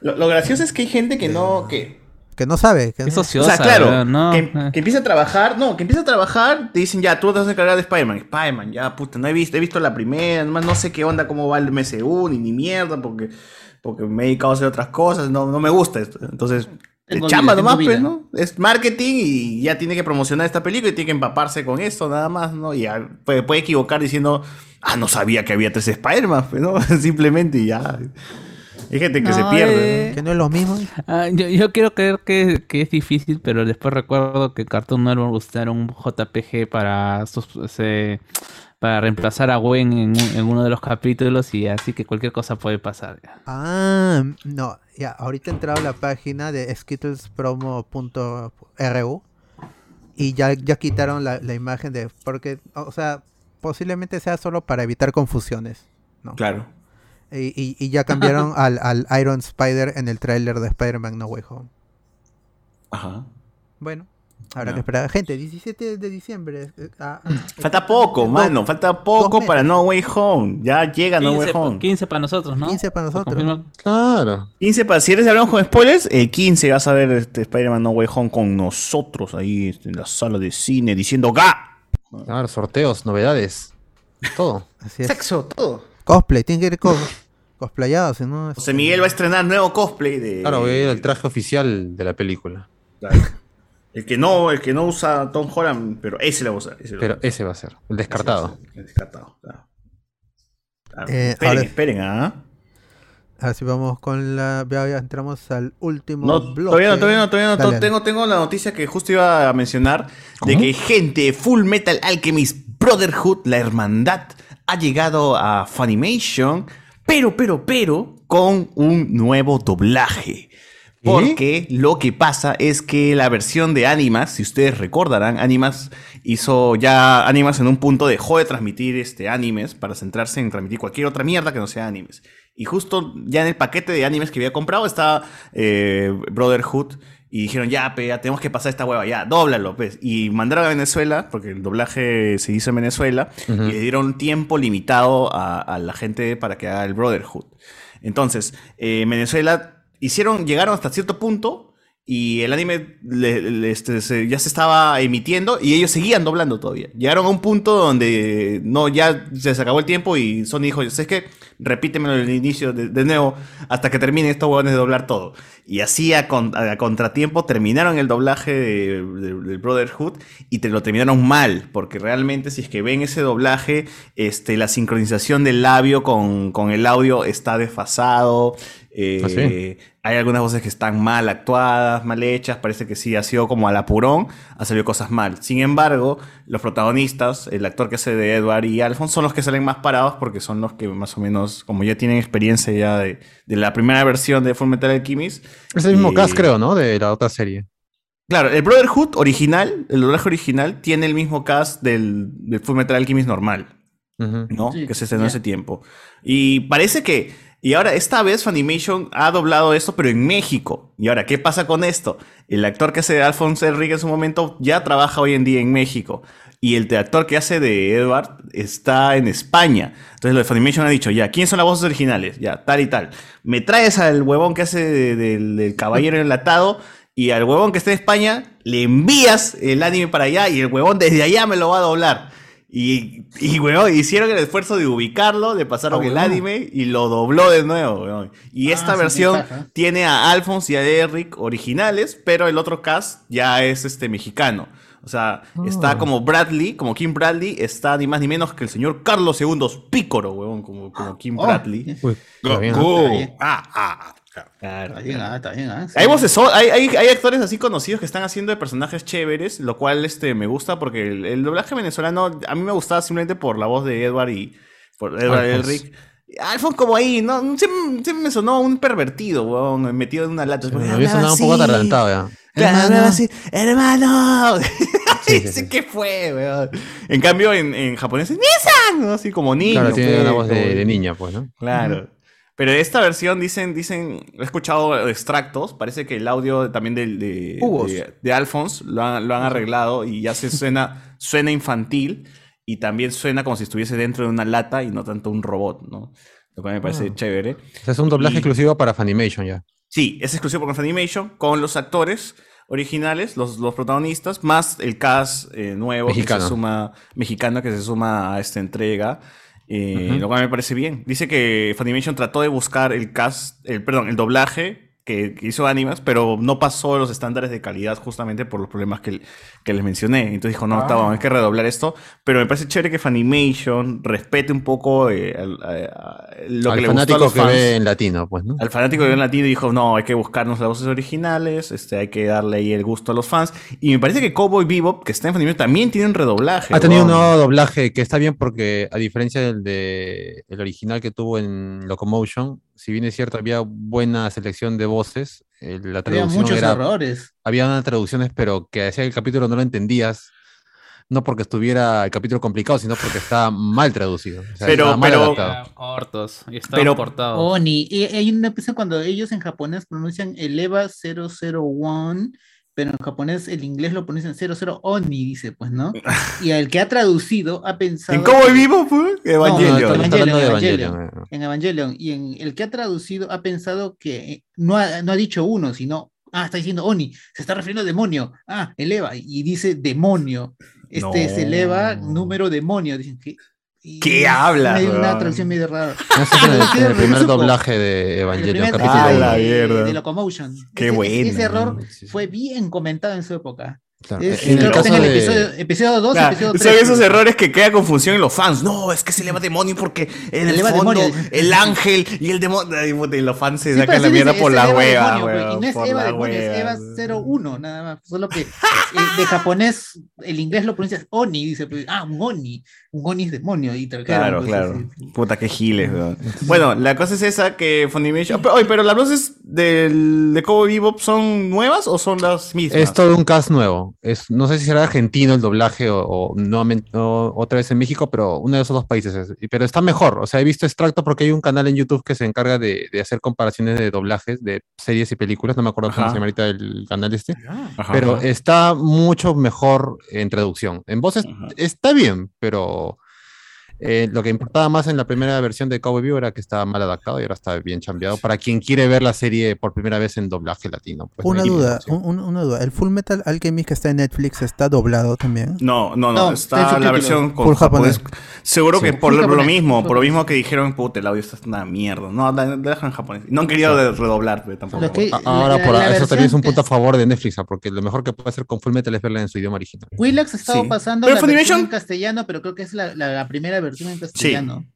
Lo, lo gracioso es que hay gente que no. Que,
que no sabe. Que
Es
no-
o
ociosa,
sea, claro,
¿verdad? no.
que, que empieza a trabajar. No, que empieza a trabajar. Te dicen, ya, tú te vas a encargar de Spider-Man. Spider-Man, ya, puta, no he visto, he visto la primera. Además, no sé qué onda, cómo va el MCU, ni, ni mierda, porque, porque me he dedicado a hacer otras cosas. No, no me gusta esto. Entonces. de
Tengo
chamba
vida,
nomás,
tengo
pues,
vida.
¿no? Es marketing y ya tiene que promocionar esta película y tiene que empaparse con esto, nada más, ¿no? Y ya puede, puede equivocar diciendo, ah, no sabía que había tres Spider-Man, pues, ¿no? Simplemente y ya. Hay gente que se
No,
pierde.
eh,
que no es lo mismo.
Ah, yo, yo quiero creer que, que es difícil, pero después recuerdo que Cartoon Network gustaron un JPG para sus- ese- para reemplazar a Gwen en, un- en uno de los capítulos y así que cualquier cosa puede pasar. ya.
Ah, no, ya, ahorita he entrado a la página de skittlespromo.ru y ya, ya quitaron la, la imagen de, porque, o sea, posiblemente sea solo para evitar confusiones.
¿no? Claro.
Y, y- y ya cambiaron al, al Iron Spider en el tráiler de Spider-Man No Way Home.
Ajá.
Bueno, habrá
Ya.
que esperar. Gente, 17 de diciembre. eh, ah, ah,
Falta poco,
Dos-
mano. Falta
dos
poco
meses.
para No Way Home. Ya llega No Way
15,
Home.
15 para nosotros, ¿no?
15 para
Pues
¿Se
nosotros.
confirma?
Claro.
15 para si eres de hablamos con spoilers, el 15 vas a ver este Spider-Man No Way Home con nosotros ahí este, en la sala de cine diciendo ¡Ga!
Claro, sorteos, novedades. Todo.
así es.
Sexo, todo.
Cosplay, tiene que ir co- cosplayado, si no...
José Miguel va a estrenar nuevo cosplay de.
Claro, voy a ir al traje oficial de la película.
Claro. El que no, el que no usa Tom Holland, pero ese lo va a usar. ese lo-
Pero ese va a ser, el descartado.
ese es descartado, claro. Claro.
Eh,
esperen,
ahora-
esperen, ¿ah?
Así vamos con la... Ya, ya entramos al último
No,
bloque.
todavía no, todavía no, todavía no.
Dale, dale.
Tengo, tengo la noticia que justo iba a mencionar de que gente Full Metal Alchemist Brotherhood, la hermandad, ha llegado a Funimation, pero, pero, pero, con un nuevo doblaje. Porque lo que pasa es que la versión de Animas, si ustedes recordarán, Animas hizo ya Animas en un punto dejó de transmitir este animes para centrarse en transmitir cualquier otra mierda que no sea animes. Y justo ya en el paquete de animes que había comprado estaba eh, Brotherhood y dijeron, ya, pe, ya tenemos que pasar esta hueva, ya, dóblalo, pues. Y mandaron a Venezuela, porque el doblaje se hizo en Venezuela, y le dieron tiempo limitado a, a la gente para que haga el Brotherhood. Entonces, eh, en Venezuela hicieron, llegaron hasta cierto punto y el anime le- le- este, se- ya se estaba emitiendo y ellos seguían doblando todavía. Llegaron a un punto donde no, ya se les acabó el tiempo y Sony dijo, ¿sabes qué? Repítemelo en el inicio de, de nuevo hasta que terminen estos huevones de doblar todo. Y así a, con- a contratiempo terminaron el doblaje de- de- del Brotherhood y te lo terminaron mal, porque realmente si es que ven ese doblaje, este, la sincronización del labio con, con el audio está desfasado. eh,
¿Ah, sí?
Hay algunas voces que están mal actuadas, mal hechas, parece que sí, ha sido como al apurón, ha salido cosas mal. Sin embargo, los protagonistas, el actor que hace de Edward y Alphonse, son los que salen más parados porque son los que más o menos, como ya tienen experiencia ya de, de la primera versión de Fullmetal Alchemist.
Es el mismo
y-
cast, creo, ¿no? De la otra serie.
Claro, el Brotherhood original, el doblaje original, tiene el mismo cast del, del Full Metal Alchemist normal,
Ujú.
¿no?
Sí,
que se estrenó
ya.
hace tiempo. Y parece que Y ahora, esta vez Funimation ha doblado esto, pero en México. Y ahora, ¿qué pasa con esto? El actor que hace de Alfonso Enrique en su momento ya trabaja hoy en día en México. Y el actor que hace de Edward está en España. Entonces, lo de Funimation ha dicho, ya, ¿quiénes son las voces originales? Ya, tal y tal. Me traes al huevón que hace de- del- del caballero enlatado y al huevón que está en España le envías el anime para allá y el huevón desde allá me lo va a doblar. Y, y huevón, hicieron el esfuerzo de ubicarlo, le pasaron el anime y lo dobló de nuevo. huevón. Y
Ah,
esta
sin
versión
ventaja.
tiene a Alphonse y a Eric originales, pero el otro cast ya es este mexicano. O sea, está como Bradley, como Kim Bradley, está ni más ni menos que el señor Carlos II Pícoro, huevón, como, como Kim
Oh.
Bradley.
Uy, está bien.
Está
Goku.
bien.
Ah, ah. ah.
Está bien, ah, está bien, ah, sí.
Mm.
Hay, voces, hay, hay, hay actores así conocidos que están haciendo de personajes chéveres, lo cual este, me gusta porque el, el doblaje venezolano a mí me gustaba simplemente por la voz de Edward y por Edward
Alphonse.
Elric. Alphonse como ahí, ¿no? Siempre, siempre me sonó un pervertido, weón, metido en una lata.
Me había sonado un poco atarantado ya.
Claro,
Hermano.
hablaba así, hermano.
Sí, sí,
Dice,
sí.
¿Qué fue, weón? En cambio, en, en japonés es Nissan, ¿no? Así como niño.
Claro, tiene
pues,
una voz de,
como-
de niña, pues, ¿no?
Claro. Pero esta versión dicen, dicen, he escuchado extractos, parece que el audio también del- de,
Hugos.
de, de Alphonse lo han, lo han arreglado y ya se suena, suena infantil y también suena como si estuviese dentro de una lata y no tanto un robot, ¿no? Lo cual me parece chévere.
O sea, es un doblaje
Y-
exclusivo para Funimation ya.
Sí, es exclusivo con Funimation, con los actores originales, los, los protagonistas, más el cast eh, nuevo que
Mexicano.
se suma, mexicano que se suma a esta entrega. eh,
Ujú.
Lo cual me parece bien. Dice que Funimation trató de buscar el cast, el, perdón, el doblaje que, que hizo Animas, pero no pasó los estándares de calidad justamente por los problemas que, que les mencioné. Entonces dijo, no, está bueno, hay que redoblar esto. Pero me parece chévere que Funimation respete un poco eh, al- a- a- lo
Al
que le gustó a
fanático
los
que
fans
ve en latino, pues, ¿no?
al fanático de un latino y dijo, no, hay que buscarnos las voces originales, este, hay que darle ahí el gusto a los fans. Y me parece que Cowboy Bebop, que está en Funimation, también tiene un redoblaje.
Ha tenido un
weón.
nuevo doblaje que está bien porque, a diferencia del de el original que tuvo en Locomotion, si bien es cierto, había buena selección de voces, eh, la
Había
traducción
muchos
era
errores.
había unas traducciones, pero que decía que el capítulo no lo entendías, no porque estuviera el capítulo complicado, sino porque estaba mal traducido. o sea,
Pero-
estaba mal
pero-
adaptado.
Estaban cortos. Y estaban
Pero-
cortados.
Oh, ni. y- y Hay una pieza cuando ellos en japonés pronuncian el EVA 001, pero en japonés el inglés lo pronuncian 00 Oni, dice, pues, ¿no? Y el que ha traducido ha pensado.
¿En Cowboy
que-
Bebop?
No,
weón?
no,
Evangelion.
está- está hablando de
Evangelion,
Evangelion, eh.
en Evangelion y en el que ha traducido ha pensado que eh, no ha, no ha dicho uno, sino, ah, está diciendo Oni, se está refiriendo a demonio, ah, eleva, y dice demonio. Este
No.
es eleva número demonio, dicen que. y
¿Qué
es
hablas,
Una, una
weón?
traducción medio rara.
No, ese es en el, en el primer
Regreso con-
doblaje de
El
Evangelion,
primer
capítulo
Ah,
capítulo
la
de-
uno.
mierda.
de Locomotion.
Qué
Ese-
buena,
Ese error
Sí, sí.
fue bien comentado en su época.
Claro,
Es-
en el
creo que
caso
está en el
de-
episodio, episodio 2,
Claro,
episodio
son
3.
Ah, esos errores que crea confusión en los fans. No, es que se eleva demonio porque en el
Eleva
fondo
demonio.
el ángel y el demonio. Ay, puta, Y los fans
Sí,
se
pero
sacan la
sí
mierda
dice,
por
es
la
Eva
hueva,
demonio, pues,
weón,
Y no es
por
Eva
la
demonio, es Eva
hueva.
01, nada más. Solo que eh, de japonés, el inglés lo pronuncias Oni, dice, pues, ah, un Oni. Un Oni es demonio. Y trajeron,
Claro,
pues,
claro.
sí, sí.
Puta, qué giles, weón. Bueno, la cosa es esa que Funimation... Pero, oye, pero las voces del, de Cowboy Bebop son nuevas o son las mismas?
Es todo un cast nuevo. Es, no sé si será argentino el doblaje o, o nuevamente- o otra vez en México, pero uno de esos dos países. es. Y- Pero está mejor. O sea, he visto extracto porque hay un canal en YouTube que se encarga de, de hacer comparaciones de doblajes de series y películas. No me acuerdo cómo
Ajá.
se llama ahorita el canal este.
Ajá.
Pero está mucho mejor en traducción. En voces
Ajá.
está bien, pero eh, lo que importaba más en la primera versión de Cowboy View era que estaba mal adaptado y ahora está bien chambeado para quien quiere ver la serie por primera vez en doblaje latino. pues,
Una
no hay
duda,
opción.
un- un- una duda. ¿El Full Metal Alchemist que está en Netflix está doblado también?
No, no, no,
No, está en
está la
subtítulos.
versión con
Full japonés.
Seguro que por
Full
lo,
japonés,
mismo,
full
por lo mismo que dijeron, puta, el audio está una mierda. No, la, la dejan en japonés. No han querido de- redoblar pero tampoco.
Lo que-
A- Ah, Ahora,
la-
por
la
eso también es un
versión
punto a
que-
favor de Netflix, ah, porque lo mejor que puede hacer con Full Metal es verla en su idioma original.
Willax estaba
Sí.
pasando
Pero
la versión
Funimation-
en castellano, pero creo que es la, la- la primera versión en castellano.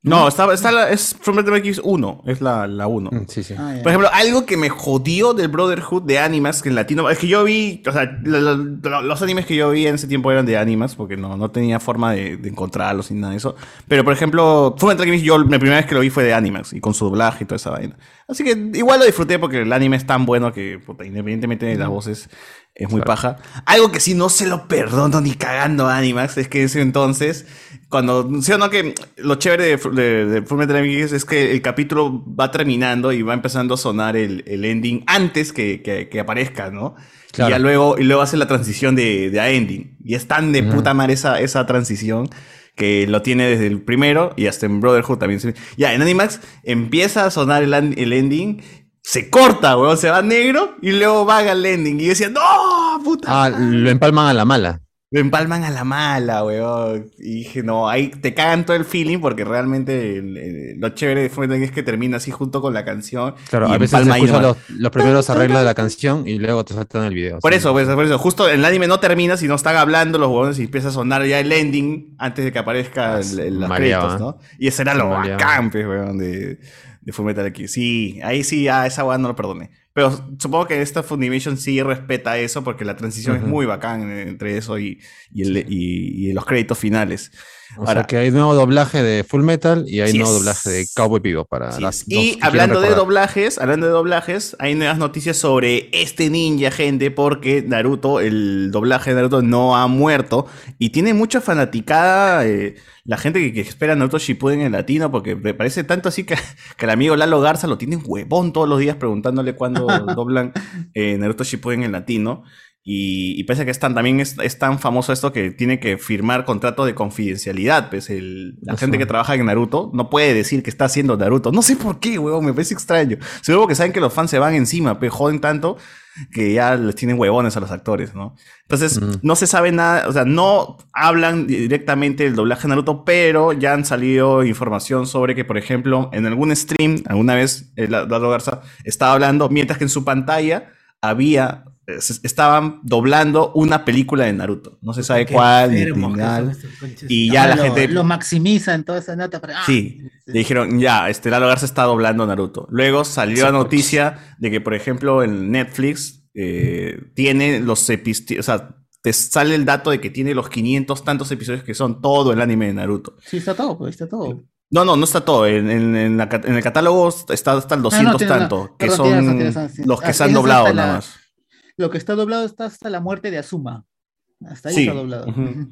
No, está, está la, es From the X 1, es la, la 1.
Mm, Sí, sí.
Ah, ya.
Por ejemplo, algo que me jodió del Brotherhood de Animas, que en latino. Es que yo vi. O sea, lo- lo- lo- los animes que yo vi en ese tiempo eran de Animas, porque no, no tenía forma de, de encontrarlos ni nada de eso. Pero, por ejemplo, Fullmetal Alchemist, yo la primera vez que lo vi fue de Animas, y con su doblaje y toda esa vaina. Así que igual lo disfruté porque el anime es tan bueno que, puta, independientemente de las voces, es muy paja. Algo que sí no se lo perdono ni cagando a Animax es que en ese entonces, cuando, sí o no que lo chévere de, Fu- de, de Fullmetal Alchemist es que el capítulo va terminando y va empezando a sonar el, el ending antes que, que- que aparezca, ¿no?
Claro.
Y ya luego, y luego hace la transición de, de a ending. Y es tan de
Mm.
puta madre esa, esa transición que lo tiene desde el primero y hasta en Brotherhood también. se- Ya, en Animax empieza a sonar el, an- el ending, se corta, weón, se va a negro y luego va al ending. Y yo decía, ¡No, puta!
Ah, lo empalman a la mala.
Lo empalman a la mala, weón. Y dije, no, ahí te cagan todo el feeling porque realmente el- el- lo chévere de Fuente es que termina así junto con la canción.
Claro,
y
a veces
empalma
se
ahí
escuchan
nomás.
los, los primeros arreglos de la canción y luego te saltan el video.
Por
sí.
eso, pues, por eso. Justo el anime no termina, sino están hablando los huevones y empieza a sonar ya el ending antes de que aparezca el, el- los
Mareaba.
créditos, ¿no? Y ese era lo
Mareaba.
bacán, pues, weón, de, de Fullmetal aquí. Sí, ahí sí, a esa weá no lo perdoné. Pero supongo que esta Funimation sí respeta eso porque la transición
Ujú.
es muy bacán entre eso y, y, el- y- y los créditos finales.
O
Ahora-
sea que hay nuevo doblaje de Full Metal y hay
Sí
nuevo
es.
doblaje de Cowboy Vivo para
Así
las dos
es.
que
Y
quieran
hablando de
recordar.
doblajes, hablando de doblajes, hay nuevas noticias sobre este ninja, gente, porque Naruto, el doblaje de Naruto no ha muerto y tiene mucha fanaticada eh, la gente que, que espera Naruto Shippuden en latino, porque me parece tanto así que, que el amigo Lalo Garza lo tiene huevón todos los días preguntándole cuándo doblan eh, Naruto Shippuden en latino. Y, y parece que es tan, también es, es tan famoso esto que tiene que firmar contrato de confidencialidad. Pues el- la
Eso.
gente que trabaja en Naruto no puede decir que está haciendo Naruto. No sé por qué, huevón, me parece extraño. Seguro que saben que los fans se van encima, pero joden tanto que ya les tienen huevones a los actores, ¿no? Entonces,
Ujú.
no se sabe nada, o sea, no hablan directamente del doblaje de Naruto, pero ya han salido información sobre que, por ejemplo, en algún stream, alguna vez, eh, la- Lalo Garza estaba hablando, mientras que en su pantalla había, eh, se- estaban doblando una película de Naruto. No se sabe cuál, ni final. Y ya
Ah,
la
lo-
gente...
Lo maximizan toda esa nota. para- ¡ah!
Sí, le dijeron, ya, este Lalo Garza está doblando a Naruto. Luego salió la noticia de que, por ejemplo, en Netflix eh, tiene los episodios, o sea, te sale el dato de que tiene los 500 tantos episodios que son todo el anime de Naruto.
Sí, está todo, pues, está todo.
No, no, no está todo. En, en- en la ca- en el catálogo está hasta el
Ah, no,
200
tiene la-
tanto, que
perdón,
son
tienes razón, tienes razón,
los
sí.
que
Ah,
se han
eso está
doblado
en la-
nada más.
Lo que está doblado está hasta la muerte de Azuma. Hasta ahí
Sí.
está doblado.
Ujú.
Ujú.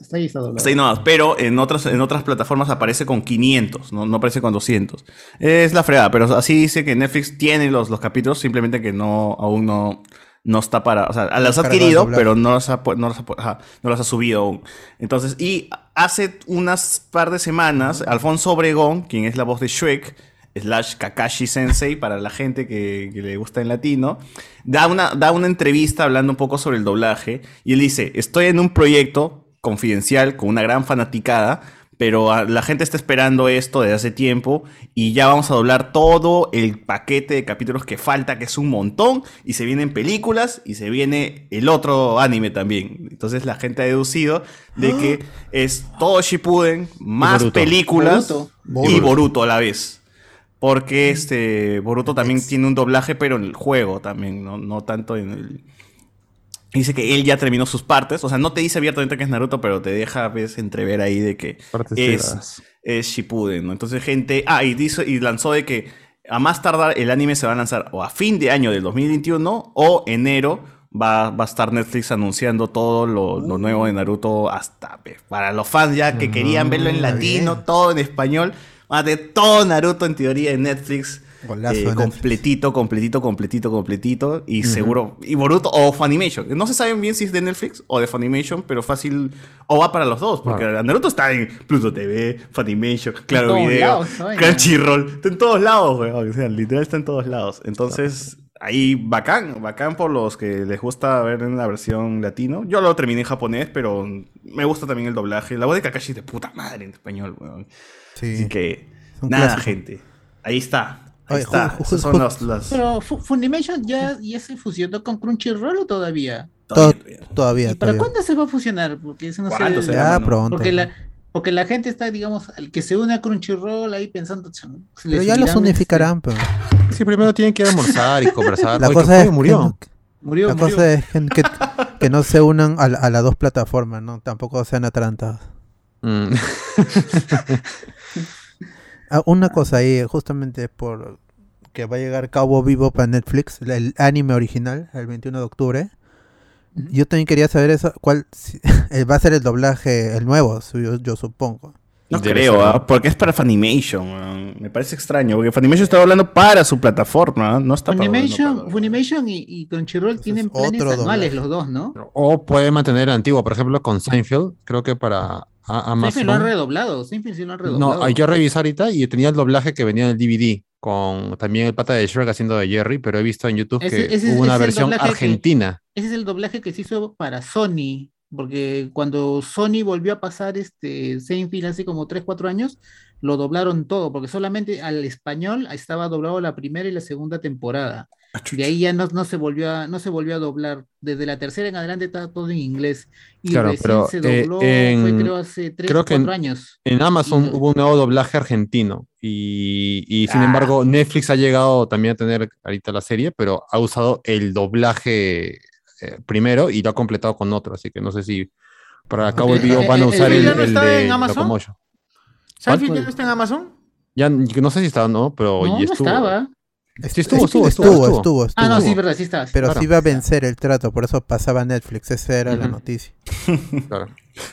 Hasta ahí está doblado.
Hasta ahí nomás, pero en otras, en otras plataformas aparece con 500, no, no aparece con 200. Es la fregada, pero así dice que Netflix tiene los, los capítulos, simplemente que no, aún no, no está para, o sea, los
cargó
ha
el
adquirido,
doblaje.
pero no los ha, pu- no los ha pu- ajá, no los ha subido aún. Entonces, y hace unas par de semanas, Alfonso Obregón, quien es la voz de Shrek, slash Kakashi Sensei, para la gente que, que le gusta en latino, da una, da una entrevista hablando un poco sobre el doblaje y él dice, estoy en un proyecto confidencial con una gran fanaticada, pero ah, la gente está esperando esto desde hace tiempo y ya vamos a doblar todo el paquete de capítulos que falta, que es un montón, y se vienen películas y se viene el otro anime también. Entonces la gente ha deducido de que es todo Shippuden, más
Boruto.
películas
Boruto.
y Boruto a la vez. Porque este Boruto también tiene un doblaje, pero en el juego también, no, no tanto en el. Dice que él ya terminó sus partes. O sea, no te dice abiertamente que es Naruto, pero te deja ves, entrever ahí de que
Partes
es,
privadas.
es Shippuden, ¿no? Entonces, gente. Ah, y, dice, y lanzó de que a más tardar el anime se va a lanzar o a fin de año del 2021 o enero va, va a estar Netflix anunciando todo lo, lo nuevo de Naruto hasta pe, para los fans ya que querían verlo en
Ah,
latino,
bien.
todo en español. Más de todo Naruto en teoría en Netflix.
Golazo
eh,
de Netflix.
completito, completito, completito, completito. Y seguro. Y Boruto o Funimation. No se saben bien si es de Netflix o de Funimation, pero fácil. O va para los dos. Porque Naruto está en Pluto TV, Funimation, Claro
todos
Video,
lados, esa vaina.
Crunchyroll. Está en todos lados, weón. O sea, literal está en todos lados. Entonces, ahí bacán. Bacán por los que les gusta ver en la versión latino. Yo lo terminé en japonés, pero me gusta también el doblaje. La voz de Kakashi es de puta madre en español, weón.
Sí.
Así que,
un
nada,
clásico.
gente. Ahí está. Ahí
Oye,
está.
ju- ju-
Esas
ju-
son las. las-
Pero Fu- Funimation ya, ya se fusionó con Crunchyroll o todavía.
To-
todavía-
¿Y
todavía,
para
todavía.
cuándo se va a fusionar? Porque eso no
¿Cuándo
sé.
será,
Ya
mano?
pronto.
Porque la, porque la gente está, digamos, al que se une a Crunchyroll ahí pensando. "Ch- se
Pero
les
ya los
irán,
unificarán, pero.
Sí, primero tienen que ir a almorzar y conversar.
La
Oye,
cosa
¿qué
es
fue?
que
pues murió.
no-
este, Murió,
La
murió.
cosa es que, que- que no se unan a, la- a las dos plataformas, ¿no? Tampoco sean atarantados.
Mm.
Ah, una cosa ahí, justamente por que va a llegar Cabo Vivo para Netflix, la- el anime original, el 21 de octubre. Yo también quería saber eso. ¿Cuál si- eh, va a ser el doblaje, el nuevo, su- yo, yo supongo?
No creo, ¿ah? porque es para Funimation. weón. Me parece extraño, porque Funimation está hablando para su plataforma, ¿ah? no está para-
Funimation, Funimation y, y Crunchyroll tienen planes
otro
anuales los dos, ¿no?
O puede mantener el antiguo, por ejemplo, con Seinfeld, creo que para a-
Seinfeld lo han
Amazon.
redoblado, Seinfeld sí lo han redoblado.
No, yo revisé ahorita y tenía el doblaje que venía en el DVD, con también el pata de Shrek haciendo de Jerry, pero he visto en YouTube
Ese-
que
ese es- ese
hubo una
es el
versión
doblaje que-
argentina.
Ese es el doblaje que se hizo para Sony, porque cuando Sony volvió a pasar este Seinfeld hace como 3, 4 años, lo doblaron todo, porque solamente al español estaba doblado la primera y la segunda temporada. De ahí ya no, no se volvió a, no se volvió a doblar. Desde la tercera en adelante está todo en inglés. Y
Claro,
recién
pero,
se
eh,
dobló,
en-
fue creo hace 3,
creo que en-
4 años.
En Amazon
Y-
hubo un nuevo doblaje argentino y, y sin
Ah.
embargo Netflix ha llegado también a tener ahorita la serie, pero ha usado el doblaje eh, primero y lo ha completado con otro, así que no sé si para Cabo el
El-
Vivo van a
el-
usar
el
el,
video no
el
está
de
en Amazon.
Locomotion.
¿Seinfeld ya no está en Amazon?
Ya n- no sé si está o no, pero
No,
ya
no
estuvo.
estaba.
Sí, estuvo, estuvo, estuvo,
estuvo, estuvo,
estuvo.
Ah, no,
estuvo.
sí, verdad, sí estaba. sí
Pero
estaba.
sí va a vencer el trato, por eso pasaba Netflix, esa era la
Ujú.
noticia.
Claro.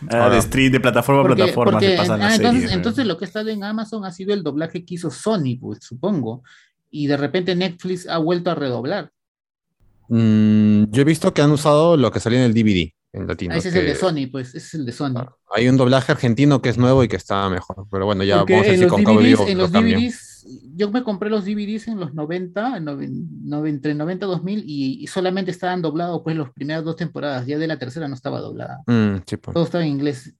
Ah, de stream, de plataforma a
Porque-
plataforma
porque-
se pasan
ah,
las
entonces,
series,
entonces
weón.
lo que ha estado en Amazon ha sido el doblaje que hizo Sony, pues supongo. Y de repente Netflix ha vuelto a redoblar.
Mm, yo he visto que han usado lo que salía en el DVD en latino.
Ese es el
que-
de Sony, pues, ese es el de Sony.
claro, Hay un doblaje argentino que es nuevo y que está mejor, pero bueno, ya
Porque
vamos a ver
en
si
los,
con Cabo el
DVDs,
Vivo
en
lo
los
cambian.
DVDs, yo me compré los DVDs en los 90, noven- noven- entre 90 y 2000, y, y solamente estaban doblados pues las primeras dos temporadas, ya de la tercera no estaba doblada.
Mm, sí, pues.
Todo estaba en inglés.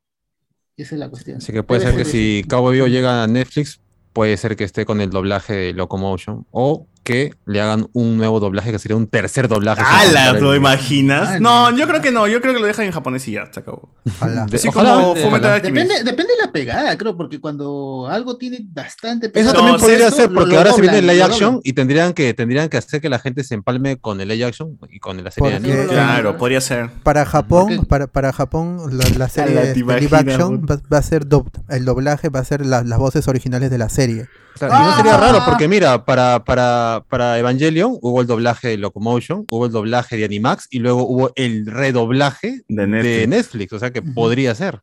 Esa es la cuestión.
Así que puede
Debe
ser que
ser
si Cowboy Vivo llega a Netflix, puede ser que esté con el doblaje de Locomotion o que le hagan un nuevo doblaje que sería un tercer doblaje. sin
¡Hala!
contar el-
¿Lo Ah, imaginas?
Ah,
No, yo creo que no. Yo creo que lo dejan en japonés y ya, se acabó.
Ojalá.
De-
Así
ojalá,
como
ojalá.
fue Metal Alchemist.
Depende, depende de la pegada, creo, porque cuando algo tiene bastante
Eso
pegada-
también
No,
podría
eso
ser
lo-
porque
lo
ahora se
doblan,
viene el live
lo
action
doblan.
y tendrían que, tendrían que hacer que la gente se empalme con el live action y con la serie de
Porque-
anime.
Eso lo-
Claro, pues, podría ser.
Para Japón,
Porque-
para, para Japón, la, la serie
Ala,
de
te
live
imaginas,
action va, va a ser dob- el doblaje, va a ser la- las voces originales de la serie.
O sea, y no sería raro porque mira, para, para, para Evangelion hubo el doblaje de Locomotion, hubo el doblaje de Animax y luego hubo el redoblaje
De
de
Netflix.
Netflix. O sea que
Ujú.
podría ser.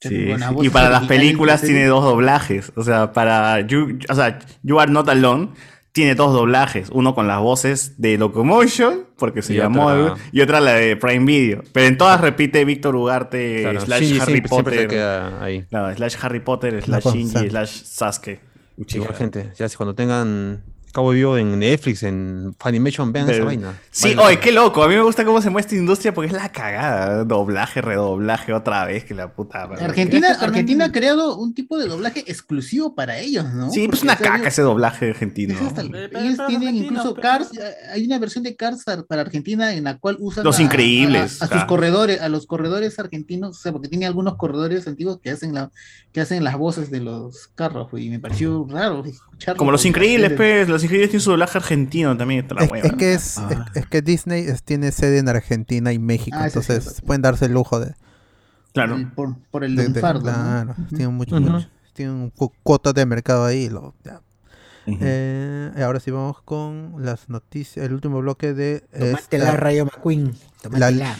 Sí,
Sí,
buena
sí.
voz este
Y para las
original,
películas
sí.
tiene dos doblajes. O sea, para you, o sea, you Are Not Alone tiene dos doblajes. Uno con las voces de Locomotion, porque se
Y
llamó,
otra-
y otra la de Prime Video. Pero en todas repite Víctor Ugarte,
Claro,
Eh, slash
Shinji
Harry
siempre- siempre se
Potter.
queda ahí.
Claro, slash Harry Potter, slash
cosa.
Shinji, slash Sasuke. Uchiha.
Igual, gente, ya si cuando tengan Cabo Vivo en Netflix, en Funimation, vean
Pero-
esa vaina.
Sí,
Vaina.
oye, qué loco. A mí me gusta cómo se mueve esta industria porque es la cagada. Doblaje, redoblaje otra vez, que la puta madre.
Argentina, Argentina ha creado un tipo de doblaje exclusivo para ellos, ¿no?
Sí, pues
Porque,
una
o sea,
caca ese doblaje argentino.
es hasta-
Pero- pero
ellos
los
tienen
argentinos, pues,
incluso
pero-
Cars, eh, hay una versión de Cars ar- para Argentina en la cual usan
Los
a-
Increíbles,
a, a
ah.
sus corredores, a los corredores argentinos, o sea, porque tiene algunos corredores antiguos que hacen la, que hacen las voces de los carros, güey, y me pareció raro escucharlo.
Como los
güey,
increíbles,
de-
pues. Los increíbles tienen su doblaje argentino también. Está la
Es,
hueva.
es que es, es- es que Disney es- tiene sede en Argentina y México,
Ah, eso es
entonces
cierto.
pueden darse el lujo de...
Claro.
el- por, por el
de- de-
lunfardo, ¿no?
claro,
Ujú.
tienen mucho,
Ujú.
mucho- tienen cu- cuotas de mercado ahí. Lo, ya.
Ujú.
Eh, y ahora sí vamos con las noticias, el último bloque de... esta-
Tómatela, Rayo McQueen. Tómatela.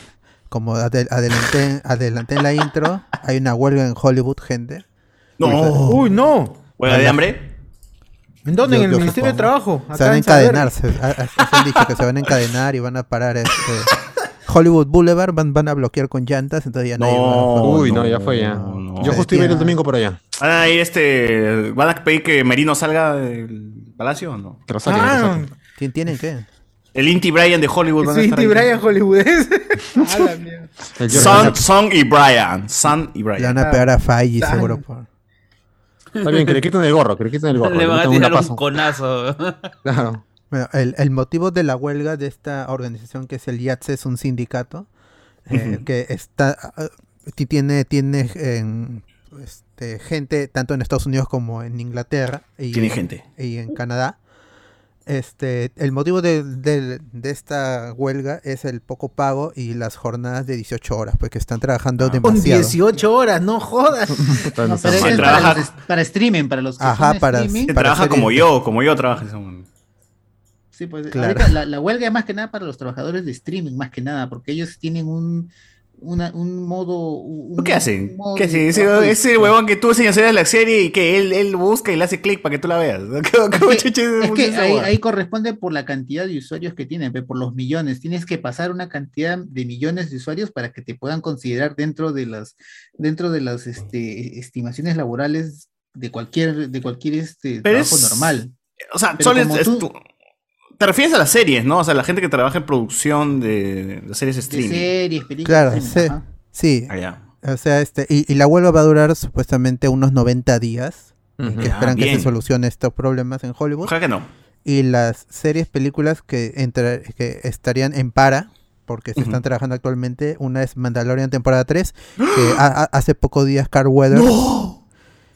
como adel- adelanté, adelanté en la intro, hay una huelga en Hollywood, gente.
No.
Uy, no.
¿Huelga de hambre?
¿En dónde?
oh, Yo-
en el
yo
Ministerio de
supongo.
Trabajo.
Se van
acá
a
en San Verde.
encadenar, se, a- a- se han dicho que se van a encadenar y van a parar este Hollywood Boulevard, van, van a bloquear con llantas, entonces ya nadie va a-
Uy, no, ya fue ya.
no.
Yo justo iba a ir el domingo por allá.
Van a ir este. ¿Van a pedir que Merino salga del palacio o no?
Que lo saquen, que lo
Ah,
saquen.
¿Tien- ¿Tienen qué?
El Inti Brian de
Pues
Hollywood. van a
soy
estar
Inti
ahí.
Brian hollywoodense. A la mierda.
El Jordan
Son,
Zapata.
Son y Brian. Son y
Le van
Brian.
a pegar a Faye seguro. por-
Está bien, que le quiten el gorro, que le quiten el gorro.
Le
le
van a
metan un
tirar
lapazo.
un conazo.
Claro.
Bueno, el, el motivo de la huelga de esta organización que es el IATSE es un sindicato eh, que está ah, ti- tiene tiene en- este, gente tanto en Estados Unidos como en Inglaterra y,
Tiene gente.
y en Canadá. Este, el motivo de, de- de esta huelga es el poco pago y las jornadas de 18 horas, porque están
Ah.
trabajando
Con
demasiado.
18 horas, no jodas.
Puta,
No, pero
no sé.
ese
Se
es
trabaja-
para, los, para streaming, para los que
Ajá,
son
para-
streaming.
Que
para
trabaja
ser
como
inter-
yo, como yo trabajo. en ese momento.
Sí, pues
Claro.
ahorita la, la huelga es más que nada para los trabajadores de streaming, más que nada, porque ellos tienen un, una- un modo... un-
¿Qué
un
hacen?
modo
¿Qué hacen?
de
Ese,
trabajo
ese huevón que tú enseñas a la serie y que él, él busca y le hace clic para que tú la veas. ¿Cómo- cómo chucha
Es que
funciona esa
ahí,
hueá?
ahí corresponde por la cantidad de usuarios que tienen, pe, por los millones. Tienes que pasar una cantidad de millones de usuarios para que te puedan considerar dentro de las, dentro de las este, estimaciones laborales de cualquier, de cualquier este
Pero
trabajo
es-
normal.
O sea,
Pero
solo es-
como
es
tú-
tu- te refieres a las series, ¿no? O sea, la gente que trabaja en producción de, de series
De
streaming.
series, películas.
Claro, sí.
streaming, ajá.
sí.
Ah, ya.
O sea, este, y, y la huelga va a durar supuestamente unos 90 días. en
Ujú.
que
Ah,
esperan que
bien.
se solucionen estos problemas en Hollywood.
Ojalá que no.
Y las series, películas que, entra- que estarían en para, porque se
Ujú.
están trabajando actualmente, una es Mandalorian temporada 3, que
¡Ah!
a- a- hace pocos días Carl Weathers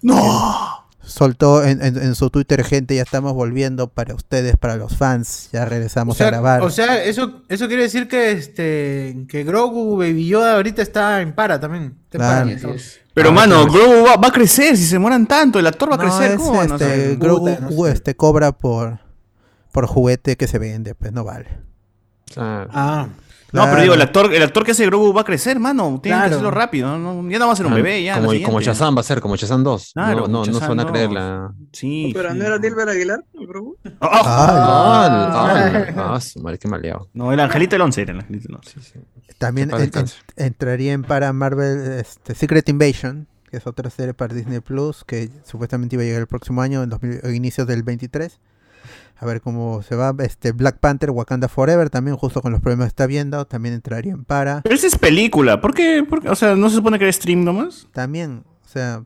¡No!
soltó en, en- en su Twitter, gente, ya estamos volviendo para ustedes, para los fans, ya regresamos a grabar.
o sea, eso, eso quiere decir que este que Grogu Baby Yoda ahorita está en para también. Está en
Claro.
para, está-
Pero, mano, Grogu va, va a crecer. Si se mueran tanto, el actor va a
No,
crecer.
es,
¿Cómo van a
este,
hacer?
Grogu
Puta, no sé.
uh, este, cobra por, por juguete que se vende, pues no vale.
Ah,
No, pero
Claro.
digo, el actor, el actor que hace Grogu va a crecer, mano. Tiene que
Claro.
hacerlo rápido. ¿no? Ya no va a ser un bebé, ya.
como,
la
como
siguiente.
Shazam va a ser, como Shazam 2.
Claro,
no, no, no se
Shazam
van a
2.
creer la.
Sí.
Pero
sí. Oh,
no era Dilber Aguilar, el grupo.
Ah,
Ah, ah, ah, su madre, qué maleado.
No, el angelito del 11 era el angelito del once.
Sí, sí.
También
Que paz
en- en-
descanse.
entraría en para Marvel este, Secret Invasion, que es otra serie para Disney Plus, que supuestamente iba a llegar el próximo año, en 2000 o inicios del 23. A ver cómo se va. Este Black Panther, Wakanda Forever, también justo con los problemas que está viendo, también entraría en para.
Pero esa es película. ¿Por qué? ¿Por qué? O sea, ¿no se supone que era stream nomás?
También, o sea,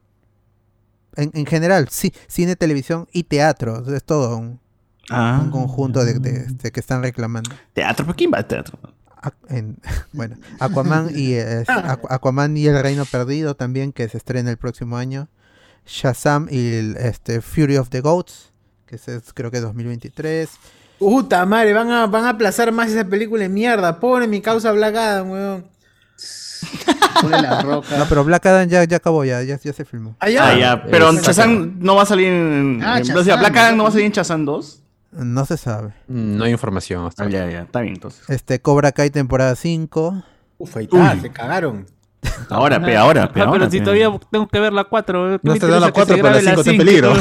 en, en general, sí, cine, televisión y teatro, es todo un,
Ah.
un conjunto de, de- este, que están reclamando.
Teatro, ¿pero quién va a teatro?
Ac- en- bueno, Aquaman y eh, Aqu- Aquaman y el Reino Perdido también que se estrena el próximo año. Shazam y el, este Fury of the Goats, que ese es, creo que 2023.
Puta madre, van a, van a aplazar más esa película de mierda. Pobre mi causa Black Adam, weón.
Pone la roca.
No, pero Black Adam ya, ya acabó, ya, ya, ya se filmó.
Allá.
Ah, ya. Pero
es-
Chazán no va a salir en.
Ah,
en- o sea,
Shazam,
Black Adam no va a
¿no?
salir en Chazán 2.
No se sabe.
Mm, No hay información hasta
Ah, ya, ya. Está bien, entonces.
Este Cobra Kai temporada 5.
Uf, ahí está,
Uy.
se cagaron.
Ahora, pe, ahora, pe,
Ah,
ahora,
pero si
pe.
todavía tengo que ver la 4.
No te dan la cuatro, pero la cinco está en peligro.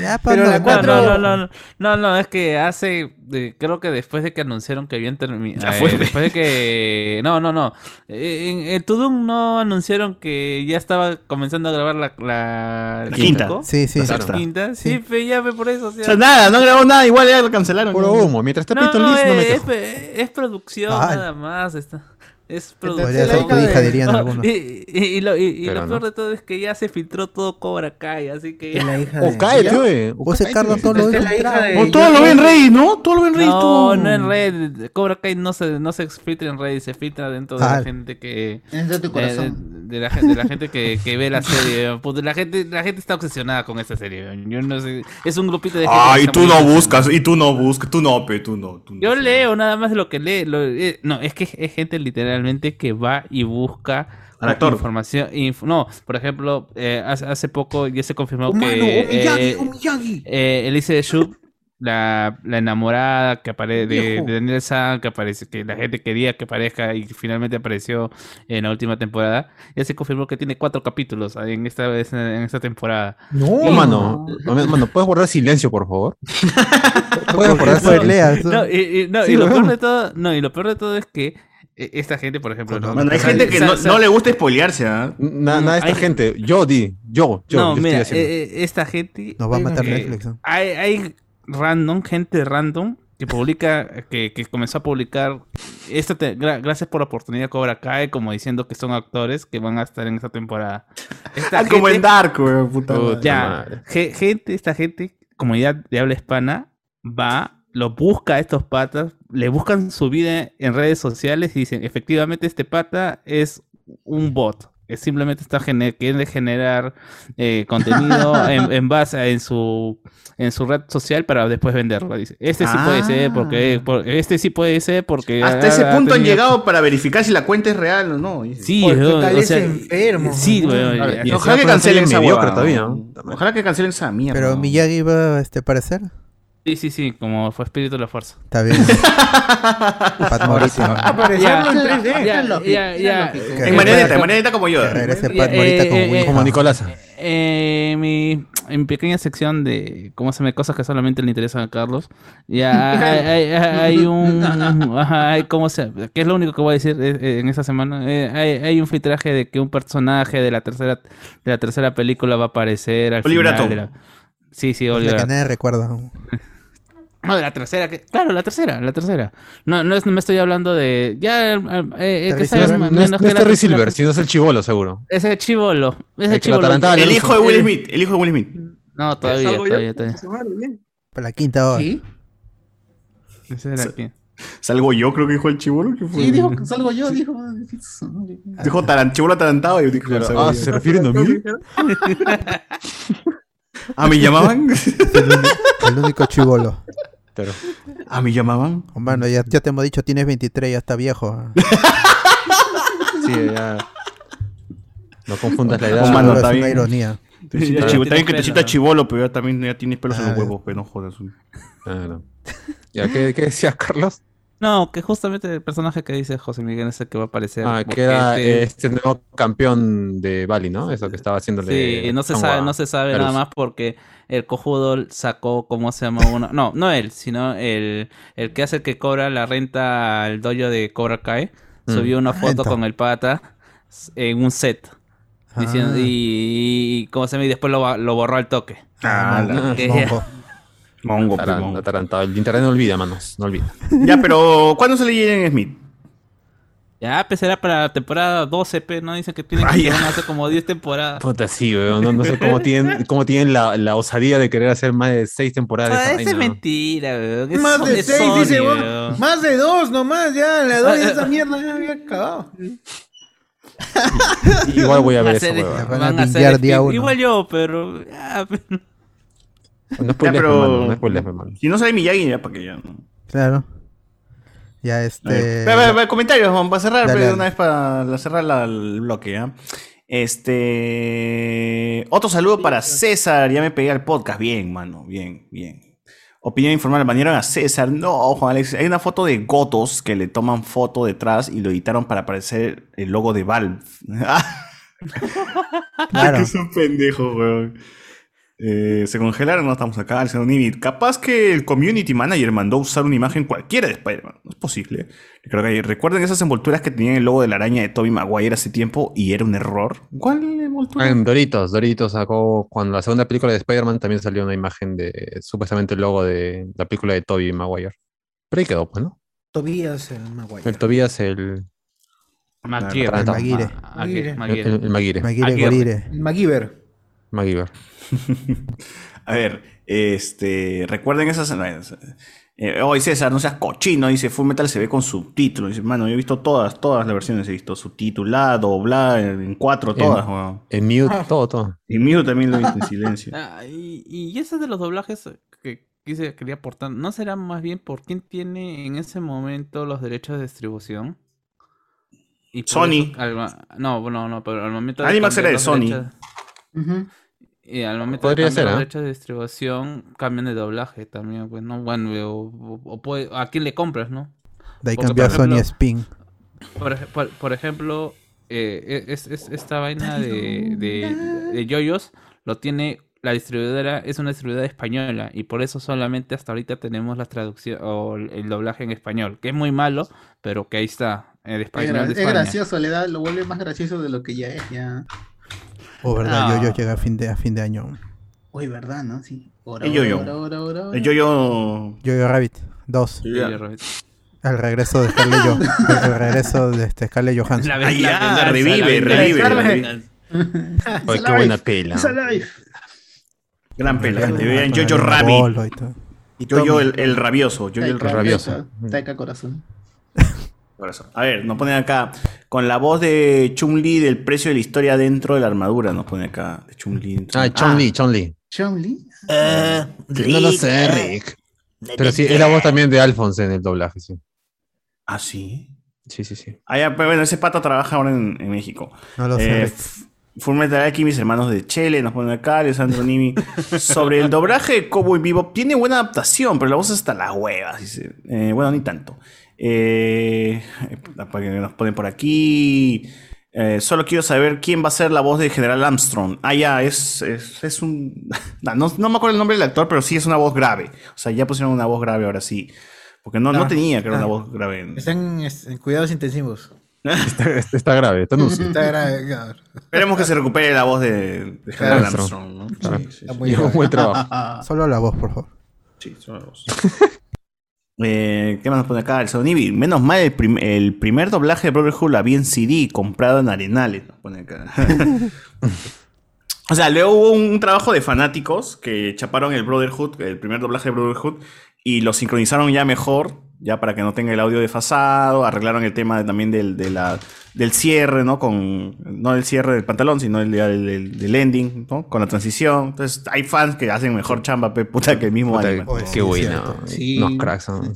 Ya, pues,
Pero la
No,
cuatro-
no, no, no, no, no, es que hace, eh, creo que después de que anunciaron que habían terminado,
Ya Ah, fue, pe.
después de que, no, no, no, Eh, en el Tudum no anunciaron que ya estaba comenzando a grabar la, la,
La quinta.
cinco,
Sí, sí.
La
la
sexta.
quinta, sí,
Sí.
pe, ya ve por eso, o sea,
O sea, nada, no grabó nada, igual ya lo cancelaron.
Puro humo. Mientras esté
no,
Peyton
no,
List, no me
es,
quejo.
es- es producción
Ah.
nada más, está, es producción.
Podría ser tu hija, dirían
No,
algunos.
y, y- y lo, y- y
Pero
lo peor
no.
de todo es que ya se filtró todo Cobra Kai, así que...
Es la hija
O cae, tío, eh.
O sea, Carlos todo lo
Esta es
hizo
la
un
hija
trago.
de-
O todo lo ven Rey, ¿no? Todo lo ven Rey.
No,
todo.
no en red. Cobra Kai no se, no se filtra en red, se filtra dentro de
Ah.
la gente que.
Entra tu
De, de-
corazón.
de la, gente- de la gente que, que ve la serie. Puta, la, gente, la gente está obsesionada con esta serie. Yo no sé. Es un grupito de gente. que
Ay,
está
tú
muy
no
obsesionada.
buscas, y tú no buscas, tú no, pe, tú no. tú no.
Yo leo nada más lo que lee. lo- eh, no, es que es gente literalmente que va y busca
Al actor.
información. inf- no, por ejemplo, eh, hace, hace poco ya se confirmó que.
Humano,
eh,
Omiyagi, Omiyagi.
eh, Elise de Shub, la, la enamorada que aparece de,
Viejo.
de Daniel San, que aparece, que la gente quería que aparezca y finalmente apareció en la última temporada. Ya se confirmó que tiene cuatro capítulos ah, en esta vez en esta temporada.
No, mano. Mano, Mano, ¿puedes guardar silencio, por favor?
Puedes
Porque
acordar
no,
sobre Lea,
No, y, y- no,
Sí,
y lo
weón.
peor de todo, no, y lo peor de todo es que eh, esta gente, por ejemplo, no,
Mano, hay
Sa-
gente que
sa-
no,
sa-
no le gusta spoilearse, ¿ah?
Na- Nada de esta
Ay.
gente. Yo di. Yo, yo.
Mm,
yo
no,
estoy
mira,
haciendo.
eh, eh, esta gente
Nos va a matar
Eh,
Netflix. ¿no?
Hay, hay random, gente random que publica, que, que comenzó a publicar. Esta te- gra- gracias por la oportunidad Cobra Kai, como diciendo que son actores que van a estar en esta temporada. Esta
Ah, como
gente- Oh,
en Dark, weón, puta. madre.
Puta
ya,
madre.
ge- gente, esta gente, comunidad de habla hispana, va, ah, lo busca a estos patas, le buscan su vida en redes sociales y dicen, efectivamente este pata es un bot. que Simplemente está gene- quiere generar eh, contenido en, en base a- en su en su red social para después venderlo. Dice, este sí puede
Ah.
ser porque por- este sí puede ser porque
Hasta ese
ha- ha
punto han
tenido-
llegado para verificar si la cuenta es real o no. y-
Sí,
Porque
weón,
tal
o
es
sea,
enfermo,
Sí,
weón.
weón,
Ahora,
ya-
y
no,
ese
Ojalá que
otro
cancelen
sigue
esa
medio
huevada,
todavía,
¿no?
¿no?
Ojalá que cancelen esa mierda.
Pero
¿no?
Miyagi va este, a aparecer.
Sí, sí, sí, como fue espíritu de la fuerza.
Está bien. Pat Morita.
Ah, Ya,
en 3D,
ya,
es lógico,
ya,
es
ya.
Ah,
lógico.
Eh,
En marioneta,
espera,
en marioneta como yo.
Que regrese
eh,
Pat Morita
eh,
como
eh,
Willy.
eh, eh, mi, en pequeña sección de cómo se me cosas que solamente le interesan a Carlos. Ya hay, hay- hay- hay un. ajá, hay cómo se, que es lo único que voy a decir eh, eh, en esta semana. Eh, hay, hay un filtraje de que un personaje de la tercera de la tercera película va a aparecer al
Oliver
final.
Atom.
de la- sí, sí,
eh,
La
Oliver.
que
Atom.
nadie recuerda aún.
No, de la tercera. que- claro, la tercera, la tercera. No, no, es, no me estoy hablando de. Ya, eh, eh, eh, que
Terry
sabes
Silver.
más o
No es,
menos
no
que
es
la
Terry
tercera-
Silver, sino es el chivolo, seguro.
Ese chivolo. Ese
El que lo
chivolo.
atarantaba,
El
Alonso.
hijo de Will
Eh,
Smith, el hijo de Will Smith.
No, todavía,
¿Salgo yo?
todavía, todavía.
Su madre, bien.
Para la quinta hora.
¿Sí?
Ese era aquí.
Salgo yo, creo que dijo el chivolo. ¿qué fue?
Sí, dijo que salgo yo, dijo.
Dijo taran, chivolo atarantado. Y yo dije,
Claro,
salgo
ah,
yo.
¿se refieren a mí?
¿A mí llamaban?
El, uni- el único chivolo.
Claro.
¿A mí llamaban?
Humano, ya, ya te hemos dicho, tienes 23, ya está viejo.
Sí, ya. No confundas la edad.
Oh, mano,
Chivolo
está
es una
bien.
ironía.
Te decía
ya
chivo-
tienes
También que te
pelo,
cita
¿no?
chivolo, pero ya también ya tienes pelos en
Ah,
los huevos, pero no jodas.
Claro. Ya, ¿qué, ¿qué decías, Carlos?
No, que justamente el personaje que dice José Miguel es el que va a aparecer.
Ah, que
Boquete.
era eh, este nuevo campeón de Bali, ¿no? Eso que estaba haciéndole.
Sí, no se
Sangua.
sabe, no se sabe
Perus.
nada más porque el cojudo sacó, ¿cómo se llama uno? No, no él, sino el, el que hace el que cobra la renta al dojo de Cobra Kai.
Mm.
Subió una foto
Renta.
con el pata en un set.
Mm.
Diciendo,
Ah.
y, y cómo se llama, y después lo, ba- lo borró al toque.
Ah,
la-
mongo.
que-
mongo.
Mongo, pe,
Taran-
mongo.
atarantado. El internet no olvida, manos. No olvida.
Ya, pero ¿cuándo sale Jaden Smith?
Ya, pues era para la temporada 12, pe, ¿no? Dicen que tienen que
Ay,
hacer
ya.
hace como 10 temporadas.
Puta, sí, weón. No, no sé cómo tienen, cómo tienen la, la osadía de querer hacer más de seis temporadas. de esa
Ah, esa es
vaina, ¿no?
mentira, weón. Es
Más
Son-
de
es
seis,
Sony,
dice, weón.
weón.
Más de dos nomás, ya, la doy
Ah,
esa
eh,
mierda, ya había cagado.
Igual voy a
Van
ver
a
esa
hacer-
hueva.
van a
van a hacer
pinguear día
spin-
uno.
Igual yo, pero. ah,
No es
Ya,
hermano. No
pero.
es por hermano.
Si no sale Miyagi, ya, para que ya. no.
Claro. Ya
A
este.
ver, ve, ve, ve, comentarios, Juan, para cerrar,
Dale,
pe, de
dale.
una vez para la- cerrar la- el bloque, ¿ah? Este. Otro saludo para César, ya me pegué al podcast. Bien, mano, bien, bien. Opinión informal, banearon a César. No, Juan Alex, hay una foto de Gotos que le toman foto detrás y lo editaron para aparecer el logo de Valve. Ah,
Claro.
es un pendejo, weón. Eh, se congelaron, no estamos acá, el señor Nimit. Capaz que el community manager mandó usar una imagen cualquiera de Spider-Man. No es posible. Creo que recuerden esas envolturas que tenían el logo de la araña de Toby Maguire hace tiempo y era un error. ¿Cuál envoltura?
Ah, en Doritos, Doritos sacó cuando la segunda película de Spider-Man también salió una imagen de supuestamente el logo de la película de Toby Maguire. Pero ahí quedó, pues, ¿no?
eh.
Tobías el
El Tobías, el,
Maguire.
Claro,
el Maguire.
Ma- Maguire,
el,
Maguire.
el Maguire.
Maguire
Aguirre.
Gorire.
MacGyver.
Maguire.
A ver, este, recuerden esas. Eh, Hoy César, no seas cochino, dice Full Metal se ve con subtítulos. Dice, mano, yo he visto todas, todas las versiones, he visto subtitulada, doblada, en cuatro, todas, weón.
Ah.
El mute, todo, todo.
Y mío también lo he visto en silencio.
Ah, y, y ese de los doblajes que quise, quería aportar, ¿no será más bien por quién tiene en ese momento los derechos de distribución? Y por
Sony.
eso al ma- no, no, no, pero al momento
Animax
cambiar
era de
los
Sony.
derechos-
Ujú.
Y al momento
Podría
de cambiar
ser,
los
¿ah?
derechos de distribución, cambian de doblaje también, pues, ¿no? Bueno, o, o- o puede- a quién le compras, ¿no?
De ahí
Porque,
cambió a
por ejemplo,
Sony Spin.
Por, ej- por- por ejemplo, eh, es, es- esta vaina de, de, de Eh, yoyos lo tiene la distribuidora, es una distribuidora española y por eso solamente hasta ahorita tenemos la traducción o el el doblaje en español, que es muy malo, pero que ahí está, el
Es,
español de
gra- es
España.
gracioso, le da, lo vuelve más gracioso de lo que ya es. Ya.
O verdad,
Ah.
yo, yo llega a fin de, a fin de año.
Uy, ¿verdad? ¿No? Sí. Ora,
El yo-yo.
ora, ora, ora, ora.
El yo-yo.
Yo, yo Rabbit 2.
Sí,
Ya.
Robert.
El regreso de Scarlett Johansson. El regrezo de este, Scarlett Johansson.
La
Ah,
ven- la
ya,
venganza, la
revive,
venganza.
revive, revive.
Ay,
It's
qué buena
alive.
pela.
It's alive.
Gran pela.
Con
Te vean
el
Jojo Rabbit.
bolo y todo.
Y Jojo el, el rabioso. Jojo el
Taika,
rabioso.
rabioso.
Taika, Taika corazón.
A ver, nos ponen acá. Con la voz de Chun-Li del precio de la historia dentro de la armadura. Nos ponen acá. De Chun-Li. dentro- Ah, eh.
Ah, Chun Lee, Chun Lee.
Chun Li.
No lo sé,
Ah.
Rick. Pero sí, es la voz también de Alphonse en el doblaje, sí.
Ah, sí.
Sí, sí, sí.
Ah, ya, pero bueno, ese pata trabaja ahora en, en México.
No lo
Eh,
sé.
F- Fullmetal Alchemist, hermanos de Chele, nos ponen acá, Alessandro Nimi. Sobre el doblaje de Cowboy Vivo, tiene buena adaptación, pero la voz está las huevas. dice. Eh, bueno, ni tanto. Eh, para que nos ponen por aquí. Eh, solo quiero saber quién va a ser la voz de General Armstrong. Ah, ya, es, es, es un. No, no- no me acuerdo el nombre del actor, pero sí es una voz grave. O sea, ya pusieron una voz grave ahora sí. Porque no, no
Ah,
tenía, creo,
ah.
una voz grave. en-
Están es- en cuidados intensivos.
Está, está- está grave, está anuncio.
Está grave, claro.
Esperemos que se recupere la voz de, de General
Armstrong.
Armstrong. ¿no?
Claro.
Sí, sí, sí.
Ah,
Está muy Lleva un buen trabajo.
Solo la voz, por favor.
Sí, son los dos. Eh, ¿Qué más nos pone acá? El Sonibi. Menos mal, el, prim- el primer doblaje de Brotherhood la vi en CD, comprado en Arenales. Nos pone acá. o sea, luego hubo un trabajo de fanáticos que chaparon el Brotherhood, el primer doblaje de Brotherhood, y lo sincronizaron ya mejor, ya para que no tenga el audio desfasado. Arreglaron el tema de- también del, de la- del cierre, ¿no? Con, no el cierre del pantalón, sino el, el- el- del ending, ¿no? Con la transición. Entonces, hay fans que hacen mejor chamba, pe, puta, que el mismo
Puta,
anime.
Qué bueno.
Sí.
Unos cracks. ¿no?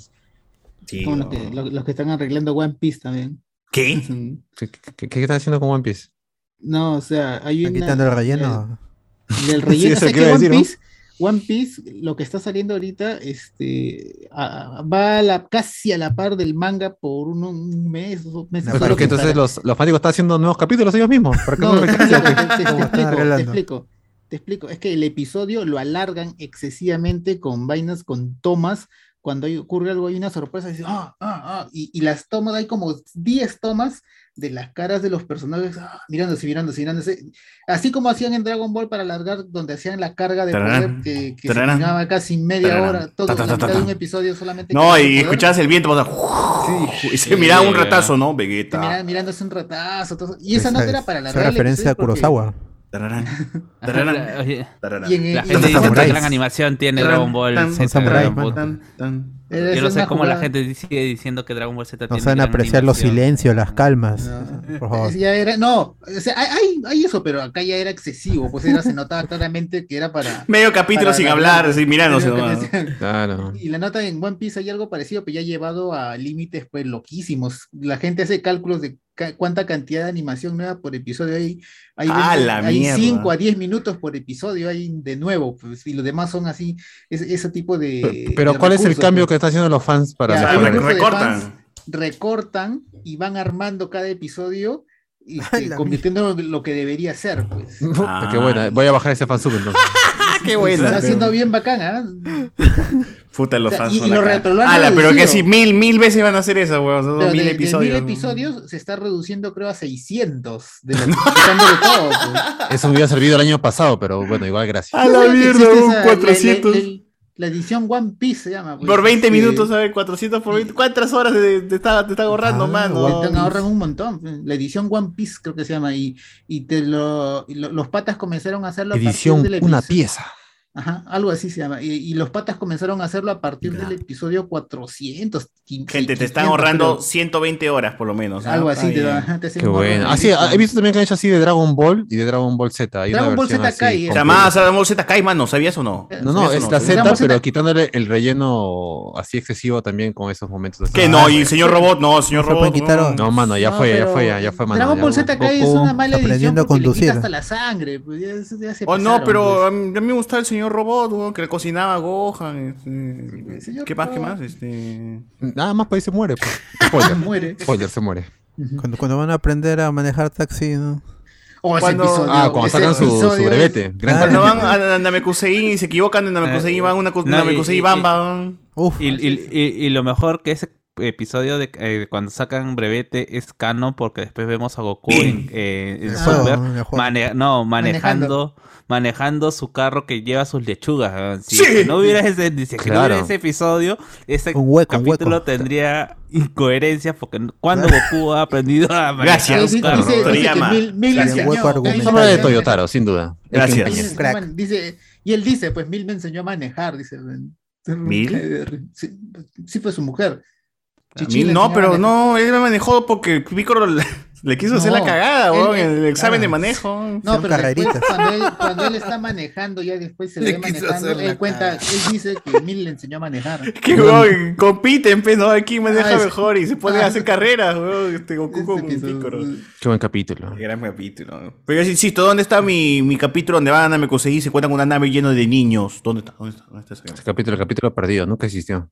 Sí,
Como los
no.
que, lo- los que están arreglando One Piece también.
¿Qué?
Ujú.
¿Qué, qué, qué- qué están haciendo con One Piece?
No, o sea, hay
¿Están
una. eh,
quitando el relleno?
el- del relleno. o
Sí, eso
sea, que
quiero
One
decir, ¿no?
Piece, One Piece, lo que está saliendo ahorita, este, a- a- va a la, casi a la par del manga por un, un mes, dos meses.
No,
Pero
Solo
que entonces
para-
los, los fanáticos están haciendo nuevos capítulos ellos mismos. ¿Para qué
No,
no
te, te-
rechazo?
te- te
Como están
explico, te
arreglando.
explico, te explico. Es que el episodio lo alargan excesivamente con vainas, con tomas. Cuando hay- ocurre algo, hay una sorpresa, dice, "Ah, ah, ah", y, y las tomas, hay como 10 tomas de las caras de los personajes, ah, mirándose, mirándose, mirándose. Así como hacían en Dragon Ball para alargar, donde hacían la carga de
Tararán,
poder que, que se
tararán,
terminaba casi media
tararán,
hora, todo,
ta,
la
ta, ta, ta,
mitad de
ta.
un episodio solamente.
No,
cargando
y
poder.
escuchabas el viento pasar. y se
Sí,
miraba un
ya.
ratazo, ¿no?
Te miraba
Vegeta.
mirándose un ratazo. todo- Y esa no
Esa-
era para alargar.
esa
el
referencia a
episodio porque-
Kurosawa.
Tararán,
La,
tararán,
oye,
tararán.
Y en el-
la
y en
gente
el-
dice que
samuráis.
gran animación tiene Dragon Ball
Tan,
Z.
son samuráis,
gran
mano.
puta.
tan, tan.
Era-
Yo no
eh, es
sé
una
cómo la
jugada-
gente sigue diciendo que Dragon Ball Z
No
tiene
saben
gran
apreciar los
animación.
silencios, las calmas.
No.
Por favor.
Es- ya era, no, o sea, hay, hay- hay eso, pero acá ya era excesivo, pues era, se notaba claramente que era para.
Medio capítulo
Para
sin
la-
hablar, así mirándose nomás.
Claro.
Y la nota en One Piece hay algo parecido, pero ya llevado a límites pues loquísimos. La gente hace cálculos de ca- cuánta cantidad de animación nueva por episodio hay. Hay,
¡Ah,
veinte-
la
hay
mierda!
5 a 10 minutos por episodio hay de nuevo, pues, y los demás son así, es- ese tipo de.
Pe- Pero
de
¿cuál es el
recursos,
cambio
pues.
que están haciendo los fans para
Ya,
O sea,
mejorar?
hay un grupo de
recortan.
fans recortan y van armando cada episodio y
Ay, la
convirtiendo en lo que debería ser, pues.
Puta, Qué buena. Voy a bajar ese fansub entonces.
Ah, qué
Está haciendo bien bacán, ¿ah?
Puta, los
O sea,
fans.
y-
son
y lo
acá.
retro- lo han
Ala, pero que
reducido.
si mil, mil veces van a hacer esa, weón. Son
Pero
mil
de, de
episodios.
mil episodios se está reduciendo, creo, a 600. De lo, quitándole todo, pues.
Eso me hubiera servido el año pasado, pero bueno, igual gracias.
A
Yo
la
creo que
mierda,
existe
un
esa- la- la-
400.
La, la edición One Piece se llama. pues,
Por 20
este,
minutos, ¿sabes? 400 por 20. ¿Cuántas horas te, te está, te está ahorrando,
Ah,
mano?
Ahorran, ahorran un montón. pues. La edición One Piece creo que se llama. Y, y te lo, y lo- los patas comenzaron a hacerlo a partir
Edición
del
una
episodio-
pieza.
Ajá, algo así se llama. Y, y los patas comenzaron a hacerlo a partir
Ya.
del episodio 400. quin-
Gente, te están
500,
ahorrando
creo.
120 horas por lo menos. ¿no?
Algo así
Está
te
bien.
da. ajá, te hacen ah,
Qué
un
bueno.
orden
Así,
listo.
Ah, he visto también que han hecho así de Dragon Ball y de Dragon Ball Z. Hay una
Dragon Ball
versión
Z eh.
así
cae,
O
O
sea,
sea,
más Dragon Ball Z Kai, mano, ¿sabías o no?
No, no,
¿Sabías
es
o
la
Dragon
Z,
Ball Z.
pero quitándole el relleno así excesivo también con esos momentos. así.
Que no, y señor Robot, no, señor
No se
Robot.
pueden quitar
no.
hoy.
Ah, No, mano, ya
No,
fue, ya
pero
fue, ya, ya fue, mano.
Dragon
ya,
Ball
güey.
Z acá es
Goku.
una mala edición
aprendiendo a
porque le quita
conducir.
hasta la sangre. pues, ya se- ya se
Oh, no,
pasaron,
pero
pues.
a mí, a mí me gustaba el señor Robot, weón, que le cocinaba a Gohan. este,
señor
¿Qué más, qué
Robot.
más? Este...
Nada más para ahí se muere. pues. Spoiler.
Muere.
Spoiler, se muere.
Cuando, cuando van a aprender a manejar taxi, ¿no?
O Oh, ese
Cuando-
episodio,
Ah, cuando
ese
sacan su, su
episodio es-
brevete. Gran
Cuando
cosa.
van a- a Namekusein y se equivocan de Namekusein, van a una cu-
No, y-
Namekusein
y-
Bamba. weón.
Uf,
Y, y- y- y lo mejor que ese episodio de eh, cuando sacan brevete es cano porque después vemos a Goku en, eh, en
Ah,
Super
mejor.
mane- no manejando manejando su carro que lleva sus lechugas weón. si, si no hubiera ese si es que no
Claro.
hubiera ese episodio ese
Un hueco, un
capítulo
hueco.
tendría incoherencias porque cuando Goku ha aprendido a manejar
Gracias,
su
Dice-
carro
dice-
weón?
dice
Toriyama.
que mil- mil
Gracias.
enseñó,
Hueco argumental.
mil
Sombra de
enseñó-
Toyotaro, sin duda. El que
Gracias.
mil
empeña.
enseñó
Crack.
man- dice, y él dice, pues Mil me enseñó a manejar, dice.
"Pues,
¿Mil?
Sí, sí fue su mujer.
A mí no, pero no, él me manejó porque Piccolo le- Le quiso hacer la cagada, weón, en el examen
ah,
de manejo.
No, pero después, cuando, él, cuando él está manejando, ya después se
Le
le ve
quiso
manejando,
hacer la
él cuenta, él dice que Mil le enseñó a manejar.
Que weón, compiten, pues, ¿no? Aquí maneja
Ah, es-
mejor y se pone a hacer
Ah.
carreras, weón. Este Goku con Piccolo.
Qué buen capítulo.
Gran capítulo. Pero yo insisto, ¿dónde está mi, mi capítulo donde van a me conseguí? Se cuentan con una nave llena de niños. ¿Dónde está? ¿Dónde está? ¿Dónde está ese
Ese capítulo, el capítulo perdido, nunca existió.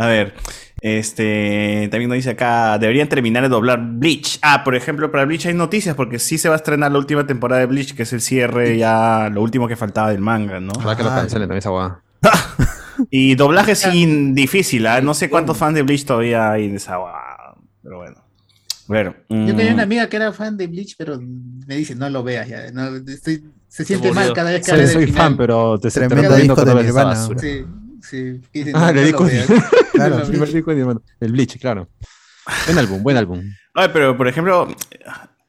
A ver, este también nos dice acá, deberían terminar de doblar Bleach. Ah, por ejemplo, para Bleach hay noticias porque sí se va a estrenar la última temporada de Bleach, que es el cierre ya, lo último que faltaba del manga, ¿no?
Ojalá que
Ah,
lo cancelen también esa guada.
Y doblaje es in- difícil, ¿ah? no sé cuántos fans de Bleach todavía hay en esa guada, pero bueno. A ver,
Yo tenía
mm,
una amiga que era fan de Bleach, pero me dice, no lo veas ya. no, estoy- se siente
Soy-
mal cada vez que
soy,
habla del
soy
final.
fan, pero te
Tremendo
te
disco
recomiendo que
de
no veas esa
Nirvana.
basura.
Sí, sí. Y dice,
Ah,
no
le
lo
dijo.
veas.
Claro,
No
el
lo
primer
veas.
disco de Nirvana. El Bleach, claro. Buen álbum, buen álbum.
Ay, pero por ejemplo,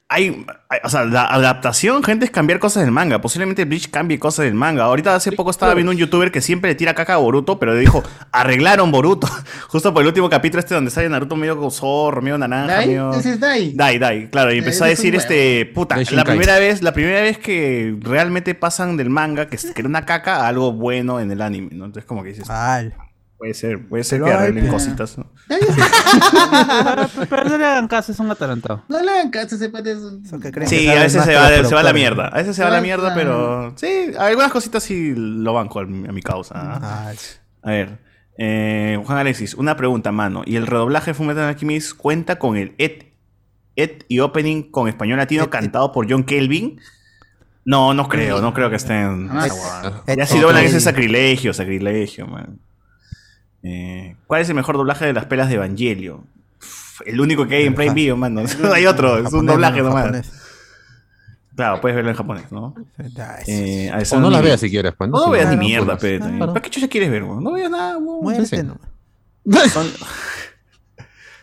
hay, hay- o sea, la adaptación, gente, es cambiar cosas del manga. Posiblemente Bleach cambie cosas del manga. Ahorita hace poco estaba viendo un youtuber que siempre le tira caca a Boruto, pero dijo, arreglaron Boruto. Justo por el último capítulo este donde sale Naruto medio con zorro, medio naranja,
¿Dai?
"Ah,
medio...
Ese es Dai.
Dai, Dai, claro, y
Eh,
empezó a
eres un
decir este, puta,
Dai
la
Shinkai.
primera vez, la primera vez que realmente pasan del manga, que es que era una caca, a algo bueno en el anime, ¿no? Entonces como que dices, puede ser, puede ser
Pero
que
ay,
arreglen
pero-
cositas, ¿no?
Pero no le hagan caso, es un atarantado.
No le hagan caso, ese pata es un-
Sí, a veces se va, se va a la mierda. A veces se va a la mierda, pero sí, algunas cositas sí lo banco al- a mi causa. ¿ah? A ver, eh, Juan Alexis, una pregunta, mano. ¿Y el redoblaje de Fullmetal Alchemist cuenta con el et, et y opening con español latino cantado por John Kelvin? No, no creo, no creo que estén.
Jamás.
Ya
Et-
si doblan
et-
ese sacrilegio, sacrilegio, man. Eh, ¿Cuál es el mejor doblaje de las pelas de Evangelio? Uf, El único que hay en Prime Video, mano. No hay otro, es un
Japonés,
doblaje
no,
nomás.
japonés.
Claro, puedes verlo en japonés, ¿no? Eh, a esa
O no las
ni-
veas si quieres, pues.
No,
Sí,
veas ni
claro,
mierda,
pues.
pero también.
Claro.
¿Para qué chucha quieres ver, weón? No veas nada, weón.
Muérete,
Sí, sí.
no.
Son-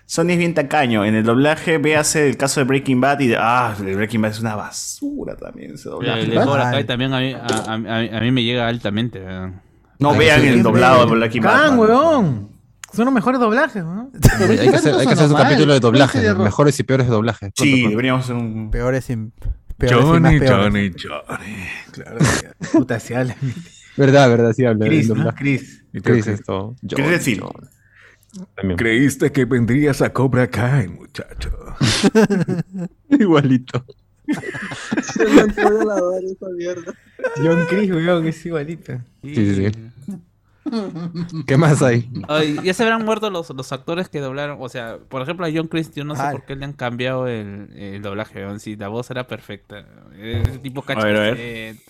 Sony es bien tacaño. En el doblaje, véase el caso de Breaking Bad y. Ah, el Breaking Bad es una basura también ese doblaje.
Eh,
El de Cobra Kai también a mí, a, a- a- a mí me llega altamente. weón.
No
Ay,
vean
sí.
el doblado de Breaking Bad.
¡Can,
mano.
weón! Son los mejores doblajes, ¿no?
Hay que hacer, hay que hacer su capítulo de doblaje, los mejores y peores doblajes. Pronto,
Sí,
pronto.
deberíamos hacer un.
Peores y, peores y más peores.
Johnny. Claro.
Puta, se habla.
Verdad, verdad, sí habla.
Chris,
del
¿no?
doblaje.
Chris.
Chris, esto. John,
Chris Redfield.
John. También.
Creíste que vendrías a Cobra Kai, muchacho.
Igualito.
Se me puede lavar esa mierda.
John Chris, weón, es igualito.
Sí, sí, sí. ¿Qué más hay?
Ay, ya se habrán muerto los, los actores que doblaron. O sea, por ejemplo, a John Chris, yo no sé
Ay.
por qué le han cambiado el, el doblaje. weón, Si la voz era perfecta. Ese tipo
A ver, a ver.
cachacien-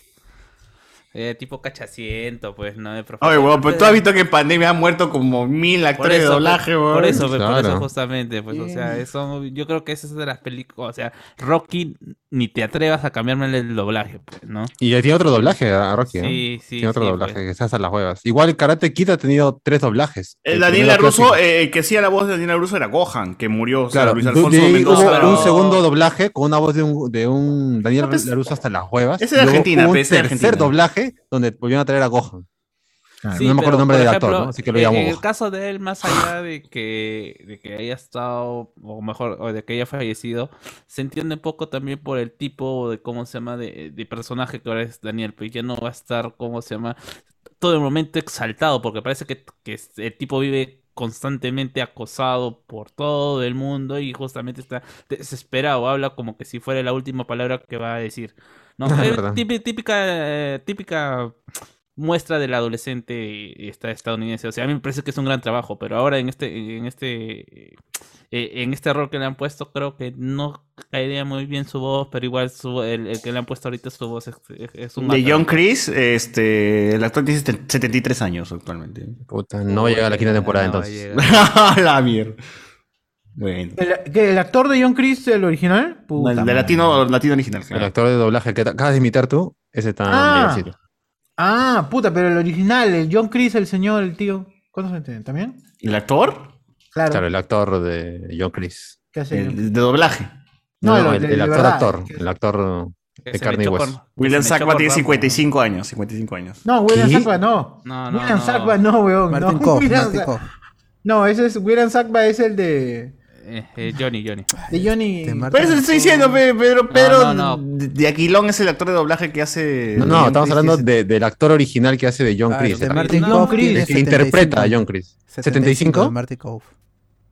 eh, tipo cachaciento, pues, ¿no? De
Ay,
profesional.
weón, pero tú has visto que en pandemia han muerto como mil
Este- Por
actores de
eso,
doblaje,
por,
weón.
por eso, pues, por eso
Claro.
justamente, pues, o sea, eso, yo creo que esa es de las películas, o sea, Rocky, ni te atrevas a cambiarme el doblaje, pues, ¿no?
Y ya tiene otro doblaje, a Rocky. ¿eh?
Sí, sí,
tiene otro
sí,
doblaje,
pues.
que se hace a las huevas. Igual Karate Kid ha tenido tres doblajes.
El
El
Daniel
primero
Russo,
clásico.
eh, el que hacía la voz de Daniel Russo era Gohan, que murió. o sea,
Claro,
Luis
du-
Alfonso
de ahí
Mendoza,
hubo
pero-
un segundo doblaje con una voz de un, de un Daniel
No, pues,
Laruso hasta las huevas.
ese de
y luego
Argentina,
hubo un
pues, ese de
tercer
Argentina.
doblaje donde volvieron a traer a Gohan. Ah,
Claro.
Sí,
no me acuerdo el
pero,
nombre
por
del actor,
ejemplo,
¿no? Así que lo
eh,
en-
llamo
En el
Gohan.
caso de él, más allá de que, de que haya estado, o mejor, o de que haya fallecido, se entiende un poco también por el tipo de cómo se llama de, de personaje que ahora es Daniel, pues ya no va a estar, cómo se llama, todo el momento exaltado, porque parece que, que es- el tipo vive constantemente acosado por todo el mundo y justamente está desesperado, habla como que si fuera la última palabra que va a decir. No,
Es
Eh,
verdad.
típi- típica, eh, típica muestra del adolescente esta- estadounidense. O sea, a mí me parece que es un gran trabajo, pero ahora en este, en este, eh, en este rol que le han puesto, creo que no caería muy bien su voz, pero igual su- el, el que le han puesto ahorita su voz es, es- es un
De
mata.
John Chris, este, el actor tiene 73 años actualmente.
Puta, no va a llegar a la quinta temporada
No va a
entonces.
llegar.
la mierda. Bueno.
¿El, que el actor de John Chris, el original? Puta
El de
madre.
latino, latino original.
El
claro.
actor de doblaje que te acabas de imitar tú, ese está
Ah.
mayorcito.
Ah, puta, pero el original, el John Chris, el señor, el tío. ¿Cuántos años tiene? ¿También?
¿El actor?
Claro.
Claro, el actor de John Chris.
¿Qué hace John Chris?
El de doblaje.
No,
No,
lo-
el,
de-
el
de
actor
verdad.
actor. El actor
Que
de
se pues, me
carne y
echó por-
hueso.
que se
William
me echó
Sackman
por
tiene
ramo.
55 años. 55 años.
No, William
¿Qué?
Sackba no.
No, no,
William
no.
Sackba no, weón.
Martín
no,
Koch,
William
Martín
Sackba-
Koch.
No, ese es. William Sackba es el de.
eh, eh, Johnny, Johnny.
De Johnny.
Pero eso te estoy diciendo, pe- Pedro, Pedro
No, no,
de- de Aquilón es el actor de doblaje que hace.
No, no, estamos
John
hablando de- del actor original que hace de John
Ah,
Chris.
Este,
de
el
Martin
actor.
Kaufman,
El
tiene
que interpreta a
75.
John Chris.
75 de
¿75?
Marty Cove.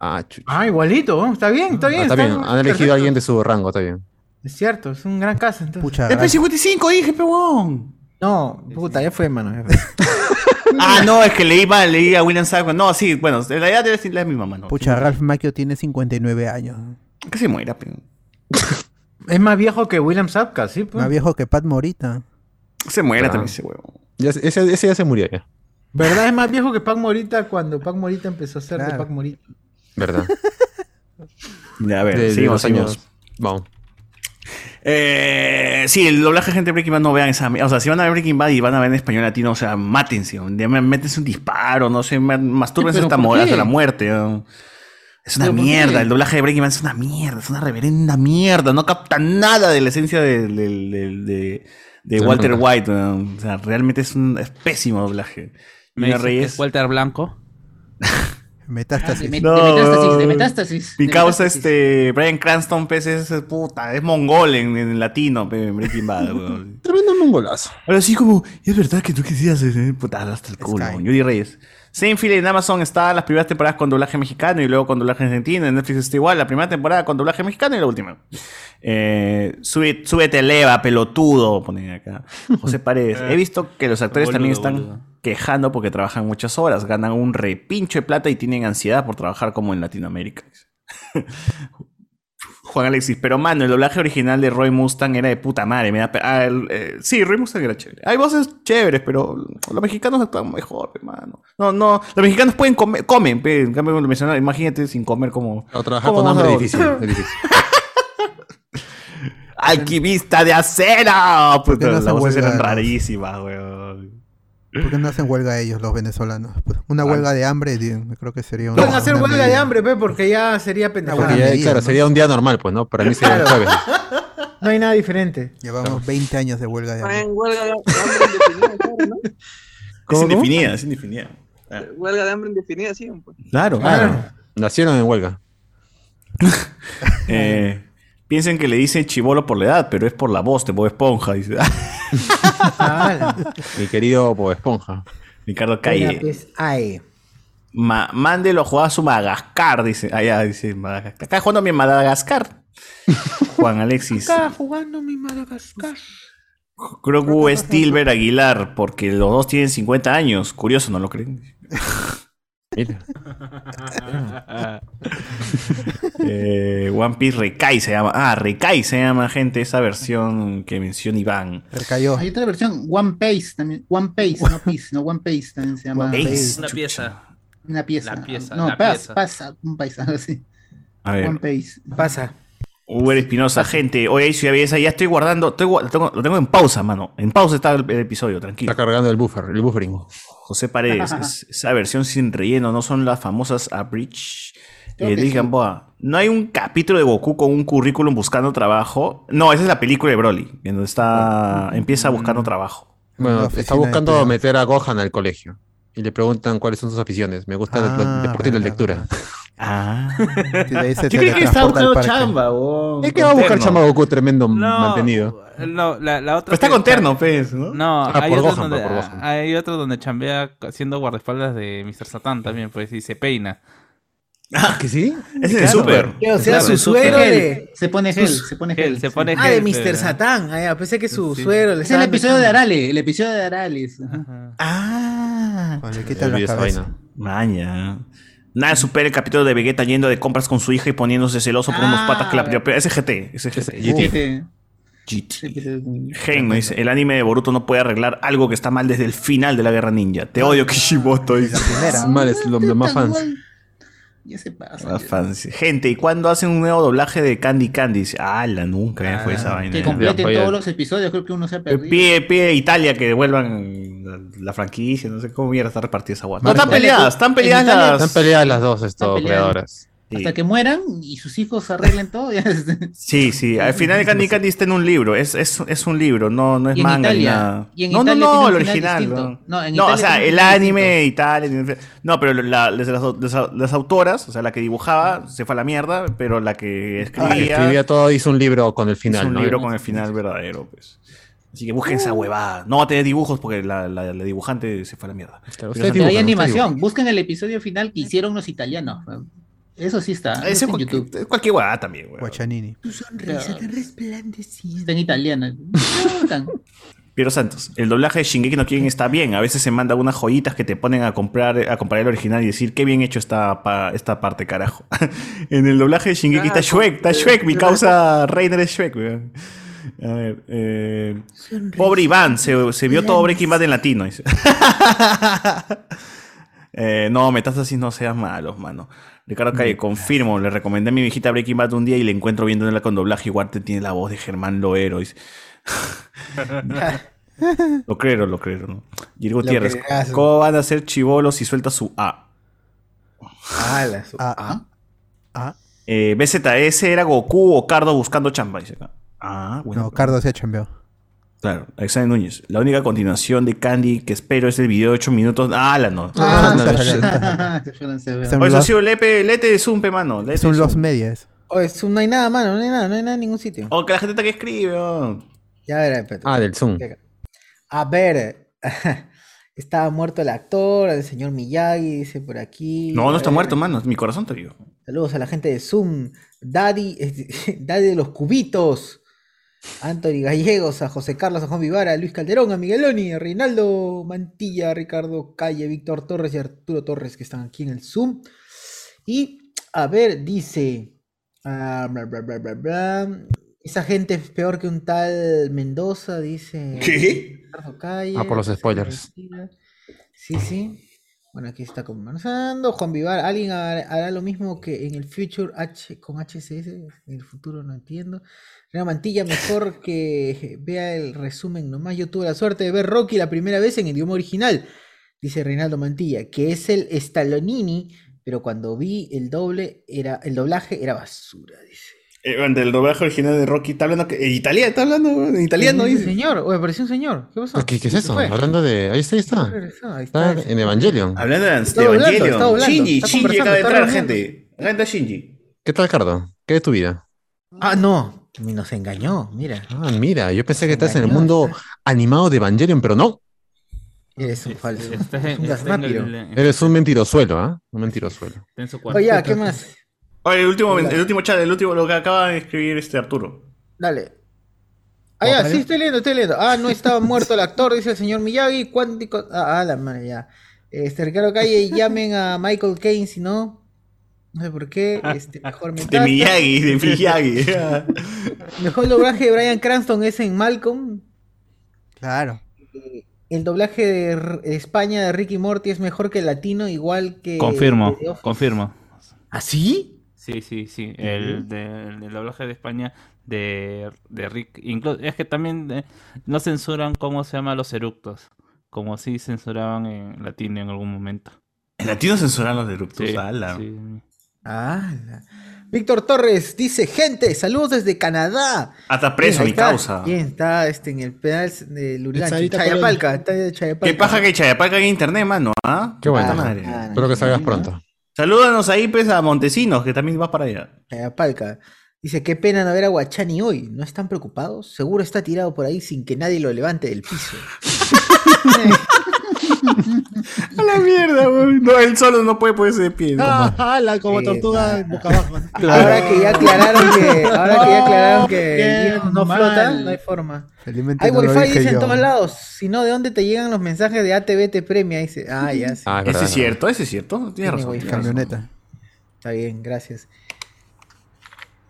Ah, chucha.
Ah, igualito, está bien, está bien.
Ah, está bien, han elegido a alguien de su rango, está bien.
Es cierto, es un gran caso. Entonces.
Pucha,
Este
¡Es
gracias.
55 dije, pe huevón! No, puta, ya fue, mano. ya fue.
Ah, no, es que leí mal, leí a William Sackman. No, sí, bueno, en realidad es la misma mano.
Pucha, Ralph Macchio tiene 59 años.
Que se muera, pe.
es más viejo que William Sapka, sí, pues.
Más viejo que Pat Morita.
Se muera
Ah.
también ese huevo.
Ya se- ese, ese ya se murió ya.
¿Verdad? Es más viejo que Pac Morita cuando Pac Morita empezó a ser de Pac Morita.
¿Verdad?
Ya, a ver,
De- de
sigamos,
los años.
sigamos.
Vamos.
Eh, sí, el doblaje gente de Breaking Bad no vean esa. mi- O sea, si van a ver Breaking Bad y van a ver en español latino, o sea, mátense. un día me- Métense un disparo, no sé, ma- mastúrbense
¿Pero
hasta,
por
mo-
qué?
hasta la muerte. ¿no? Es una
¿Pero por qué?
mierda. El doblaje de Breaking Bad es una mierda, es una reverenda mierda. No capta nada de la esencia del- del- del- de, de
Del
Walter
manga.
White. ¿no? O sea, realmente es un es pésimo doblaje.
Me
Nina
dice que es Walter Blanco.
Ah,
Ah,
Metástasis.
No, Mi causa, este, Brian Cranston, pues, es, es puta, es mongol en, en latino, pe, en Breaking Bad, weón.
Tremendo mongolazo.
Ahora sí, como, es verdad que tú quisieras eh, puta, hasta el culo, weón. Yuri Reyes. Seinfeld en Amazon está las primeras temporadas con doblaje mexicano y luego con doblaje argentino. En Netflix está igual, la primera temporada con doblaje mexicano y la última. Eh, sube- súbete, leva, pelotudo, ponen acá. José Paredes. He visto que los actores
Boludo,
también están
boludo.
quejando porque trabajan muchas horas, ganan un repincho de plata y tienen ansiedad por trabajar como en Latinoamérica. Juan Alexis, pero mano, el doblaje original de Roy Mustang era de puta madre. Me da pe- ah, el, eh, sí, Roy Mustang era chévere. Hay voces chéveres, pero los mexicanos actúan mejor, pe, mano. No, no, los mexicanos pueden comer, comen, pe. en cambio, lo mencionaba, imagínate sin comer como.
O trabajar con hambre es difícil. es difícil.
Alquimista de acera.
¿Por qué
Puta,
no
las
hacen
voces eran
huelga?
rarísimas, weón.
¿Por qué no hacen huelga ellos, los venezolanos? Pues,
Ah.
Una huelga de hambre, tío, creo que sería una.
Van a hacer
una
huelga de
medida.
hambre, pe, porque ya sería pendejada.
Porque ya,
medida,
claro,
¿no?
sería un día normal, pues, ¿no? Para mí sería el jueves.
No hay nada diferente.
Llevamos 20 años de huelga de hambre.
En huelga de hambre indefinida, claro, ¿no?
Es indefinida, es indefinida. Ah,
Huelga de hambre indefinida, sí. pues.
Claro, claro.
Nacieron en huelga.
Eh, piensen que le dice chivolo por la edad, pero es por la voz de Bob Esponja. Dice.
Mi querido Bob Esponja.
Ricardo
Mira,
Calle.
pues, ay.
Ma- mándelo a jugar a su Madagascar, dice. Allá dice Madagascar. Acá jugando mi Madagascar. Juan Alexis.
Acá jugando mi Madagascar.
Grogu es Tilber Aguilar, porque los dos tienen 50 años. Curioso, ¿no lo creen?
Mira.
Eh, One Piece Rekai se llama. Ah, Rekai se llama, gente, esa versión que menciona Iván.
Recayó.
Hay otra versión, One Piece también. One Piece, no Piece, no One Piece también se llama.
One Piece.
Una pieza.
Una pieza.
La pieza,
no,
la
pas-
pieza.
pasa, un paisa, así.
A ver.
One Piece.
Pasa.
Uber Espinosa, gente, hoy hay Ciudad Belleza, ya estoy guardando, estoy gua- lo, tengo, lo tengo en pausa, mano. En pausa está el, el episodio, tranquilo.
Está cargando el buffer, el buffering.
José Paredes, es- esa versión sin relleno, no son las famosas Abridge.
Creo
Eh,
que
Luis
sí.
Gamboa, ¿no hay un capítulo de Goku con un currículum buscando trabajo? No, esa es la película de Broly, en donde está, empieza buscando trabajo.
Bueno,
La
está
oficina de
buscando
pedos.
meter a Gohan al colegio. Y le preguntan cuáles son sus aficiones. Me gusta el-
Ah,
el deporte y la
verdad,
lectura.
Ah.
Y de ahí se
Yo creí que estaba
teletransporta al
buscando
parque.
chamba, weón.
Eh,
Es que va a
con
buscar
terno.
Chama Goku tremendo
No,
mantenido.
no, la, la otra
Pero está
que-
con terno, pues, ¿no?
No,
Ah,
hay,
por
otro
Gohan,
donde, ah,
por Gohan.
hay otro donde chambea siendo guardaespaldas de Mr. Satan también, pues, y se peina.
Ah,
¿Que sí?
es en el
Claro.
súper.
O sea,
Claro,
su
el
suero
super-
de.
Se pone gel, se pone gel.
Él se pone
Ah, de
gente,
Mr.
¿verdad?
Satán. Ah, ya, pensé que su
Sí.
suero le
Es el
estaba
episodio de
metiendo.
Arale, el episodio de Arale. es, ajá.
Ajá.
Ah.
Cuando le
Ya
quitan
olvidé
la
esa
cabeza.
vaina.
Maña. Nada supera el capítulo de Vegeta yendo de compras con su hija y poniéndose celoso por unos
Ah,
patas que la
a ver.
Ese SGT. SGT.
Ese- GT.
Este-
GT.
este-
Gen nos dice, el anime de Boruto no puede arreglar algo que está mal desde el final de la guerra ninja. Te odio, Kishimoto. dice.
Es mal, es lo, lo más fans.
Ya se pasa.
Ah, fans. Gente, ¿y cuándo hacen un nuevo doblaje de Candy Candy? Dice, ala, nunca ya fue esa
Que
vaina. Eh,
completen
Vaya.
todos los episodios, creo que uno se ha perdido.
Pide, pide a Italia que devuelvan la, la franquicia, no sé cómo mierda está repartida esa guata. No,
Marco.
están peleadas, están peleadas
En Italia-
las...
Están peleadas las dos esto,
Están peleadas.
creadoras.
Hasta que mueran y sus hijos arreglen todo. ya es-
Sí, sí. Al final Candy Candy está en un libro. Es, es, es un libro, no, no es
Y en
manga ni
Italia.
nada.
Y en
no,
Italia
no, no, el
tiene un final
original.
distinto.
No,
No, en
No, o
Italia
sea,
tiene un
el
final
anime y tal. y- No, pero la- las, las, las- las autoras, o sea, la que dibujaba se fue a la mierda, pero la que escribía.
Ah, escribía todo, hizo un libro con el final.
Es un
¿no?
libro con el final verdadero, pues. Así que busquen esa huevada. No va a tener dibujos porque la, la- la dibujante se fue a la mierda. Pero
Pero
son dibujos,
hay
son
animación.
dibujos.
Busquen el episodio final que hicieron los italianos. Eso sí está.
Ah,
Eso
Ese
está en
cualquier-
YouTube.
es cualquier huevada también, weón.
Guachanini.
Tu sonrisa te resplandecía. Está en italiano. Tan-
Piero Santos, el doblaje de Shingeki no Kyojin está bien. A veces se manda unas joyitas que te ponen a comprar, a comparar el original y decir qué bien hecho está pa- esta parte, carajo. en el doblaje de Shingeki está Shrek,
eh,
está Shrek, mi causa Reiner es Shrek, weón. A ver, eh, pobre Iván, se, se vio todo Breaking Bad en latino. dice. Eh, no, Metástasis no seas malos, mano. Ricardo
Mm.
Calle, confirmo, le recomendé a mi viejita Breaking Bad un día y le encuentro viéndola con doblaje. Igual te tiene la voz de Germán Loero. dice. Lo creo, lo creo, ¿no? Gil Gutiérrez,
creerás.
¿cómo van a ser chivolos si suelta su A?
Ala, su-
Ah,
Eh, BZS era Goku o Cardo buscando chamba, dice acá. Ah, bueno.
No, Cardo se ha chambeado.
Claro, Alexander Núñez. La única continuación de Candy que espero es el video de 8 minutos. Ah, la no.
Ah,
No, no,
está
no.
Se fueron, se
Es
fueron.
un
Oh, eso ha
lost-
sido Lepe, Lete de Zumpe, mano. Lete
es un
de
los
Zumpe.
medias.
Oh, es un- no hay nada, mano, no hay nada, no hay nada en ningún sitio.
O que la gente está que escribe. oh.
Ya verá, espérate.
Ah, del Zoom.
A ver, estaba muerto el actor, el señor Miyagi, dice por aquí.
No, no está
A ver,
muerto, mano. Mi corazón te digo.
Saludos a la gente de Zoom, Daddy, Daddy de los Cubitos, Anthony Gallegos, a José Carlos, a Juan Vivara, a Luis Calderón, a Migueloni, a Reinaldo Mantilla, a Ricardo Calle, Víctor Torres y Arturo Torres que están aquí en el Zoom. Y a ver, dice. ah, bla, bla, bla, bla, bla. Esa gente es peor que un tal Mendoza, dice.
¿Qué?
Ricardo Calle.
Ah, por los spoilers.
Sí, sí. Bueno, aquí está conversando. Juan Vivar, ¿alguien har- hará lo mismo que en el Future H con HCS? En el futuro no entiendo. Reina Mantilla, mejor que vea el resumen nomás. Yo tuve la suerte de ver Rocky la primera vez en el idioma original, dice Reinaldo Mantilla, que es el Stallonini, pero cuando vi el doble, era, el doblaje era basura.
Eh, bueno, del doblaje original de Rocky está hablando que, en italiano, está hablando weón, en italiano.
Apareció un
dice.
señor, oye, apareció un señor. ¿Qué pasó?
Ah, ¿Qué, qué es
Se
eso?
fue.
Hablando de. Ahí está, ahí está.
Regresó, ahí
Está
está.
en Evangelion.
Hablando
Está
de
doblando,
Evangelion.
está doblando,
Shinji,
está
Shinji
conversando,
acaba de
está
entrar,
reuniendo.
gente. Acá entra Shinji.
¿Qué tal, Cardo? ¿Qué es tu vida?
Ah, no. Nos engañó, mira.
Ah, mira, yo pensé que estás en el
Engañosa.
mundo animado de Evangelion, pero no.
Eres un falso.
Está
eres un
en- está en
gasnápiro.
el- eh,
Eres un mentirosuelo, ¿ah? Un mentirosuelo.
Está en su cuarto.
Oye, ya, ¿qué más?
Oye, el último, el último chat, el último, lo que acaba de escribir este Arturo.
Dale. Ah, ya, sí, estoy leyendo, estoy leyendo. Ah, no estaba muerto el actor, dice el señor Miyagi. Cuántico. Ah, ah, la madre, ya. Este, Ricardo Calle, llamen a Michael Caine, si no. No sé por qué. Este, mejor
De
metástasis.
Miyagi, de Miyagi.
Mejor doblaje de Brian Cranston es en Malcolm.
Claro.
eh, El doblaje de R- de España de Ricky Morty es mejor que el latino, igual que.
Confirmo,
que de Off-
confirmo.
¿Ah, sí?
Sí, sí, sí. El, de- el del doblaje de España de, de Rick. Incluso, es que también eh, no censuran cómo se llaman los eructos. Como si censuraban en latino en algún momento.
En latino censuran los eructos.
Sí,
ala.
sí.
Ah, la- Víctor Torres dice: Gente, saludos desde Canadá.
Hasta
Bien,
preso,
ahí
mi
está.
causa.
Bien, está este, en el pedal de Lurigancho.
Pensadita
Chayapalca, está de Chayapalca.
¿Qué paja que Chayapalca en internet, mano? ¿Ah?
Qué bueno.
Puta madre.
Espero que salgas pronto.
Salúdanos ahí, pues, a Montesinos, que también vas para allá.
Chayapalca. Dice, qué pena no ver a Guachani hoy. ¿No están preocupados? Seguro está tirado por ahí sin que nadie lo levante del piso.
A la mierda, güey. No, él solo no puede ponerse de pie. no, man.
ala, como tortuga boca abajo.
Este, ah, Ahora que ya aclararon que, ahora que, ya aclararon que
Qué
el guión no
mal.
flota, no hay forma.
Felizmente
Hay
no lo
wifi,
dije
dice en
yo.
todos lados. Si no, ¿de dónde te llegan los mensajes de ATV te premia? Dice, ah, ya, sí.
Ah,
ese
verdad,
es cierto, ese es cierto.
Tiene
Tienes razón.
wifi.
tienes razón.
Camioneta.
Está bien, gracias.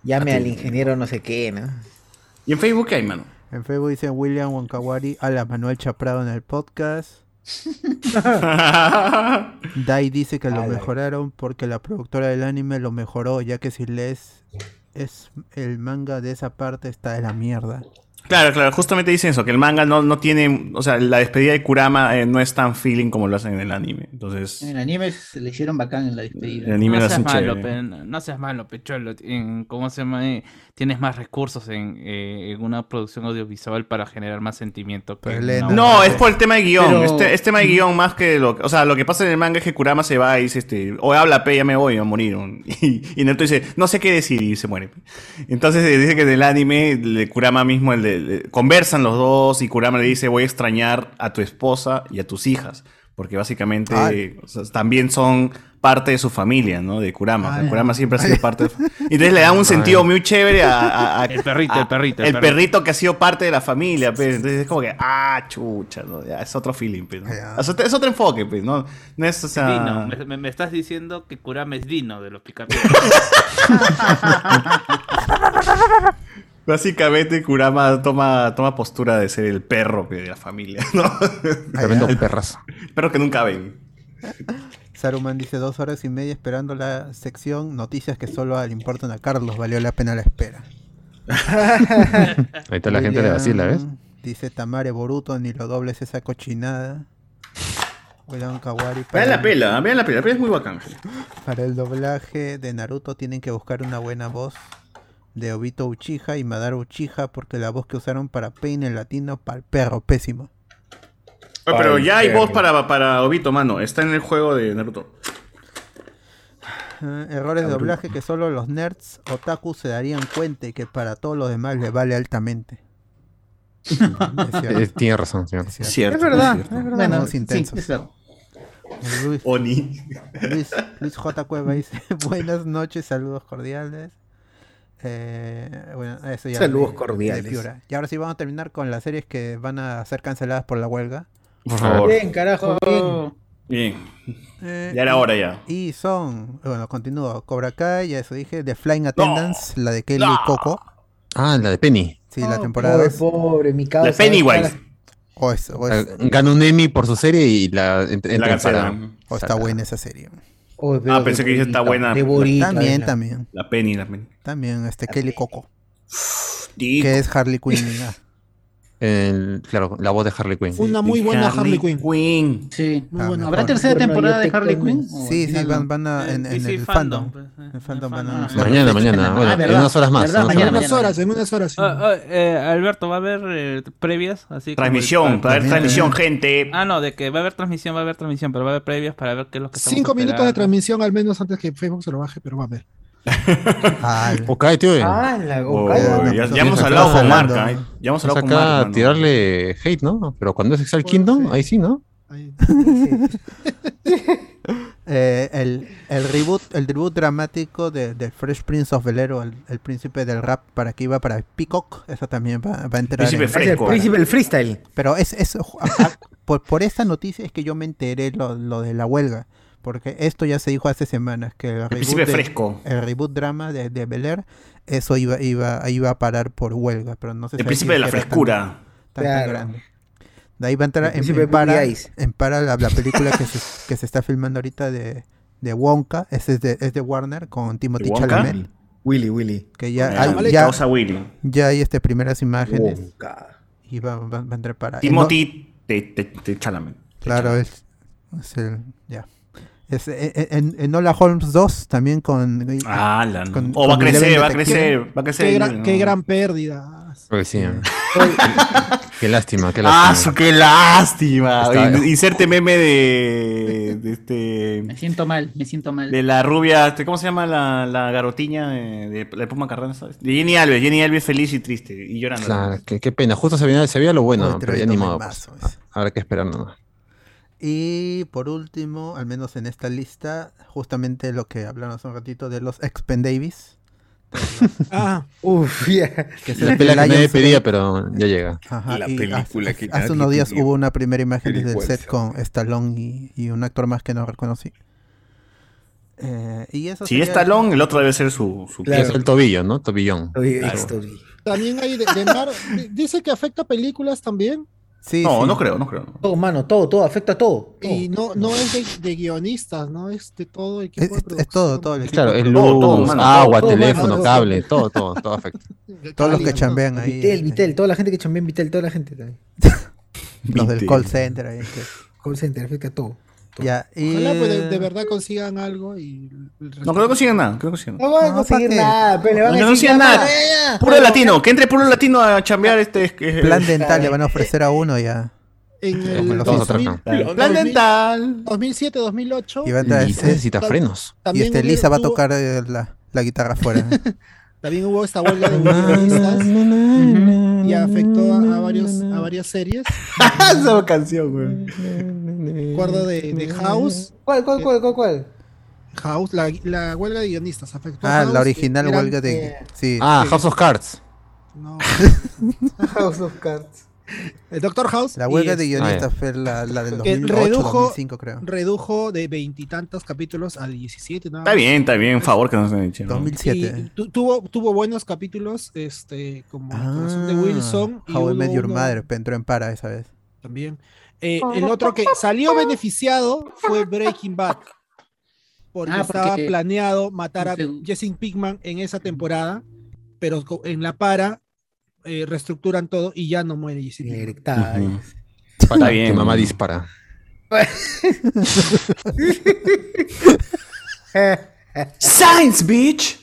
Llame
ATV.
al ingeniero no sé qué, ¿no?
¿Y en Facebook qué hay, mano?
En Facebook dicen William Wonkawari, a la Manuel Chaprado en el podcast.
Ah.
Dai dice que lo
Ala.
mejoraron porque la productora del anime lo mejoró, ya que si lees es el manga de esa parte está de la mierda.
Claro, claro, justamente dicen eso, que el manga no, no tiene, o sea, la despedida de Kurama eh, no es tan feeling como lo hacen en el anime. Entonces,
En el anime se le hicieron bacán en la despedida.
El anime
no
lo
seas
hacen
malo,
chévere.
pe, no no seas malo, pecholo. En- ¿Cómo se llama? Eh, Tienes más recursos en, eh, en una producción audiovisual para generar más sentimiento. pues, que en una
No,
obra
es
de-
por el tema de guión.
Pero-
Este, es tema de guión más que lo O sea, lo que pasa en el manga es que Kurama se va y dice, este, o habla, pe, ya me voy, a morir. Y, y Naruto dice, no sé qué decir y se muere. Entonces eh, dice que en el anime, le- Kurama mismo, el de- le- conversan los dos y Kurama le dice, voy a extrañar a tu esposa y a tus hijas. Porque básicamente
Ay.
o sea, también son parte de su familia, ¿no? De Kurama. O sea,
Ay.
Kurama siempre ha sido parte de... Y entonces le da un sentido muy chévere a... a- a-
El perrito,
a-
el perrito, el
El
perrito.
perrito que ha sido parte de la familia, pues. Entonces es como que, ah, chucha, ¿no? Ya, es otro feeling, pues, ¿no? Es, otro, es otro enfoque, pues, ¿no? No es, o sea...
Dino, me, me- me estás diciendo que Kurama es Dino de los picapiedras.
Básicamente Kurama toma, toma postura de ser el perro pues, de la familia, ¿no?
Tremendo perrazo.
El perro que nunca ven.
Saruman dice dos horas y media esperando la sección noticias que solo le importan a Carlos. Valió la pena la espera.
Ahí está la gente le vacila, ¿ves?
Dice Tamare Boruto, ni lo dobles esa cochinada. Weón Kawari.
Vean la pela, ¿eh? vean la pela, la pela es muy bacán.
Para el doblaje de Naruto tienen que buscar una buena voz de Obito Uchiha y Madara Uchiha porque la voz que usaron para Pain en latino para el perro, pésimo.
Oye, Pero
Ay,
ya hay
perro.
voz para, para Obito, mano. Está en el juego de Naruto.
Eh, errores de
Naruto.
doblaje que solo los nerds otaku se darían cuenta y que para todos los demás les vale altamente. Es cierto.
Eh, tiene razón, señor.
Es
Cierto,
cierto.
Es verdad,
es verdad.
Bueno,
Bueno,
es intenso.
sí, es verdad.
Eh, Luis,
Oni.
Luis, Luis J. Cueva dice: Buenas noches, saludos cordiales. Eh, bueno, eso ya
Saludos
de-
cordiales.
de Piura. Y ahora sí vamos a terminar con las series que van a ser canceladas por la huelga.
Por favor.
Bien, carajo, bien.
Bien.
Eh,
ya era
y-
hora ya.
Y son, bueno, continúo, Cobra Kai, ya eso dije, The Flying Attendants, la de Kelly Coco.
Ah, la de Penny.
Sí, la temporada
Pobre,
dos.
pobre, mi causa.
O eso,
Pues
o eso.
Ah, Ganó un Emmy por su serie y la ent- entra en
cancelan.
parada.
O está buena esa serie.
Ah, pensé que dice está buena.
También, también.
La Penny, la Penny.
También, este Kelly Coco.
Digo.
Que es Harley Quinn. ah.
El- claro, la voz de Harley Quinn.
Harley
Quinn.
Sí, muy
Ah,
buena.
mejor.
¿Habrá tercera
Bueno,
temporada
yo
de
te
Harley
comento.
Quinn? ¿O
Sí, sí,
al final
van,
no?
van
Eh,
a, Ah, en, en
DC
el
fandom,
fandom.
pues, eh,
En fandom van a anunciar
Mañana,
la fecha.
mañana. Bueno, en
Ah, ¿verdad?
unas horas más,
¿verdad?
en unas
Mañana,
horas.
mañana.
horas, en unas horas.
Ah, ah, eh, Alberto, ¿va a haber eh, previas? Así como
Transmisión,
el-
va a haber transmisión, gente.
Ah, no, de que va a haber transmisión, va a haber transmisión, pero va a haber previas para ver qué es lo que estamos
Cinco minutos de
esperando.
transmisión al menos antes que Facebook se lo baje, pero va a ver.
Ah,
Ok, tío. eh.
Ah,
Uy, Oh, ya, ya hemos hablado con Marca. ¿eh? Ya hemos hablado con
Pues acá
Marca. ¿no?
tirarle hate, ¿no? Pero cuando es Exalt Kingdom, ahí sí, ¿no?
Eh, el, el reboot, el reboot dramático de, de Fresh Prince of Velero, el, el príncipe del rap para que iba para Peacock, eso también va, va a entrar.
Príncipe
en-
fresco. El príncipe del freestyle.
Pero es eso. Por, por esta noticia es que yo me enteré lo, lo de la huelga. Porque esto ya se dijo hace semanas que el, reboot
príncipe
de-
fresco.
el reboot drama de, de Bel Air, eso iba, iba, iba a parar por huelga, pero no se
El
sabía
príncipe de la
que era
frescura.
tan- tan
Claro.
grande. De ahí va a entrar
El
en,
príncipe
en para,
Blue Eyes.
en para la, la película que se, que se está filmando ahorita de, de Wonka. Ese es de, es de Warner con Timothy
Wonka?
Chalamet.
Willy, Willy.
Que ya
Ah,
hay,
vale,
ya,
causa Willy.
ya hay este, primeras imágenes.
Wonka.
Y va, va- va a entrar para.
Timothy te, te, te Chalamet.
Claro, es, es el. Ya. Es- e- e- en, en Hola Holmes 2 también con.
Ah, la-
con-
oh, va a
con
crecer,
Eleven
va a
Detective.
crecer, va a crecer.
Qué gran,
No.
Ah, qué gran pérdida.
Pues sí. qué lástima, qué lástima.
Ah, su qué lástima.
Está-
In- Inserte meme de, de
Me
este
siento mal, me siento mal.
de la rubia, este, ¿cómo se llama la, la garotiña eh, de, de Puma Carranza? De Jenny Alves, Jenny Alves feliz y triste y llorando.
Claro, qué, qué pena. Justo se veía, se veía lo bueno,
Uy,
pero ya
tremendo
ni modo.
memazo,
pues. Habrá que esperar nomás.
Y por último, al menos en esta lista, justamente lo que hablamos hace un ratito de los Expendavis.
ah,
uff,
Que
La pela que nadie pedía, pero ya llega.
Ajá,
La
y
película
hace,
que
hace
nadie
unos días
pidió.
hubo una primera imagen del
Película.
set con Stallone y, y un actor más que no reconocí. Eh, y eso
Si es
sería-
talón, el otro debe ser su, su
Es el tobillo, ¿no? Tobillón.
Tobillo,
Claro.
ex tobillo.
También hay de, de Mar- di- Dice que afecta películas también.
Sí,
no,
sí. Oh,
no creo, no creo.
Todo, mano, todo, todo, afecta a todo.
Y no, no es de, de guionistas, ¿no? Es de todo el equipo. de
Es todo, todo el equipo.
Claro, es luz,
Todo, todo, mano, todo,
agua,
todo,
teléfono,
mano, todo.
cable, todo, todo, todo afecta.
Todos los que chambean ahí.
Vitel, Vitel, toda la gente que chambea en Vitel, toda la gente también.
Los del call center ahí. que-
Call center, afecta a todo.
Ya, y-
Ojalá pues, de, de verdad consigan algo y.
No creo que consigan nada, creo que consigan nada.
No van a conseguir nada, pero le van
No,
a decir
no consigan
ya,
nada.
ya, ya.
Puro latino, que entre puro latino a chambear este.
Plan dental le van a ofrecer a uno ya.
En
Como
el
los
2000,
otros, ¿no?
Plan
Plan
dental. 2007, 2008.
Y va a entrar
Lisa
este-
tal-
Y
también
este
hubo-
Lisa va a
hubo-
tocar eh, la, la guitarra afuera.
También hubo esta huelga de guionistas y afectó a, a varios, a varias series.
Eh,
Esa canción,
Me acuerdo de, de
eh.
House.
¿Cuál, cuál, cuál, cuál, cuál?
House, la, la huelga de guionistas afectó a
Ah,
House,
la original
que eran,
huelga de.
eh,
Sí.
Ah, House of Cards.
House of Cards.
El Doctor House.
La huelga
y
de
este-
guionistas fue la, la del
que
2008,
Eh, redujo,
2005, creo.
redujo de veintitantos capítulos a 17. nada
Está
más.
bien, está bien, favor que nos han dicho. ¿no?
Y tu- tuvo, tuvo buenos capítulos, este, como el corazón de
Ah,
Wilson. y
How I
hubo
Met Your
uno
Mother, pero entró en para esa vez.
También. Eh, el otro que salió beneficiado fue Breaking Bad. Porque,
Ah, porque-
estaba planeado matar a Jesse Pinkman en esa temporada, pero co- en la para eh, reestructuran todo y ya no muere Jesse Pinkman.
Ujú. Para que
bien.
mamá dispara.
Science, bitch.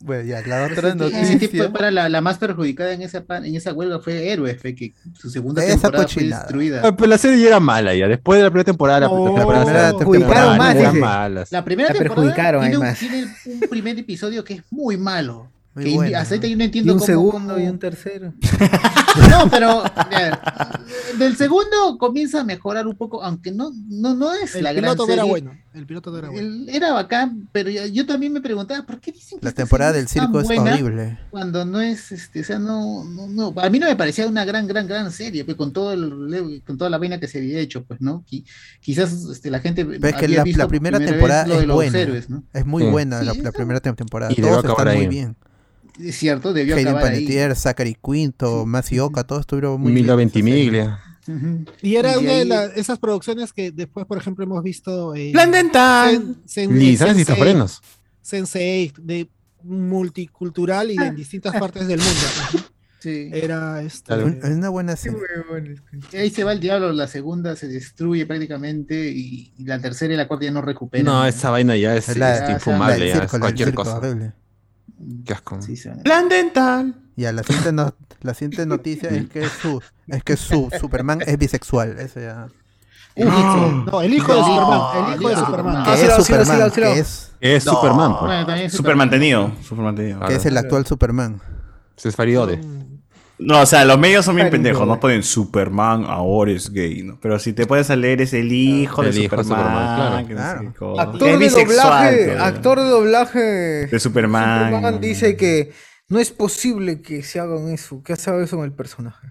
Bueno, ya, la
Ese
otra
tipo- ese tipo
noticia.
para la, la más perjudicada en esa, pa- en esa huelga fue Héroe, fue que su segunda
Esa
temporada fue
cochinada.
destruida.
Ah, Pero la serie ya era mala ya. Después de la primera temporada, la,
No,
la
la
primera
perjudicaron más,
era
dice.
mala.
La primera
La
temporada
perjudicaron,
tiene, un,
además.
tiene un primer episodio que es muy malo.
Muy
que indi-
bueno.
hasta ahorita yo no
Y
entiendo
un
cómo-
segundo y
cómo-
un tercero.
No, pero mira, del segundo comienza a mejorar un poco, aunque no, no, no es
El
la gran
piloto no era
serie.
bueno. El piloto no era bueno.
El- Era bacán, pero ya- yo también me preguntaba, ¿por qué dicen que
La
esta
temporada
serie
del circo es
buena
horrible.
Cuando no es, este, o sea, no, no, no, a mí no me parecía una gran, gran, gran serie, pues con todo el, con toda la vaina que se había hecho, pues, ¿no? Qui- quizás este, la gente
Pero es que
había
la,
visto
la
por
primera
vez
temporada
lo de
es
los
buena.
héroes, ¿no?
Es muy
Sí.
buena la,
Sí,
la
esa-
primera tem- temporada.
Y debió
Todos están
acabar
muy
ahí.
bien.
Es cierto, debió
Hayden
acabar ahí.
Panettiere, Zachary Quinto, Masioka, todos estuvieron muy
Milo
bien.
Ventimiglia.
Ujú.
Y era
Y de
una de
ahí-
las esas producciones que después, por ejemplo, hemos visto. eh,
Plan dental.
Sen- Sen-
Lisanes y
Sense8,
Tafrenos.
Sense8, de multicultural y de en distintas partes del mundo.
Sí.
Era este,
Claro.
Es una buena serie.
Y Ahí se va el diablo, la segunda se destruye prácticamente y, y la tercera y la cuarta ya no recuperan.
No, esa vaina ya es,
Es la-
es
la del
infumable. ya,
circo, la
es
del
cualquier
circo,
cosa.
horrible.
Qué asco.
Sí, se van a-
Plan dental.
Ya, la siguiente, no- la siguiente noticia es que su, es que su Superman es bisexual. Eso ya.
no. el hijo de
No,
Superman. El hijo de
no.
Superman.
Que
Ah, sí,
es
lo- sí, lo- sí,
Superman,
lo- sí, lo-
que es,
Es Superman, pues.
Bueno, también es
Super mantenido. Super mantenido.
que es el actual Superman.
Es Faridode.
No, o sea, los medios son bien
Ay,
pendejos.
no.
No ponen Superman ahora es gay, ¿no? Pero si te puedes leer es el hijo
El
de
hijo de
Superman.
Superman, claro.
que no sé
Claro.
qué cosa. Que
Actor
es
de doblaje,
bisexual, pero-
actor de doblaje
De Superman.
Superman dice que no es posible que se hagan eso, que se haga eso con el personaje.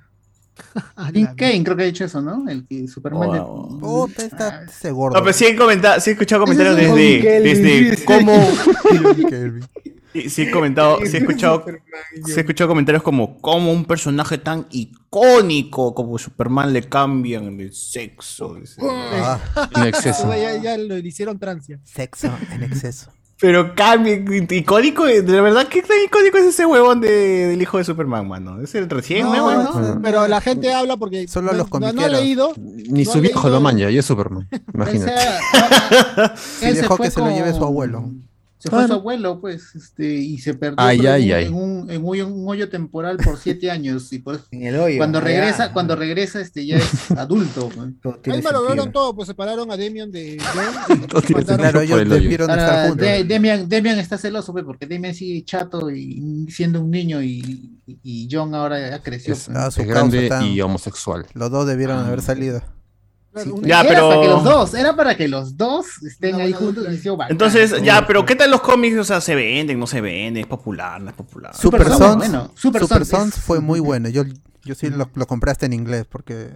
Tim Ah, Kane creo que ha dicho eso, ¿no? El que Superman.
Oh,
de-
oh.
Puta,
Ah.
está ese gordo.
No,
pues
pero sí he, comentado, sí he escuchado comentarios
Ese es un
desde,
Kelvin,
desde
sí.
cómo.
Kelvin.
Sí, sí he comentado, sí he escuchado, sí he escuchado comentarios como cómo un personaje tan icónico como Superman le cambian de sexo. dice.
Ah,
En exceso.
Ya, ya lo hicieron trancia.
sexo en exceso.
Pero cambien, icónico, de verdad, ¿qué tan icónico es ese huevón de- del hijo de Superman, mano? Es el recién,
No,
¿no? huevón?
no, Pero la gente habla porque
Solo
no,
los
no- no ha
comiqueros.
leído.
Ni
no
su
ha
viejo
leído-
lo manja, y es Superman.
O sea,
Imagínate.
ahora-
Sí,
él se
dejó
fue
que se lo
con-
lleve su abuelo.
Se fue su
Claro.
abuelo, pues, este, y se perdió
Ay,
pero
ay,
en, un-
ay.
en un, en un- un hoyo temporal por siete años. Y por eso-
En el hoyo.
cuando
allá.
regresa, cuando regresa, este ya es adulto. man.
Todo tiene
Ahí me lograron
sentido.
todo, pues separaron a Demian de John. y
Todo tiene
mandaron-
Claro,
por
ellos
el hoyo.
debieron estar
Ahora,
juntos.
Ah, De- Demian, Demian está celoso, pues, porque Demian sigue chato y siendo un niño y, y- y John ahora ya creció.
Es-
pues.
a su
Es
causa
grande
tan-
y homosexual.
Los dos debieron haber
Ah,
salido.
claro, un-
Ya,
era
pero-
para que los dos, era para que los dos estén
Una
ahí
buena
juntos
dupla.
y sea bacán.
Entonces, ya, pero ¿qué tal los cómics? O sea, ¿se venden, no se venden? ¿Es popular, no es popular?
Super,
Super
Sons,
Sons, bueno, Super
Super
Sons
Sons
es-
fue muy bueno. Yo, yo sí lo, lo compraste en inglés porque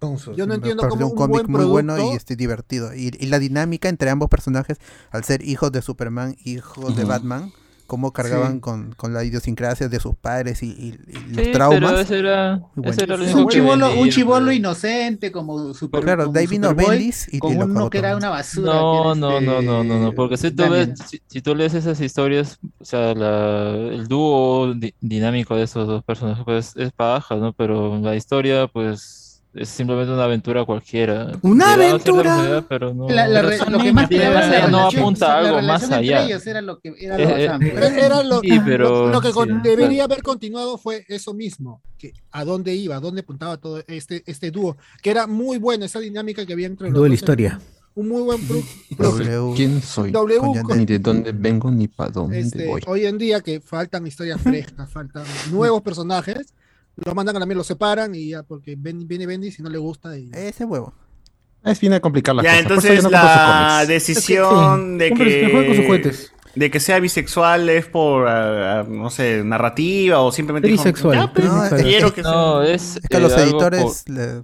Entonces,
Yo no
me
entiendo
pareció
cómo
un
un
cómic
buen
muy bueno y
producto
este, divertido. Y, y la dinámica entre ambos personajes, al ser hijos de Superman, hijos de Batman, cómo cargaban con, con la idiosincrasia de sus padres y, y- y los
Sí,
traumas.
pero eso era-
Y
eso era lo
sí,
único
Un
que
chibolo,
vendía,
un chibolo inocente como Super
Pues Claro,
como
de ahí vino
Superboy,
Bendis y
con
te lo
uno
cagó
que era este una basura.
No,
que
no, no, no, no, no, porque si tú
Daniel.
ves, si, si tú lees esas historias, o sea, la- el dúo di- dinámico de esos dos personajes pues, es paja, ¿no? Pero la historia, pues, es simplemente una aventura cualquiera. Llegaba a
¡Una
cierta
aventura!
profundidad, pero no,
este, La- la
pero
re-
son
lo que
niños,
más
pues,
tiraba
o
era
sea,
la
no
relación-
apunta
la
a algo
relación
más
entre
allá.
ellos era lo que- era
Eh,
lo
eh,
bastante.
Era lo,
sí, pero-
lo- lo que con-
sí.
debería haber continuado fue eso mismo, que a dónde iba, a dónde apuntaba todo este, este dúo, que era muy buena esa dinámica que había entre los
Dúo de la
dos.
historia.
Un muy buen pro-
este, ¿Quién soy?
W con-
Ni de dónde vengo ni para dónde
este,
voy.
hoy en día que faltan historias frescas, faltan nuevos personajes, lo mandan a la mierda, lo separan y ya porque ven- viene Bendy si no le gusta y
ese huevo.
Es bien a complicar las
Ya,
cosas. por eso
entonces
yo no compro sus
la
cómics.
decisión de
Compre-
que,
juegue con sus
juguetes.
de que sea bisexual es por, ah, ah, no sé, narrativa o simplemente dijo,
Trisexual,
ya, pues,
trisexual.
quiero que
No,
sea-
es,
que
eh,
los
algo
editores
por-
le-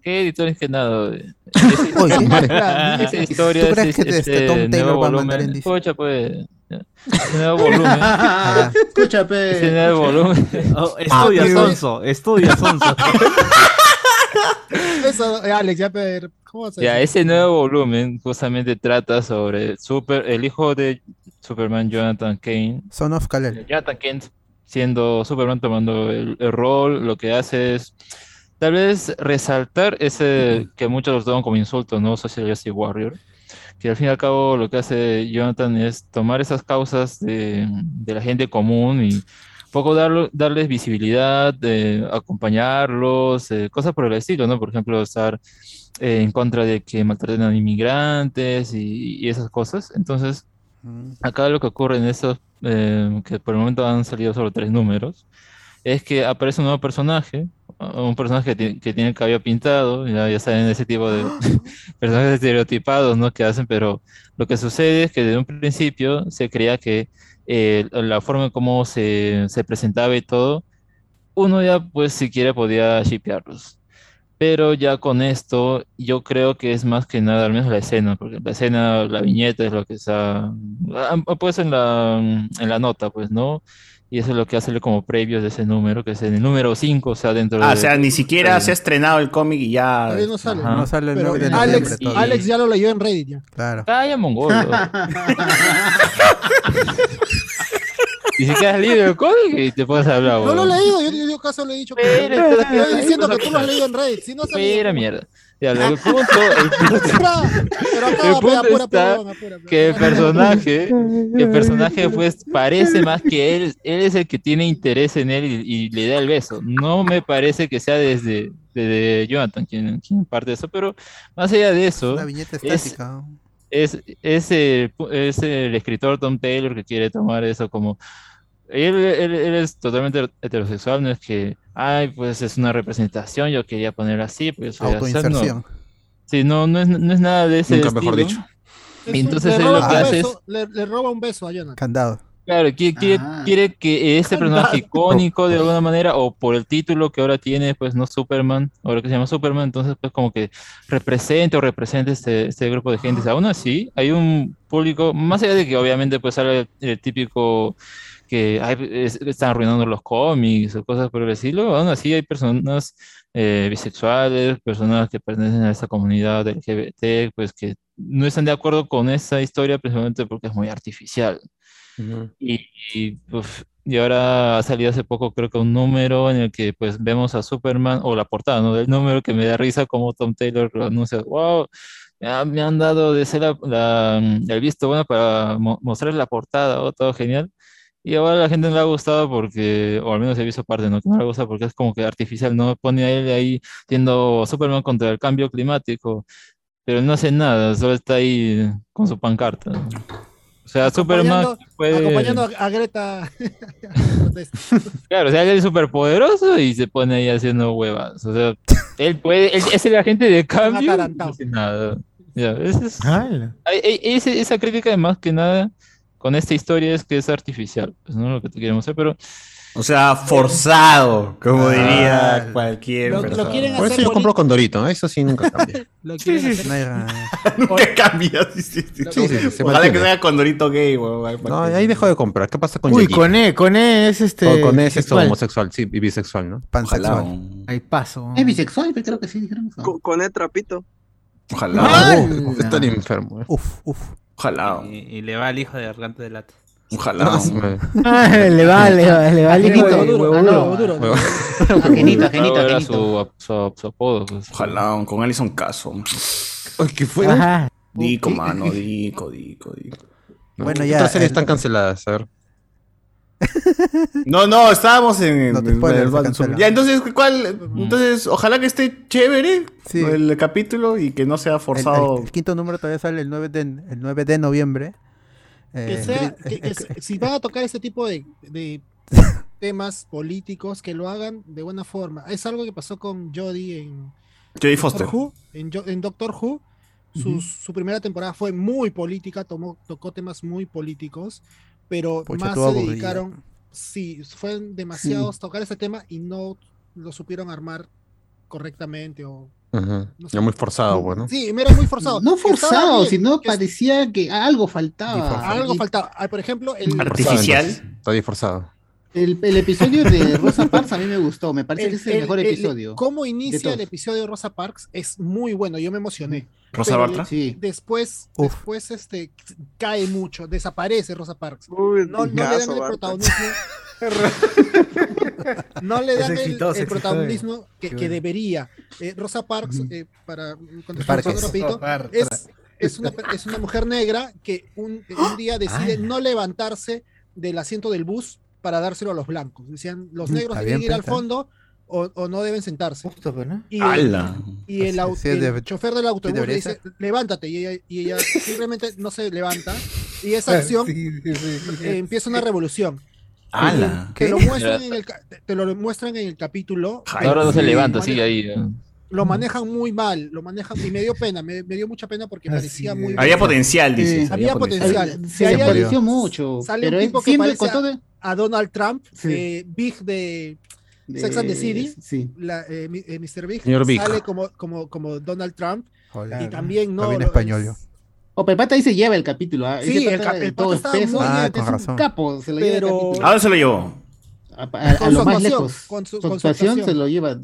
¿Qué editores que nada? eh?
Oye,
Esa, esa historia
¿tú crees
es,
que este Tom Taylor
nuevo
va a mandar
volumen.
en disco?
Escucha, pues. ya. Ese nuevo volumen.
Escúchame.
Ese nuevo volumen.
estudia,
Ah,
Sonso, estudia, Sonso.
Eso, eh, Alex, ya, pero, ¿cómo se
Ya,
dice?
ese nuevo volumen justamente trata sobre el super, el hijo de Superman, Jonathan Kane.
Son of Kal-El.
Jonathan Kent siendo Superman tomando el, el rol, lo que hace es tal vez resaltar ese que muchos los toman como insulto, ¿no? Social Justice Warrior. Que al fin y al cabo lo que hace Jonathan es tomar esas causas de, de la gente común y un poco darlo- darles visibilidad, eh, acompañarlos, eh, cosas por el estilo, ¿no? Por ejemplo, estar eh, en contra de que maltraten a inmigrantes y- y esas cosas. Entonces,
Mm.
Acá lo que ocurre en estos, eh, que por el momento han salido solo tres números, es que aparece un nuevo personaje, uh, un personaje que, ti- que tiene el cabello pintado, ya, ya saben ese tipo de personajes estereotipados, ¿no? Que hacen, pero lo que sucede es que desde un principio se creía que eh, la forma en cómo se, se presentaba y todo, uno ya pues siquiera podía shipearlos. Pero ya con esto, yo creo que es más que nada, al menos la escena, porque la escena, la viñeta es lo que está, pues en la, en la nota, pues, ¿no? Y eso es lo que hace como previo de ese número, que es en el número 5, o sea, dentro
Ah,
de...
o sea, ni siquiera se ha estrenado el cómic y ya...
Todavía no sale.
Ajá. No sale el
Pero
nueve de noviembre
Alex,
todavía.
Alex ya lo leyó en Reddit ya.
Claro.
Calla, mongolo. y si quedas libre del código y te puedes hablar,
No lo he
huevón.
leído, yo, yo caso le he dicho que
Pero,
Yo
pero,
estoy diciendo
pero,
que tú lo has leído en Reddit, si no has leído-
Mira, mierda. Ya, lo- el punto, el punto-
Pero
el
acaba,
punto
pega, apura,
está
perdón, apura.
que el personaje, que el personaje pues parece más que él, él es el que tiene interés en él y, y le da el beso. No me parece que sea desde, desde Jonathan quien, quien parte de eso, pero más allá de eso,
Una viñeta
es-
estática.
es, es, el, pu- es el escritor Tom Taylor que quiere tomar eso como... Él, él- él es totalmente heterosexual, no es que, ay, pues es una representación, yo quería poner así, pues... soy así", no.
Autoinserción.
Sí, no, no es, no es nada de ese
Nunca mejor
estilo.
Es
Y
un-
entonces
le
él lo
roba
que
un
hace es,
beso, le, le roba un beso a Jonathan.
Candado.
claro, qui- quiere,
Ah.
quiere que este personaje icónico de alguna manera, o por el título que ahora tiene, pues no Superman, ahora que se llama Superman, entonces pues como que represente o represente este, este grupo de gente. Aún así, hay un público, más allá de que obviamente pues sale el, el típico que ay, es- están arruinando los cómics o cosas por el estilo, aún así hay personas eh, bisexuales, personas que pertenecen a esa comunidad LGBT, pues que no están de acuerdo con esa historia principalmente porque es muy artificial. Y, y, uf, y ahora ha salido hace poco, creo que un número en el que pues vemos a Superman, o la portada, ¿no? Del número que me da risa como Tom Taylor lo anuncia, wow, me han, me han dado de ser la, la- mm, el visto bueno para mo- mostrar la portada, oh, todo genial. Y ahora a la gente no le ha gustado porque, o al menos he visto parte, ¿no? Que no le gusta porque es como que artificial, ¿no? Pone a él ahí siendo Superman contra el cambio climático, pero él no hace nada, solo está ahí con su pancarta. O sea, Superman
Acompañando-
puede...
Acompañando
Eh.
a, a Greta.
Claro, o sea, él es súper poderoso y se pone ahí haciendo huevas. O sea, él puede, él es el agente de cambio. y no hace nada. Ya, ese es-
Ah,
Ay, ay, ese- esa crítica de más que nada con esta historia es que es artificial. Pues no lo que te queremos hacer, pero
O sea, forzado, como
Ah,
diría cualquier
lo- lo
persona.
quieren Por eso hacer yo compro bonito. Condorito, ¿eh? eso sí nunca cambia.
Lo
Sí, sí, sí. Nunca cambia. Sí, sí, sí.
Sí, sí, sí, se
Ojalá que
mantiene.
sea Condorito gay, weón.
No, ahí dejo de comprar. ¿Qué pasa con
Uy,
Yeye?
con E, con E es este,
Con, con E es esto
bisexual.
homosexual, sí, y bisexual, ¿no?
Pansexual.
Ojalá,
Ahí paso.
Es bisexual, pero creo que sí dijeron eso.
Con, con el trapito.
Ojalá.
Ah,
¡Mal!
Uf, Estar enfermo.
Ah,
¿eh?
Uf, uf.
Ojalá.
Y, y le va al hijo de garganta de lata.
Ojalá.
le va, le va, le va al
Ajenito,
hijo de
duro,
huevudo.
no, duro,
Huevudo.
Ajenito,
ajenito,
Era
ajenito.
su, su, su apodo. pues.
Ojalá, con Alison Caso.
¿Qué fue?
Dico, mano, Dico, Dico, Dico.
Bueno,
¿Qué
ya,
otras series
el-
están canceladas? A ver.
No, no, estábamos en. en-
spoilers,
en-
se
en-
cancela. Mm.
ya, entonces, ¿cuál? Entonces, ojalá que esté chévere el capítulo y que no sea
El,
forzado.
el- el quinto número todavía sale el 9 de, el 9 de noviembre.
Que
Eh,
sea-
Gris-
que- que se- si van a tocar ese tipo de, de temas políticos, que lo hagan de buena forma. Es algo que pasó con Jodie en
Jodie Foster.
Doctor Who. En, Jo- en Doctor Who, su,
Ujú.
su primera temporada fue muy política, tomó, tocó temas muy políticos, pero
Pucha,
más se
todo aburrido.
dedicaron. Sí, fueron demasiados tocar ese tema y no lo supieron armar correctamente o
Ujú. Ya muy forzado, bueno.
Sí, mira, muy forzado.
No
Estaba
forzado,
bien,
sino parecía que algo faltaba.
Algo faltaba. Ah, Por ejemplo, el,
Artificial. Está disforzado.
El, el episodio de Rosa Parks a mí me gustó, me parece
el-
que es el,
el-
mejor
el-
episodio.
cómo
de
inicia
todos.
el episodio de Rosa Parks es muy bueno. Yo me emocioné.
¿Rosa
Pero
Bartra?
le-
Sí.
Después,
Uf.
después este, cae mucho. Desaparece Rosa Parks. no, no le dan
Gaso
el
Bartra.
protagonismo. no le
Es
dan el-
exitoso,
el,
exitoso.
protagonismo
Qué
que, que
bueno.
debería. Eh, Rosa Parks, eh, para contestar
Parques.
rapidito,
Rosa
es, es, una, es una mujer negra que un, un día decide
Ah.
no levantarse del asiento del bus para dárselo a los blancos. Decían, los
Mm,
negros
está
deben
bien,
ir al
pues, está.
fondo o, o no deben sentarse. Y,
¡Hala!
Ah,
y el, au-
Sí, sí,
el
debe-
chofer del autobús le
debería
dice,
ser.
levántate, y ella, y ella simplemente no se levanta. Y esa acción eh, empieza una revolución.
¡Hala!
Te lo,
¿Qué?
muestran en el, ca- te lo muestran en el capítulo.
Ahora no se
Sí,
levanta,
mane-
sigue ahí. eh.
Lo manejan muy mal, lo manejan y me dio pena, me, me dio mucha pena porque parecía muy
Había potencial, dices.
Sí, había potencial.
Se
Si hay alguien-
pareció mucho,
Sale
pero
un
es
tipo que
siempre
parece
con
a-
todo-
a, Donald Trump,
Sí.
eh, Big de
De-
Sex and the City,
sí.
la, eh, mi- eh, Mr. Big,
Señor Big.
sale como, como, como Donald Trump
Hola.
y también no.
Está bien
lo-
español yo.
O Pepata ahí se lleva el capítulo. ¿ah?
Sí,
Ese
el
pata
cap-
de
el
todo
pata estaba
espeso,
muy bien,
ah,
es un
con razón. capo, se lo lleva el
Pero-
capítulo.
Ah,
¿A dónde se lo llevó?
A, a- a
con su
lo más
actuación,
lejos.
con su-
Su
con su
actuación se
actuación.
lo lleva.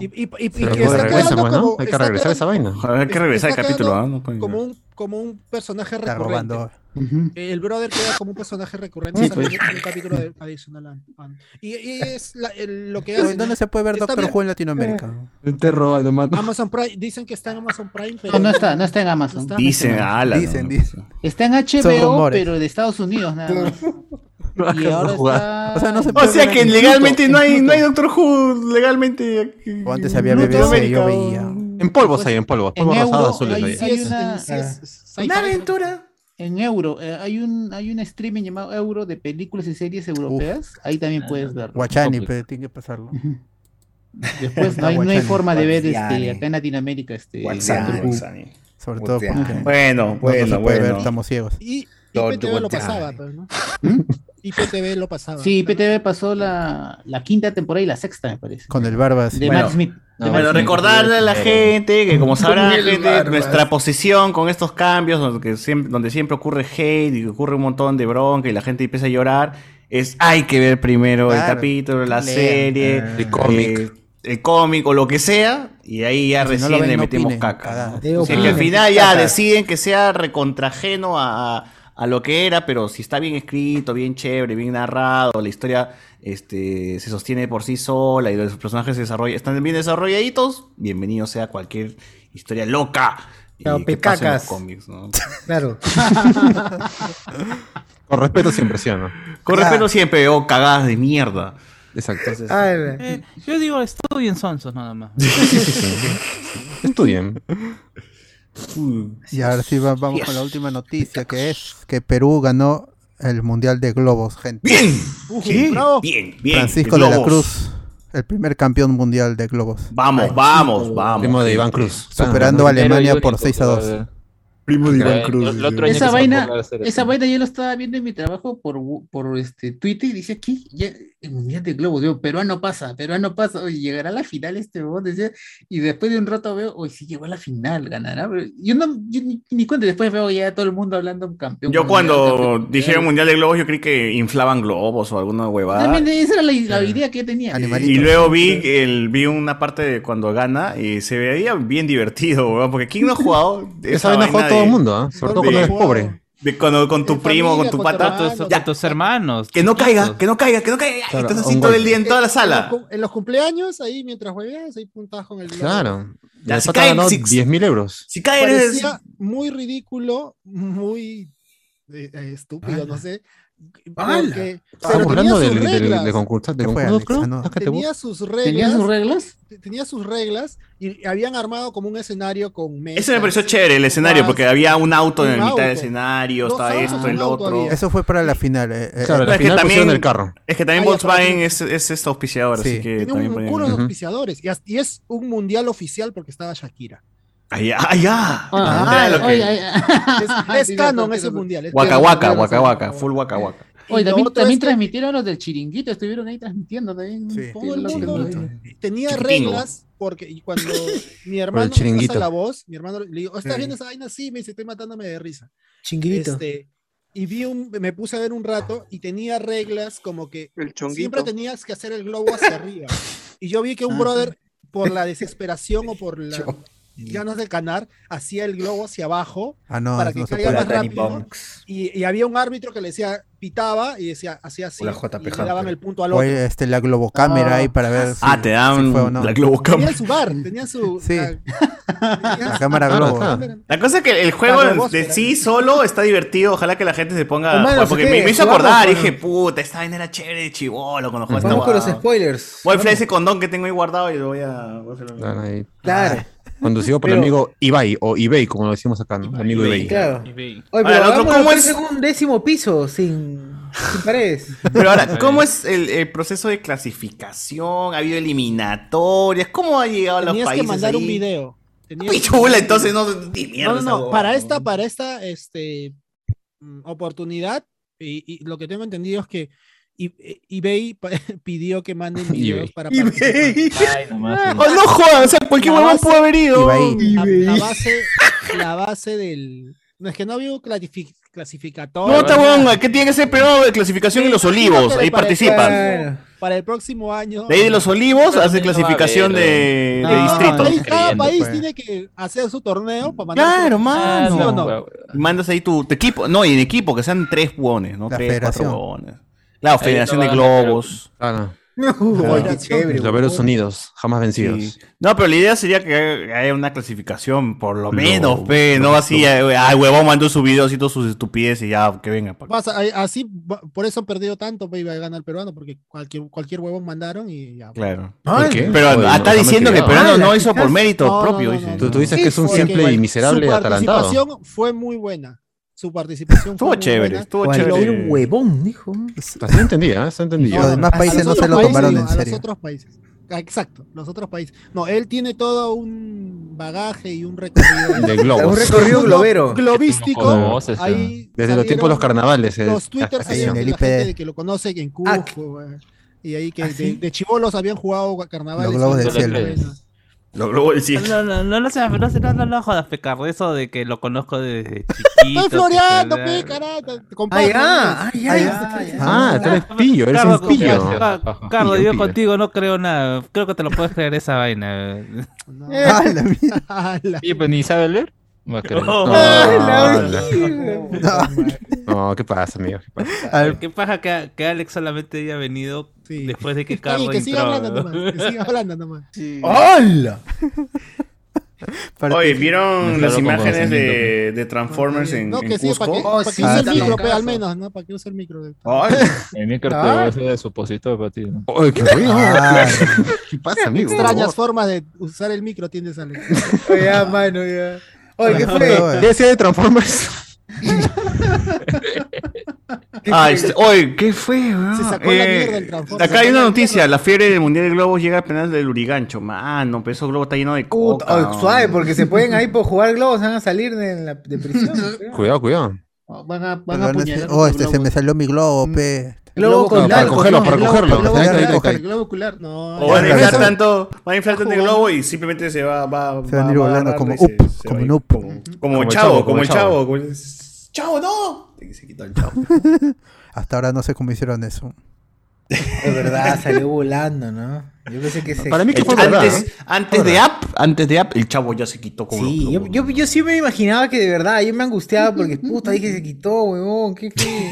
Y, y- y- y
Pero
que
bueno,
está
regresa,
quedando
pues, ¿no?
como-
Hay que
está
regresar a esa vaina.
Ojalá que regresar el
está
capítulo,
quedando
¿ah? No pueden-
como un como un personaje
Está
recurrente.
robando.
Eh, El brother queda como un personaje recurrente
Sí,
en
pues.
un capítulo de- adicional. a- a- Y, y es la- el- lo que
¿Dó-
hace.
¿Dónde se puede ver
Está
Doctor
bien. Eh.
Who en Latinoamérica?
Te roba, lo mato.
Amazon Prime, dicen que está en Amazon Prime, pero
No, no está, no está en Amazon.
Está-
Dicen, ala.
Dicen, dicen.
Está en
Son
HBO,
rumores.
pero de Estados Unidos nada más. Y ahora está...
O sea, no se
O
puede
sea
ver
que
en
legalmente
Pluto, en
no hay,
Pluto.
no hay Doctor Who legalmente. aquí.
O antes había
Pluto.
BBC, yo
América,
veía.
En polvos hay, en polvos.
En
Polvos rosados,
euro,
azules.
hay,
ahí.
hay una, Ah.
Sí, es-
hay- En euro, eh, hay un hay un streaming llamado Euro de películas y series europeas. Ahí también puedes verlo.
Guachani, pero tiene que pasarlo.
Después no hay, no hay
Guachani.
forma de ver
Guachani.
este, acá en Latinoamérica este.
Guachani,
Doctor Who.
Guachani. Sobre todo
Guachani.
porque
Bueno,
no- pues,
bueno,
no se puede
bueno.
ver, estamos ciegos.
Y
Don't
IPTV lo
want to
pasaba,
die.
pero ¿no? IPTV lo pasaba.
Sí, PTV pasó la, la quinta temporada y la sexta, me parece.
Con el Barbas.
De Matt Smith. De Matt
Bueno,
Smith.
recordarle a la gente que como sabrá
Miguel
gente,
Barbas.
nuestra posición con estos cambios donde, que siempre, donde siempre ocurre hate y ocurre un montón de bronca y la gente empieza a llorar es hay que ver primero el
Claro.
capítulo, la
Lean.
serie,
Ah.
el cómic, el cómic o lo que sea y ahí ya
Si no
recién
lo ven,
le
no
metemos
opinen,
caca.
cagada.
O sea,
pues,
Sí,
que al
opinen,
final ya
caca.
deciden que sea recontrajeno a, a- a lo que era, pero si está bien escrito, bien chévere, bien narrado, la historia este, se sostiene por sí sola y los personajes se desarrollan, están bien desarrolladitos, bienvenido sea cualquier historia loca. y
Chao,
que pase en los
pecacas.
cómics, ¿no?
Claro.
Con respeto siempre, ¿sí o no?
Con
Ya.
respeto siempre, o cagadas de mierda.
Exacto.
Eh, yo digo, estudien sonsos nada más.
Estudien.
Y ahora sí va- vamos con la última noticia que es que Perú ganó el Mundial de Globos, gente.
Bien.
Sí.
Bien, bien.
Francisco de la Cruz, el primer campeón mundial de globos.
Vamos, vamos, vamos.
Primo de Iván Cruz.
Superando a
Ah,
Alemania
primero y
por
único,
6 a 2.
Primo de
Iván Cruz.
El otro año que
Esa
se
vaina,
va a poner a hacer
esa
eso.
vaina yo lo estaba viendo en mi trabajo por, por este Twitter y dice aquí, ya- el Mundial de Globo digo, peruano pasa, peruano pasa, oye, llegará a la final este huevón, decía, y después de un rato veo, oye, sí llegó a la final, ganará, pero yo no, yo ni, ni cuenta, después veo ya todo el mundo hablando de un campeón.
Yo cuando
campeón.
dijeron Mundial de Globos, yo creí que inflaban globos o alguna huevada.
También
Ah,
esa era la, la idea que yo tenía.
Y luego vi el, vi una parte de cuando gana y se veía bien divertido, weón, porque ¿quién no ha jugado?
Esa vaina juega
vaina
todo
de-
el mundo, ¿ah? sobre todo cuando
de-
eres pobre.
de cuando con tu primo, con tu pata,
tus, con tus hermanos.
Que no caiga, que no caiga, que no caiga.
Claro,
Estás
un
así todo
gol.
el día en toda
Eh,
la sala.
cu- en los cumpleaños, ahí mientras juegas, ahí puntas con el.
Claro.
Ya,
Ya,
si
si
cae-
ganó
si-
10 mil euros.
Si
Parecía muy ridículo, muy eh, eh, estúpido, no sé.
¡Hala!
porque-
Estamos
pero
hablando
tenía
del,
sus
del,
reglas.
del concurso. Del
¿Qué fue,
concurso, creo.
Alexa? No.
Ah, que te
tenía
bu-
sus reglas.
sus reglas?
Te- Tenía sus reglas y habían armado como un escenario con mesas.
Ese me pareció chévere, el escenario, porque había un auto en
Un
la mitad del
auto.
escenario,
Dos
estaba
autos,
esto,
un
el
auto
otro.
había.
Eso fue para la final. eh, eh,
Claro,
eh,
la Es que final pusieron también- el carro. Es que también
Ah, ya, pero
Volkswagen
tiene-
es, es, es auspiciador,
Sí.
así que
Tiene
eh, también
un,
ponían-
culo de auspiciadores. Y, as- y es un mundial oficial porque estaba Shakira.
Allá, allá.
Ah,
Era lo que-
oye, ay,
Ah,
Es, es canon ese mundial. es
Waka
canon.
waka, waka waka, full waka waka.
Oye,
Y lo
también,
otro
también
es que-
transmitieron los del chiringuito, estuvieron ahí transmitiendo también.
Todo el mundo tenía
Chiquitingo.
reglas porque y cuando mi hermano me
chiringuito.
pasa la voz, mi hermano le digo, ¿estás
Mm.
viendo esa vaina? así? me dice, estoy matándome de risa.
Chinguito.
Este, y vi un, me puse a ver un rato y tenía reglas como que siempre
chonguito.
tenías que hacer el globo hacia arriba. Y yo vi que un
Ah.
brother, por la desesperación o por las ganas de ganar, hacía el globo hacia abajo
Ah, no,
para
eso
que
no se
caiga
puede.
más
Danny
rápido. Y, y había un árbitro que le decía, pitaba y decía, hacía así.
O la
y le
JPJ.
daban el punto al
O
otro.
este, la globocámara ahí para ver si,
Ah, te dan
si fue o no.
la globocámara.
Tenía su bar, tenía su. la-
La cámara
Claro,
globo.
claro. La cosa es que el juego
Claro, vos,
de sí solo está divertido. Ojalá que la gente se ponga. a
Humano,
jugar, porque
¿sí
me,
qué?
me hizo
Jugamos
acordar.
con-
Dije, puta, esta vaina era chévere de chivolo cuando jugaba
Vamos
esta
con los
huevada.
spoilers.
ah. Voy a enfriar
Vamos.
ese condón que tengo ahí guardado y lo voy a. voy a hacerlo.
Claro, ahí.
Claro.
Conducido por
Pero-
el amigo Ibai, o Ibey, como lo decimos acá, ¿no? El amigo Ibey.
Claro. Oye, pero
Ahora, el otro,
hagámoslo
¿cómo
pues
es?
en un décimo piso sin, sin paredes.
Pero ahora, ¿cómo es el, el proceso de clasificación? ¿Ha habido eliminatorias? ¿Cómo ha llegado a los
Tenías que
países?
mandar
ahí?
un video. Tenías-
Pichula, entonces no ni mierda.
No, no,
esa
no,
huevada.
Para esta, para esta este, mm, oportunidad, y, y lo que tengo entendido es que i- e- eBay pa- pidió que manden videos para participar.
Oh, no jodan, o sea, cualquier
La
huevón
base-
pudo haber ido.
La, la base, la base del. No es que no había clasific- clasificatorio.
No, tabón, ¿qué tiene que ser primero de clasificación en los olivos? Ahí participan.
Para el próximo año. Ah,
De ahí de los olivos hace clasificación de, de distrito.
Ahí cada país tiene que hacer su torneo para mandar.
Claro,
su-
Ah,
mano.
¿Sí o no?
Mandas ahí tu, tu equipo. No, y en equipo, que sean tres hueones, ¿no?
La
tres,
federación.
cuatro hueones. Claro,
Ahí
Federación
no
de
va a ganar,
Globos.
Claro.
Claro.
Los Loberos unidos, jamás vencidos.
Sí. No, pero la idea sería que haya- haya una clasificación, por
No,
lo menos, pe, no
no,
así,
no.
eh, ay, huevón mandó su video, haciendo sus estupideces y ya, que venga. pa' acá.
Pasa, ahí- así, va- por eso han perdido tanto, pues, iba a ganar el peruano, porque cualquier, cualquier huevón mandaron y ya.
Claro.
Ay,
Pero
Oye, no,
ah, está
está
diciendo que el
metido.
peruano
Ah,
no
la
hizo por
quizás-
mérito
no, no,
propio,
no,
dice.
no, Tú- tú dices que es un
pues. porque
simple y miserable
su
atarantado.
participación fue muy buena. Su participación
Estuvo
fue muy
chévere,
buena.
estuvo
Y lo-
chévere.
y lo-
huevón, dijo.
Así entendía, ¿eh? así entendía.
Los demás
a
países no
los
se lo
otros
tomaron
países,
en
digo, A
serio.
los otros países. Ah, Exacto, los otros países. No, él tiene todo un bagaje y un recorrido.
De globos. Un recorrido globero.
Globístico.
Como cosas,
Ahí
¿no? Desde los tiempos de los carnavales, eh,
Los Twitter
así, en el
la gente
IPD.
de que lo conoce que en
Ah,
Cusco. eh, Y ahí que de, chivolos habían jugado carnavales.
Los globos del
Entonces,
cielo.
bueno,
Los globos del cielo.
No, no, no, no, se- no, se- no, no, no jodas, pecar de eso de que lo conozco desde chiquito.
Estoy floreando,
que-
pe, carata.
Ah, ya, ah,
Ah, tú eres pillo, eres
Carlos,
un pillo.
con- Car-
Ajá.
Carlos,
Pillo,
yo
pillo.
contigo no creo nada. Creo que te lo puedes creer esa vaina.
Ah,
Oye, pues ni sabe leer. Más que-
Oh.
No.
Ah,
la-
No, ¿qué pasa, amigo? ¿Qué pasa?
A ver, ¿Qué pasa que, que Alex solamente haya venido después de que
Oye,
Carlos
que siga
entró?
hablando nomás. Que siga hablando nomás.
¡Hala! Oye,
Me
¿vieron
claro
las
con
imágenes de,
conocimiento.
de Transformers en,
No,
en
que sí, para que, pa'
Cusco?
que use el micro, pe, al menos, ¿no? Para que use el micro.
Ay.
En mi
Ah.
cartera de supositorio para ti. ¿no?
Oye, qué rico.
Ah.
¿Qué pasa, amigo?
Extrañas formas de usar el micro tienes, Alex.
ya, mano, ya. Oye, ¿qué fue?
¿Qué decía de Transformers?
Ah, este- oye, ¿qué fue,
ah?
weón?
Se sacó la mierda
Eh,
el Transformers.
Acá hay
Se
una
sacó la
noticia, la fiebre del Mundial de Globos llega al penal del Urigancho. Mano, pero esos globos está lleno de
Puta,
coca.
ay,
weón.
suave, porque se pueden ahí por jugar globos, van a salir de, la, de prisión.
Cuidado, cuidado.
Van a,
Oh, este se me salió mi globo, pe.
globo
No, para
ocular,
cogerlo,
¿no?
para
El globo-
cogerlo.
el globo
Ahí está, ahí
ocular,
está, ahí
el globo ocular.
O va a inflar tanto, va a inflar tanto el globo y simplemente se va, va,
Se van a ir
va
volando
agarrando
como
y se-
up,
se
como
va a ir.
noob.
Como el chavo, como el chavo. como el- ¡Chavo, no! Y se quita el chavo.
Hasta ahora no sé cómo hicieron eso.
Es verdad, salió volando, ¿no? Yo pensé que se...
El- antes, antes de app, antes de app, el chavo ya se quitó con
Sí,
los
yo,
globos.
yo, yo sí me imaginaba que de verdad, yo me angustiaba porque puta, dije se quitó, huevón, qué fe.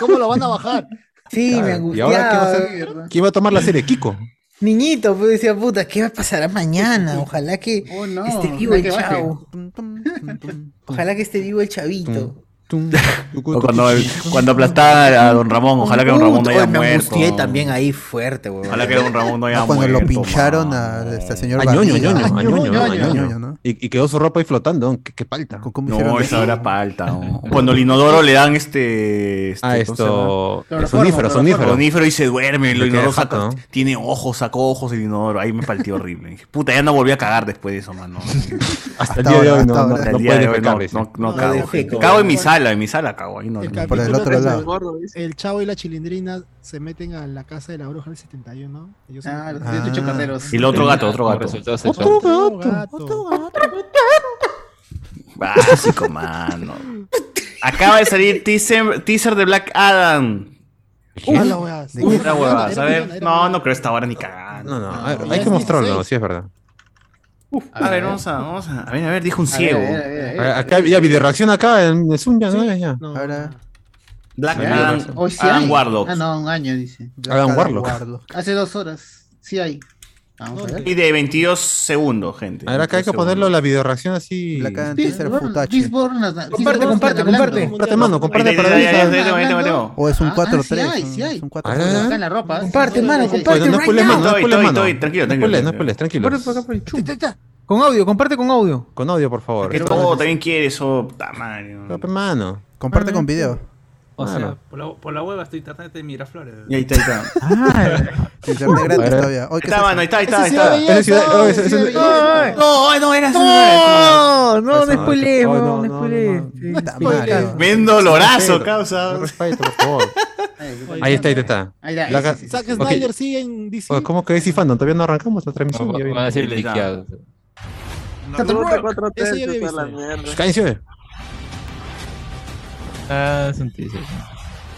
¿Cómo lo van a bajar?
Sí, me
¿Y ahora qué va a
angustiaba.
hacer? ¿Quién va a tomar la serie? Kiko.
Niñito, pues decía, puta, ¿qué va a pasar mañana? Ojalá que
Oh,
esté vivo
ojalá
el
que baje.
chavo.
Ah,
Ojalá que esté vivo el
Mm,
chavito.
O cuando, cuando aplastaba a Don Ramón, ojalá que Don Ramón no haya
Uy, me
muerto.
angustié también ahí fuerte, huevón.
Ojalá que Don Ramón no haya
Ah, cuando
muerto.
lo pincharon a, este señor
A Ah, ñoño, a
Barriga.
ñoño, a ñoño,
Ñoño,
a ñoño.
Ñoño, ¿no?
Y, y quedó su ropa ahí flotando. ¿Qué, qué palta?
No, esa era palta. ¿no? Cuando el inodoro le dan este. este
Ah,
¿cómo
esto,
se llama?
el Cloroformo, sonífero, sonífero.
Sonífero y se duerme. El
Le queda
inodoro
jato,
saca-
¿no?
tiene ojos, sacó ojos el inodoro. Ahí me partió horrible. Dije, Puta, ya no volví a cagar después de eso, mano.
Hasta el día de hoy no- no-
Hasta el
no
día
puede
de hoy no-
defecar, dice.
no- no
No,
cago.
defeco.
Cago en mi sala, en mi sala cago. Ahí no.
El
no.
capítulo tres del gordo, dice, El chavo y la chilindrina se meten a la casa de la bruja del 71. Ellos
Ah,
son-
los 18 Ah. carreros.
Y el otro gato, otro
Como
gato.
resultado sexual.
Otro gato.
Básico, mano. Acaba de salir teaser, teaser de Black Adam.
¿Eh?
Ah, la huevada.
Uf,
Uf,
era huevadas,
era
a
mañana,
ver.
era
No, no creo esta hora ni cagando.
No, a ver, hay que mostrarlo, sí es verdad.
A ver, vamos a, vamos a. A ver, a ver, dijo un
A ver,
ciego.
a ver, a
Eh,
ver, a ver. Acá, ya video reacción acá en el Zoom, ya, ¿no? Ya, ya.
Ahora,
Black
Ya,
Ah,
Adam,
ya.
Hoy sí
Adam
hay.
Warlock.
Ah, no, un año, dice.
Adam
Cada
Warlock.
guardo. Hace dos horas. Sí hay. Vamos a ver.
Y de 22 segundos, gente.
A ver, acá hay que ponerlo la video reacción así.
Comparte, comparte, comparte.
Comparte, mano, comparte
Ahí, ahí,
para
ahí, ahí,
ver.
ahí, ahí, ahí, ahí, ahí.
O es un
Ah,
4-3.
sí hay, sí hay.
cuatro.
Ah,
A ver, a ver, a ver.
Acá en la ropa.
Comparte, mano, comparte
Oye, No
right
spoiles,
now.
mano, no spoiles, mano.
estoy, tranquilo,
No
tranquilo,
spoiles, no
tranquilo.
spoiles, tranquilo.
Comparte por acá, por el chum. Con audio, comparte con audio.
Con audio, por favor.
Que todo también quiere eso, tamaño.
Pero, mano.
Comparte con video.
O sea,
Claro.
por, la, por la web hasta internet de Miraflores.
Y ahí está, ahí está.
Ah.
Internet gratis
Ahora-
todavía. Oye, ¿qué
Está,
es
mano, ahí está, ahí está,
Ese
ahí
sí
está.
lo veía, no,
Ese sí lo- oh,
ese
ese-
sí lo
ese-
veía.
No, ay, no, era así.
No, no, no spoilees,
spoilees,
no, no spoilees.
eso? Mario.
Vendo lorazo, causa.
Ahí está, ahí está.
Ahí está,
Black-
sí, sí,
Zack
Ok.
Snyder sigue en DC.
Oye, ¿Cómo que DC Fandom? Todavía no arrancamos la transmisión.
Van-
ya viene.
van a decir liqueados.
Puta, cuatro
Ese ya
tercios,
había
a la
visto.
mierda.
Cállense.
Ah, es un teaser.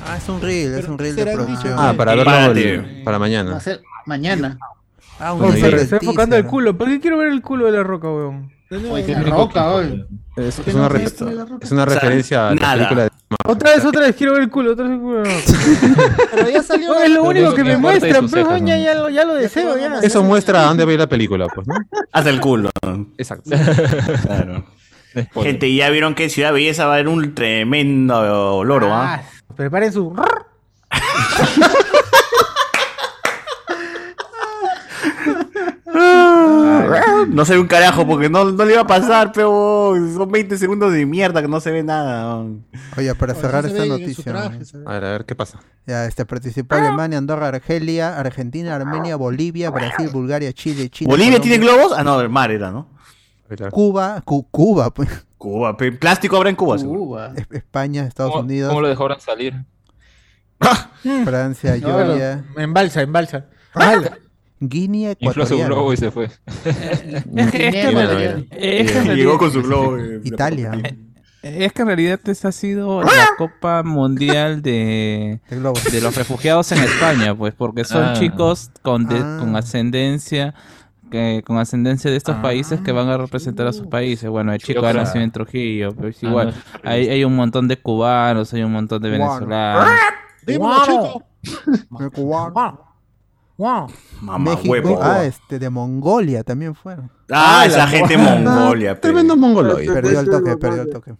Ah, es un reel, es un reel de
será
producción.
Ah, para
Prepárate.
verlo el- para
Va a
mañana.
ser mañana.
Ah, un
Bueno,
reel
pero
del
Se está enfocando
teaser.
el culo. ¿Por qué quiero ver el culo de la roca, weón?
La roca, hoy.
Es,
¿Por qué
es una,
no
re-
se puede la roca?
es una
sea,
referencia a la
nada.
película de.
Otra vez, otra vez, quiero ver el culo, otra vez el culo. de la roca.
Pero ya salió.
No, es lo
Pero
único
eso
que
que
me
corta y
muestran,
sus
pero
cejas,
ya,
¿no?
ya, lo, ya lo deseo, ya.
Eso muestra a dónde va a ir la película, pues, ¿no?
Hasta el culo.
Exacto.
Claro. Gente, ya vieron que en Ciudad Belleza va a haber un tremendo loro, ¿ah?
Preparen su.
Ah.
No se ve un carajo porque no, no le iba a pasar, pero son 20 segundos de mierda que no se ve nada. weón.
Oye, para cerrar esta noticia. ¿no?
A ver, a ver qué pasa.
Ya, este participó Alemania, Andorra, Argelia, Argentina, Armenia, Bolivia, Brasil, Bulgaria, Chile, China.
¿Bolivia
Colombia,
tiene globos? Ah, no, el mar era, ¿no?
Cuba, Cu- Cuba, pues,
Cuba, pe- plástico habrá en Cuba,
Uh.
seguro.
Cuba.
Es- España, Estados
¿Cómo,
Unidos,
cómo lo dejaron salir?
Francia, Georgia,
En balsa, en balsa.
Guinea
Infló su globo
Ecuatorial,
y se fue. Ah,
Es
Este
que, es que en
Bueno,
realidad-
bueno.
es que en
Llegó
realidad-
con su globo. eh,
Italia,
es que en realidad esta ha sido la Copa Mundial de,
el este globo.
de los refugiados en España, pues, porque son
Ah.
chicos con, de-
Ah.
con ascendencia que, con ascendencia de estos países que van a representar a sus países. Bueno, el chico ha
Chuta.
nacido en Trujillo, pero es
Ah,
igual.
no, es
hay, hay un montón de cubanos, hay un montón de venezolanos.
Dímelo, chico.
Wow.
Mamá
México,
huevo.
ah, este, de Mongolia también fueron.
Ah, esa gente mongolia. pe.
Tremendo mongoloide.
Perdió el toque, perdió el toque.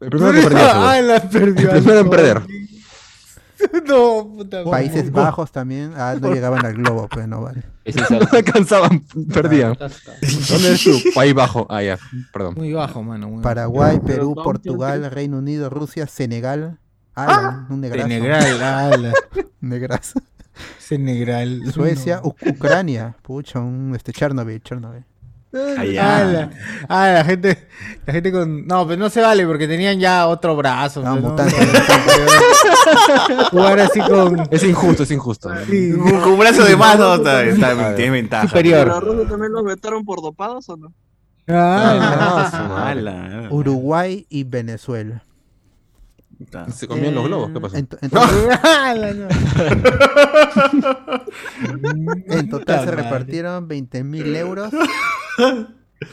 El primero que perdió. seguro.
Ah, la perdió.
El primero en perder.
No, puta madre.
Países Bajos también, ah, no llegaban al globo, pues no vale.
Ese es
No alcanzaban, perdían. Ah, ¿Dónde es su país bajo? Ah, ya, perdón.
Muy bajo, mano. Muy bajo.
Paraguay, Perú, Portugal, Reino Unido, Rusia, Senegal. Ah, un negrazo.
Senegal, ala.
Negrazo.
Senegal.
Suecia, U- Ucrania. Pucha, un este Chernobyl, Chernobyl.
Allá.
Ah, la, ah, la gente, la gente con. No, pero no se vale porque tenían ya otro brazo. pues, No, Jugar así con.
Es injusto, es injusto.
Sí.
Con un brazo de más, no, está- está- tienes ventaja.
¿Pero a Rondo también los vetaron por dopados
Eh,
o no?
Ah,
Ah, su mala.
Uruguay y Venezuela.
Se comían los globos, ¿qué pasó?
En, to- en total-
¡Hala, no!
en total
Puta
se
madre.
repartieron 20 mil euros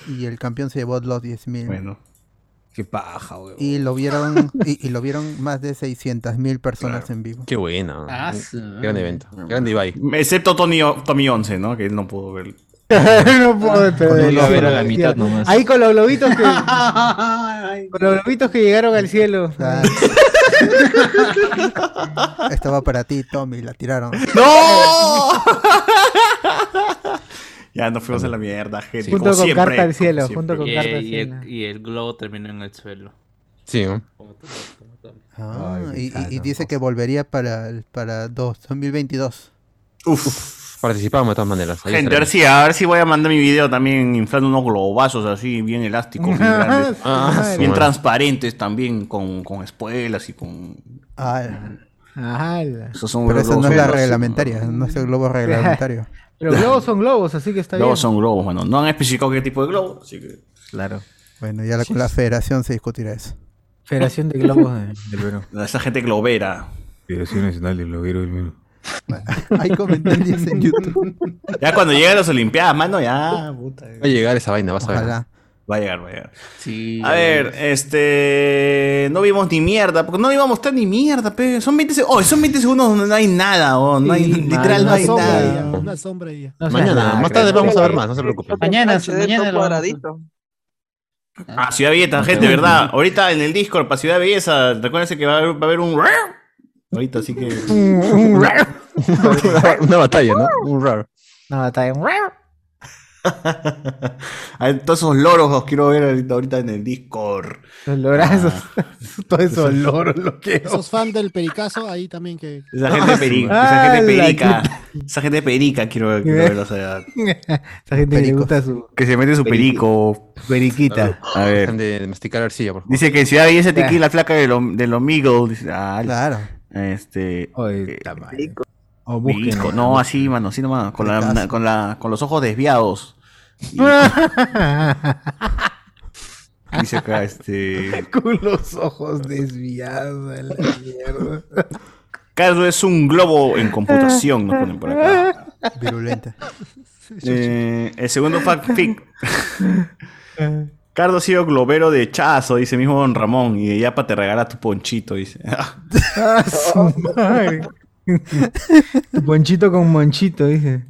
y el campeón se llevó los 10 mil.
Bueno.
Qué paja, weón.
Y lo vieron, y, y lo vieron más de 600 mil personas en vivo.
Qué buena.
Ah, sí.
Gran evento. Grande Ibai.
Excepto Tony, Tommy 11, ¿no? Que él no pudo ver.
no puedo
Cuando
perder.
iba a ver a la
Ahí
mitad nomás.
Ahí con los globitos que. con los globitos que llegaron al cielo.
Esta va para ti, Tommy, la tiraron.
¡No! ya nos fuimos a la mierda, gente.
Sí.
como
Junto con
siempre,
carta al
como
cielo,
siempre.
junto con
Y,
carta al
y el, y
eh.
el globo terminó en el suelo.
Sí, ¿no?
Ah,
Ay,
y- y,
Ricardo.
y dice que volvería para, el- para dos- 2022.
Uf. Participamos de todas maneras. Ahí
Gente, a ver,
estaremos.
si, a ver si voy a mandar mi video también inflando unos globazos así, bien elásticos, bien grandes.
Ah, sí,
bien
bueno.
transparentes también, con, con espuelas y con.
Ah,
¡Hala!
Esos son
pero
los
esa no
globos
es la
son los-
reglamentaria, no es el globo reglamentario.
Pero globos son globos, así que está bien.
Globos son globos, bueno. No han especificado qué tipo de globo, así que. Claro.
Bueno, ya la- con la federación se discutirá eso.
Federación de Globos de- del Perú.
Esa gente globera.
Dirección Nacional del Bloguero del Perú.
Hay comentarios en YouTube.
Ya cuando lleguen las Olimpiadas, mano, ya. puta.
Va a llegar esa vaina, vas a ver.
Ojalá.
Va a llegar, va a llegar. A ver, este. No vimos ni mierda, porque no íbamos a mostrar ni mierda, pe. Son 20 segundos. Oh, son 20 segundos donde no hay nada, oh, no hay,
Sí,
literal, no
mano,
hay
sombra
nada.
ya.
Una sombra y ya.
No seas
Mañana,
lacra,
Ah, más tarde
¿no?
vamos a ver más, no se preocupen.
Mañana,
HD
mañana lo
todo
vamos a-
cuadradito.
Ah, Ciudad Belleza, gente, ¿verdad? Ahorita en el Discord para Ciudad Belleza, recuérdense que va a haber, va a haber un. Ahorita, así que.
Una batalla, ¿no? Un raro.
No, está bien.
A ver, todos esos loros los quiero ver ahorita, ahorita en el Discord. Ah,
Los lorazos. Todo eso loro lo que.
Esos fans del pericazo ahí también que.
Esa gente perica. Esa gente perica. Esa gente perica quiero, ver- quiero verlos allá.
Esa gente que le gusta su.
Que se mete su perico. Ah,
Periquita.
A ver.
Dejan de masticar arcilla, por favor.
Dice que en Ciudad Belleza te quita la flaca de los de los Migos. Dice, ah,
Claro.
Este. eh,
O
perico. No, así, mano, así nomás. Con, la-
Pericazo.
con, la, con los ojos desviados. Dice acá, este.
Con los ojos desviados a la mierda.
Caso es un globo en computación, nos ponen por acá.
Virulenta.
Eh, el segundo fanfic. Cardo ha sido globero de chazo, dice mismo Don Ramón, y de Yapa te regala tu ponchito, dice.
Ah, su madre. Tu Ponchito con monchito, dice.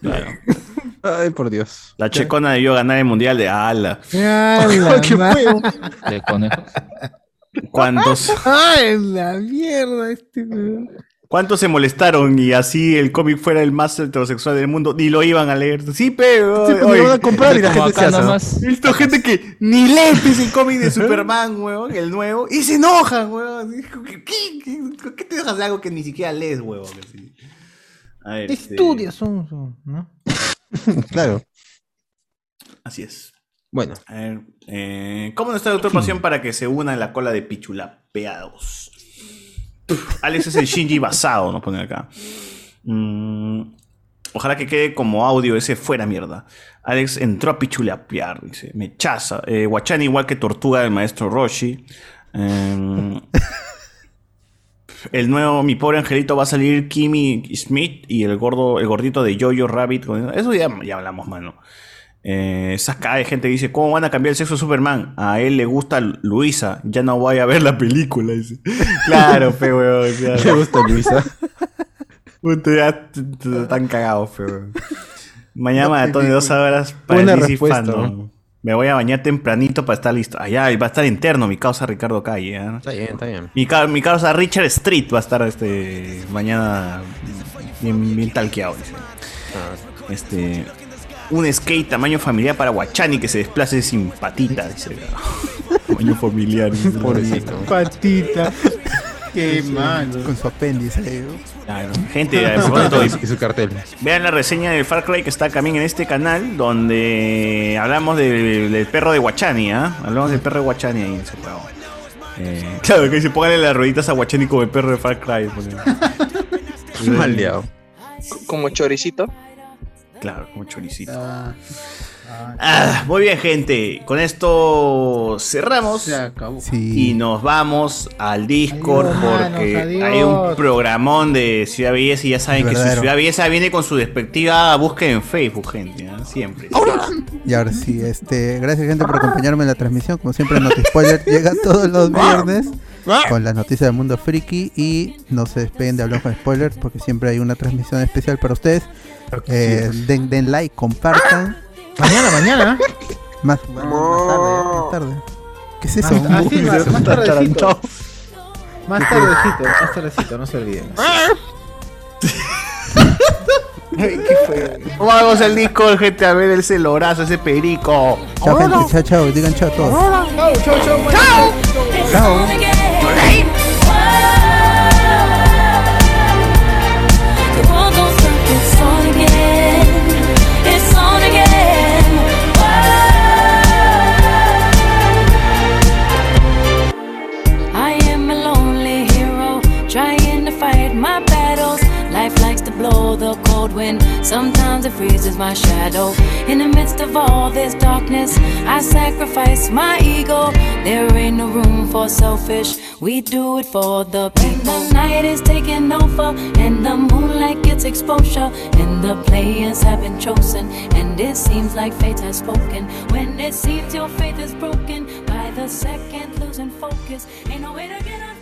Claro.
Ay, por Dios.
La checona debió ganar el mundial de ala.
¡Ah, la ma-
De conejos.
¿Cuántos,
¡Ay, la mierda! Este weón.
¿Cuántos se molestaron y así el cómic fuera el más heterosexual del mundo? Ni lo iban a leer. Sí, pero.
Sí, pues,
oye,
lo van a comprar y la
como
gente
acá
se hace, ¿no?
nomás. He visto gente que ni lee pues, el cómic de Superman, weón, el nuevo, y se enoja, weón. ¿Qué, qué- qué- qué te dejas de algo que ni siquiera lees, weón? Así. A ver, este,
Estudios son, son, ¿no?
Claro.
Así es.
Bueno.
A ver, eh, ¿cómo no está doctor Pasión para que se una en la cola de pichulapeados? Alex es el Shinji basado, nos ponen acá. Mm, ojalá que quede como audio ese fuera mierda. Alex entró a pichulapear, dice. Me chaza. Eh, Guachán igual que Tortuga del maestro Roshi. Em, el nuevo Mi Pobre Angelito va a salir Kimi Smith y el gordo, el gordito de Jojo Rabbit. con- Eso ya, ya hablamos, mano. Eh, esas caras de gente que dice, ¿cómo van a cambiar el sexo de Superman? A él le gusta Luisa, ya no voy a ver la película. dice. Claro, fe, weón. claro.
Le gusta Luisa.
Puta, ya t- t- están cagados, fe, weón. Mañana
La
maratón de dos
película.
horas para
Buena
el DC
respuesta,
Fandom.
¿no?
Me voy a bañar tempranito para estar listo. Allá va a estar interno mi causa Ricardo Calle. ¿ah?
Está bien, está bien.
Mi, ca- mi causa Richard Street va a estar este mañana bien, bien talqueado. dice.
Ah.
Este, un skate tamaño familiar para Guachani que se desplace sin patitas. dice. tamaño familiar. dice.
Pobrecito.
Patita. Qué malo.
Con su apéndice.
Gente, a propósito,
y su cartel.
Vean la reseña de Far Cry que está también en este canal, donde hablamos del, del perro de Guachani, ¿ah? Hablamos del perro de Guachani ahí en ese juego. Eh, claro, que dice, póngale las rueditas a Guachani como el perro de Far Cry. pone.
Maldeado.
Como choricito.
Claro, como choricito. Ah, muy bien, gente. Con esto cerramos. Y nos vamos al Discord porque
adiós.
hay un programón de Ciudad Belleza y ya saben que si
Verdadero.
Ciudad Belleza viene con su despectiva búsqueda en Facebook, gente. ¿ah? Siempre.
Y ahora sí, este, gracias gente por acompañarme en la transmisión. Como siempre, NotiSpoiler llega todos los viernes con las noticias del mundo friki y no se despeguen de hablar con spoilers porque siempre hay una transmisión especial para ustedes. Eh, den, den like, compartan. Mañana, mañana. Más, más, más tarde, más tarde. ¿Qué es eso?
Ah, sí, más- más tardecito. Más
Sí, sí.
tardecito, más tardecito, no se olviden.
¿Qué fue? Vamos al Discord, gente, a ver el celorazo, ese perico.
Chao, gente. Chao, chao. Digan chao a todos.
Chao, chao, chao.
Chao.
The world goes up, it's on again. It's on again. Whoa. I am a lonely hero, trying to fight my battles. Life likes to blow the cold wind. Sometimes it freezes my shadow. In the midst of all this darkness, I sacrifice my ego. There ain't no room for selfish. We do it for the people. The night is taking over, and the moonlight gets exposure. And the players have been chosen, and it seems like fate has spoken. When it seems your faith is broken, by the second losing focus, ain't no way to get out.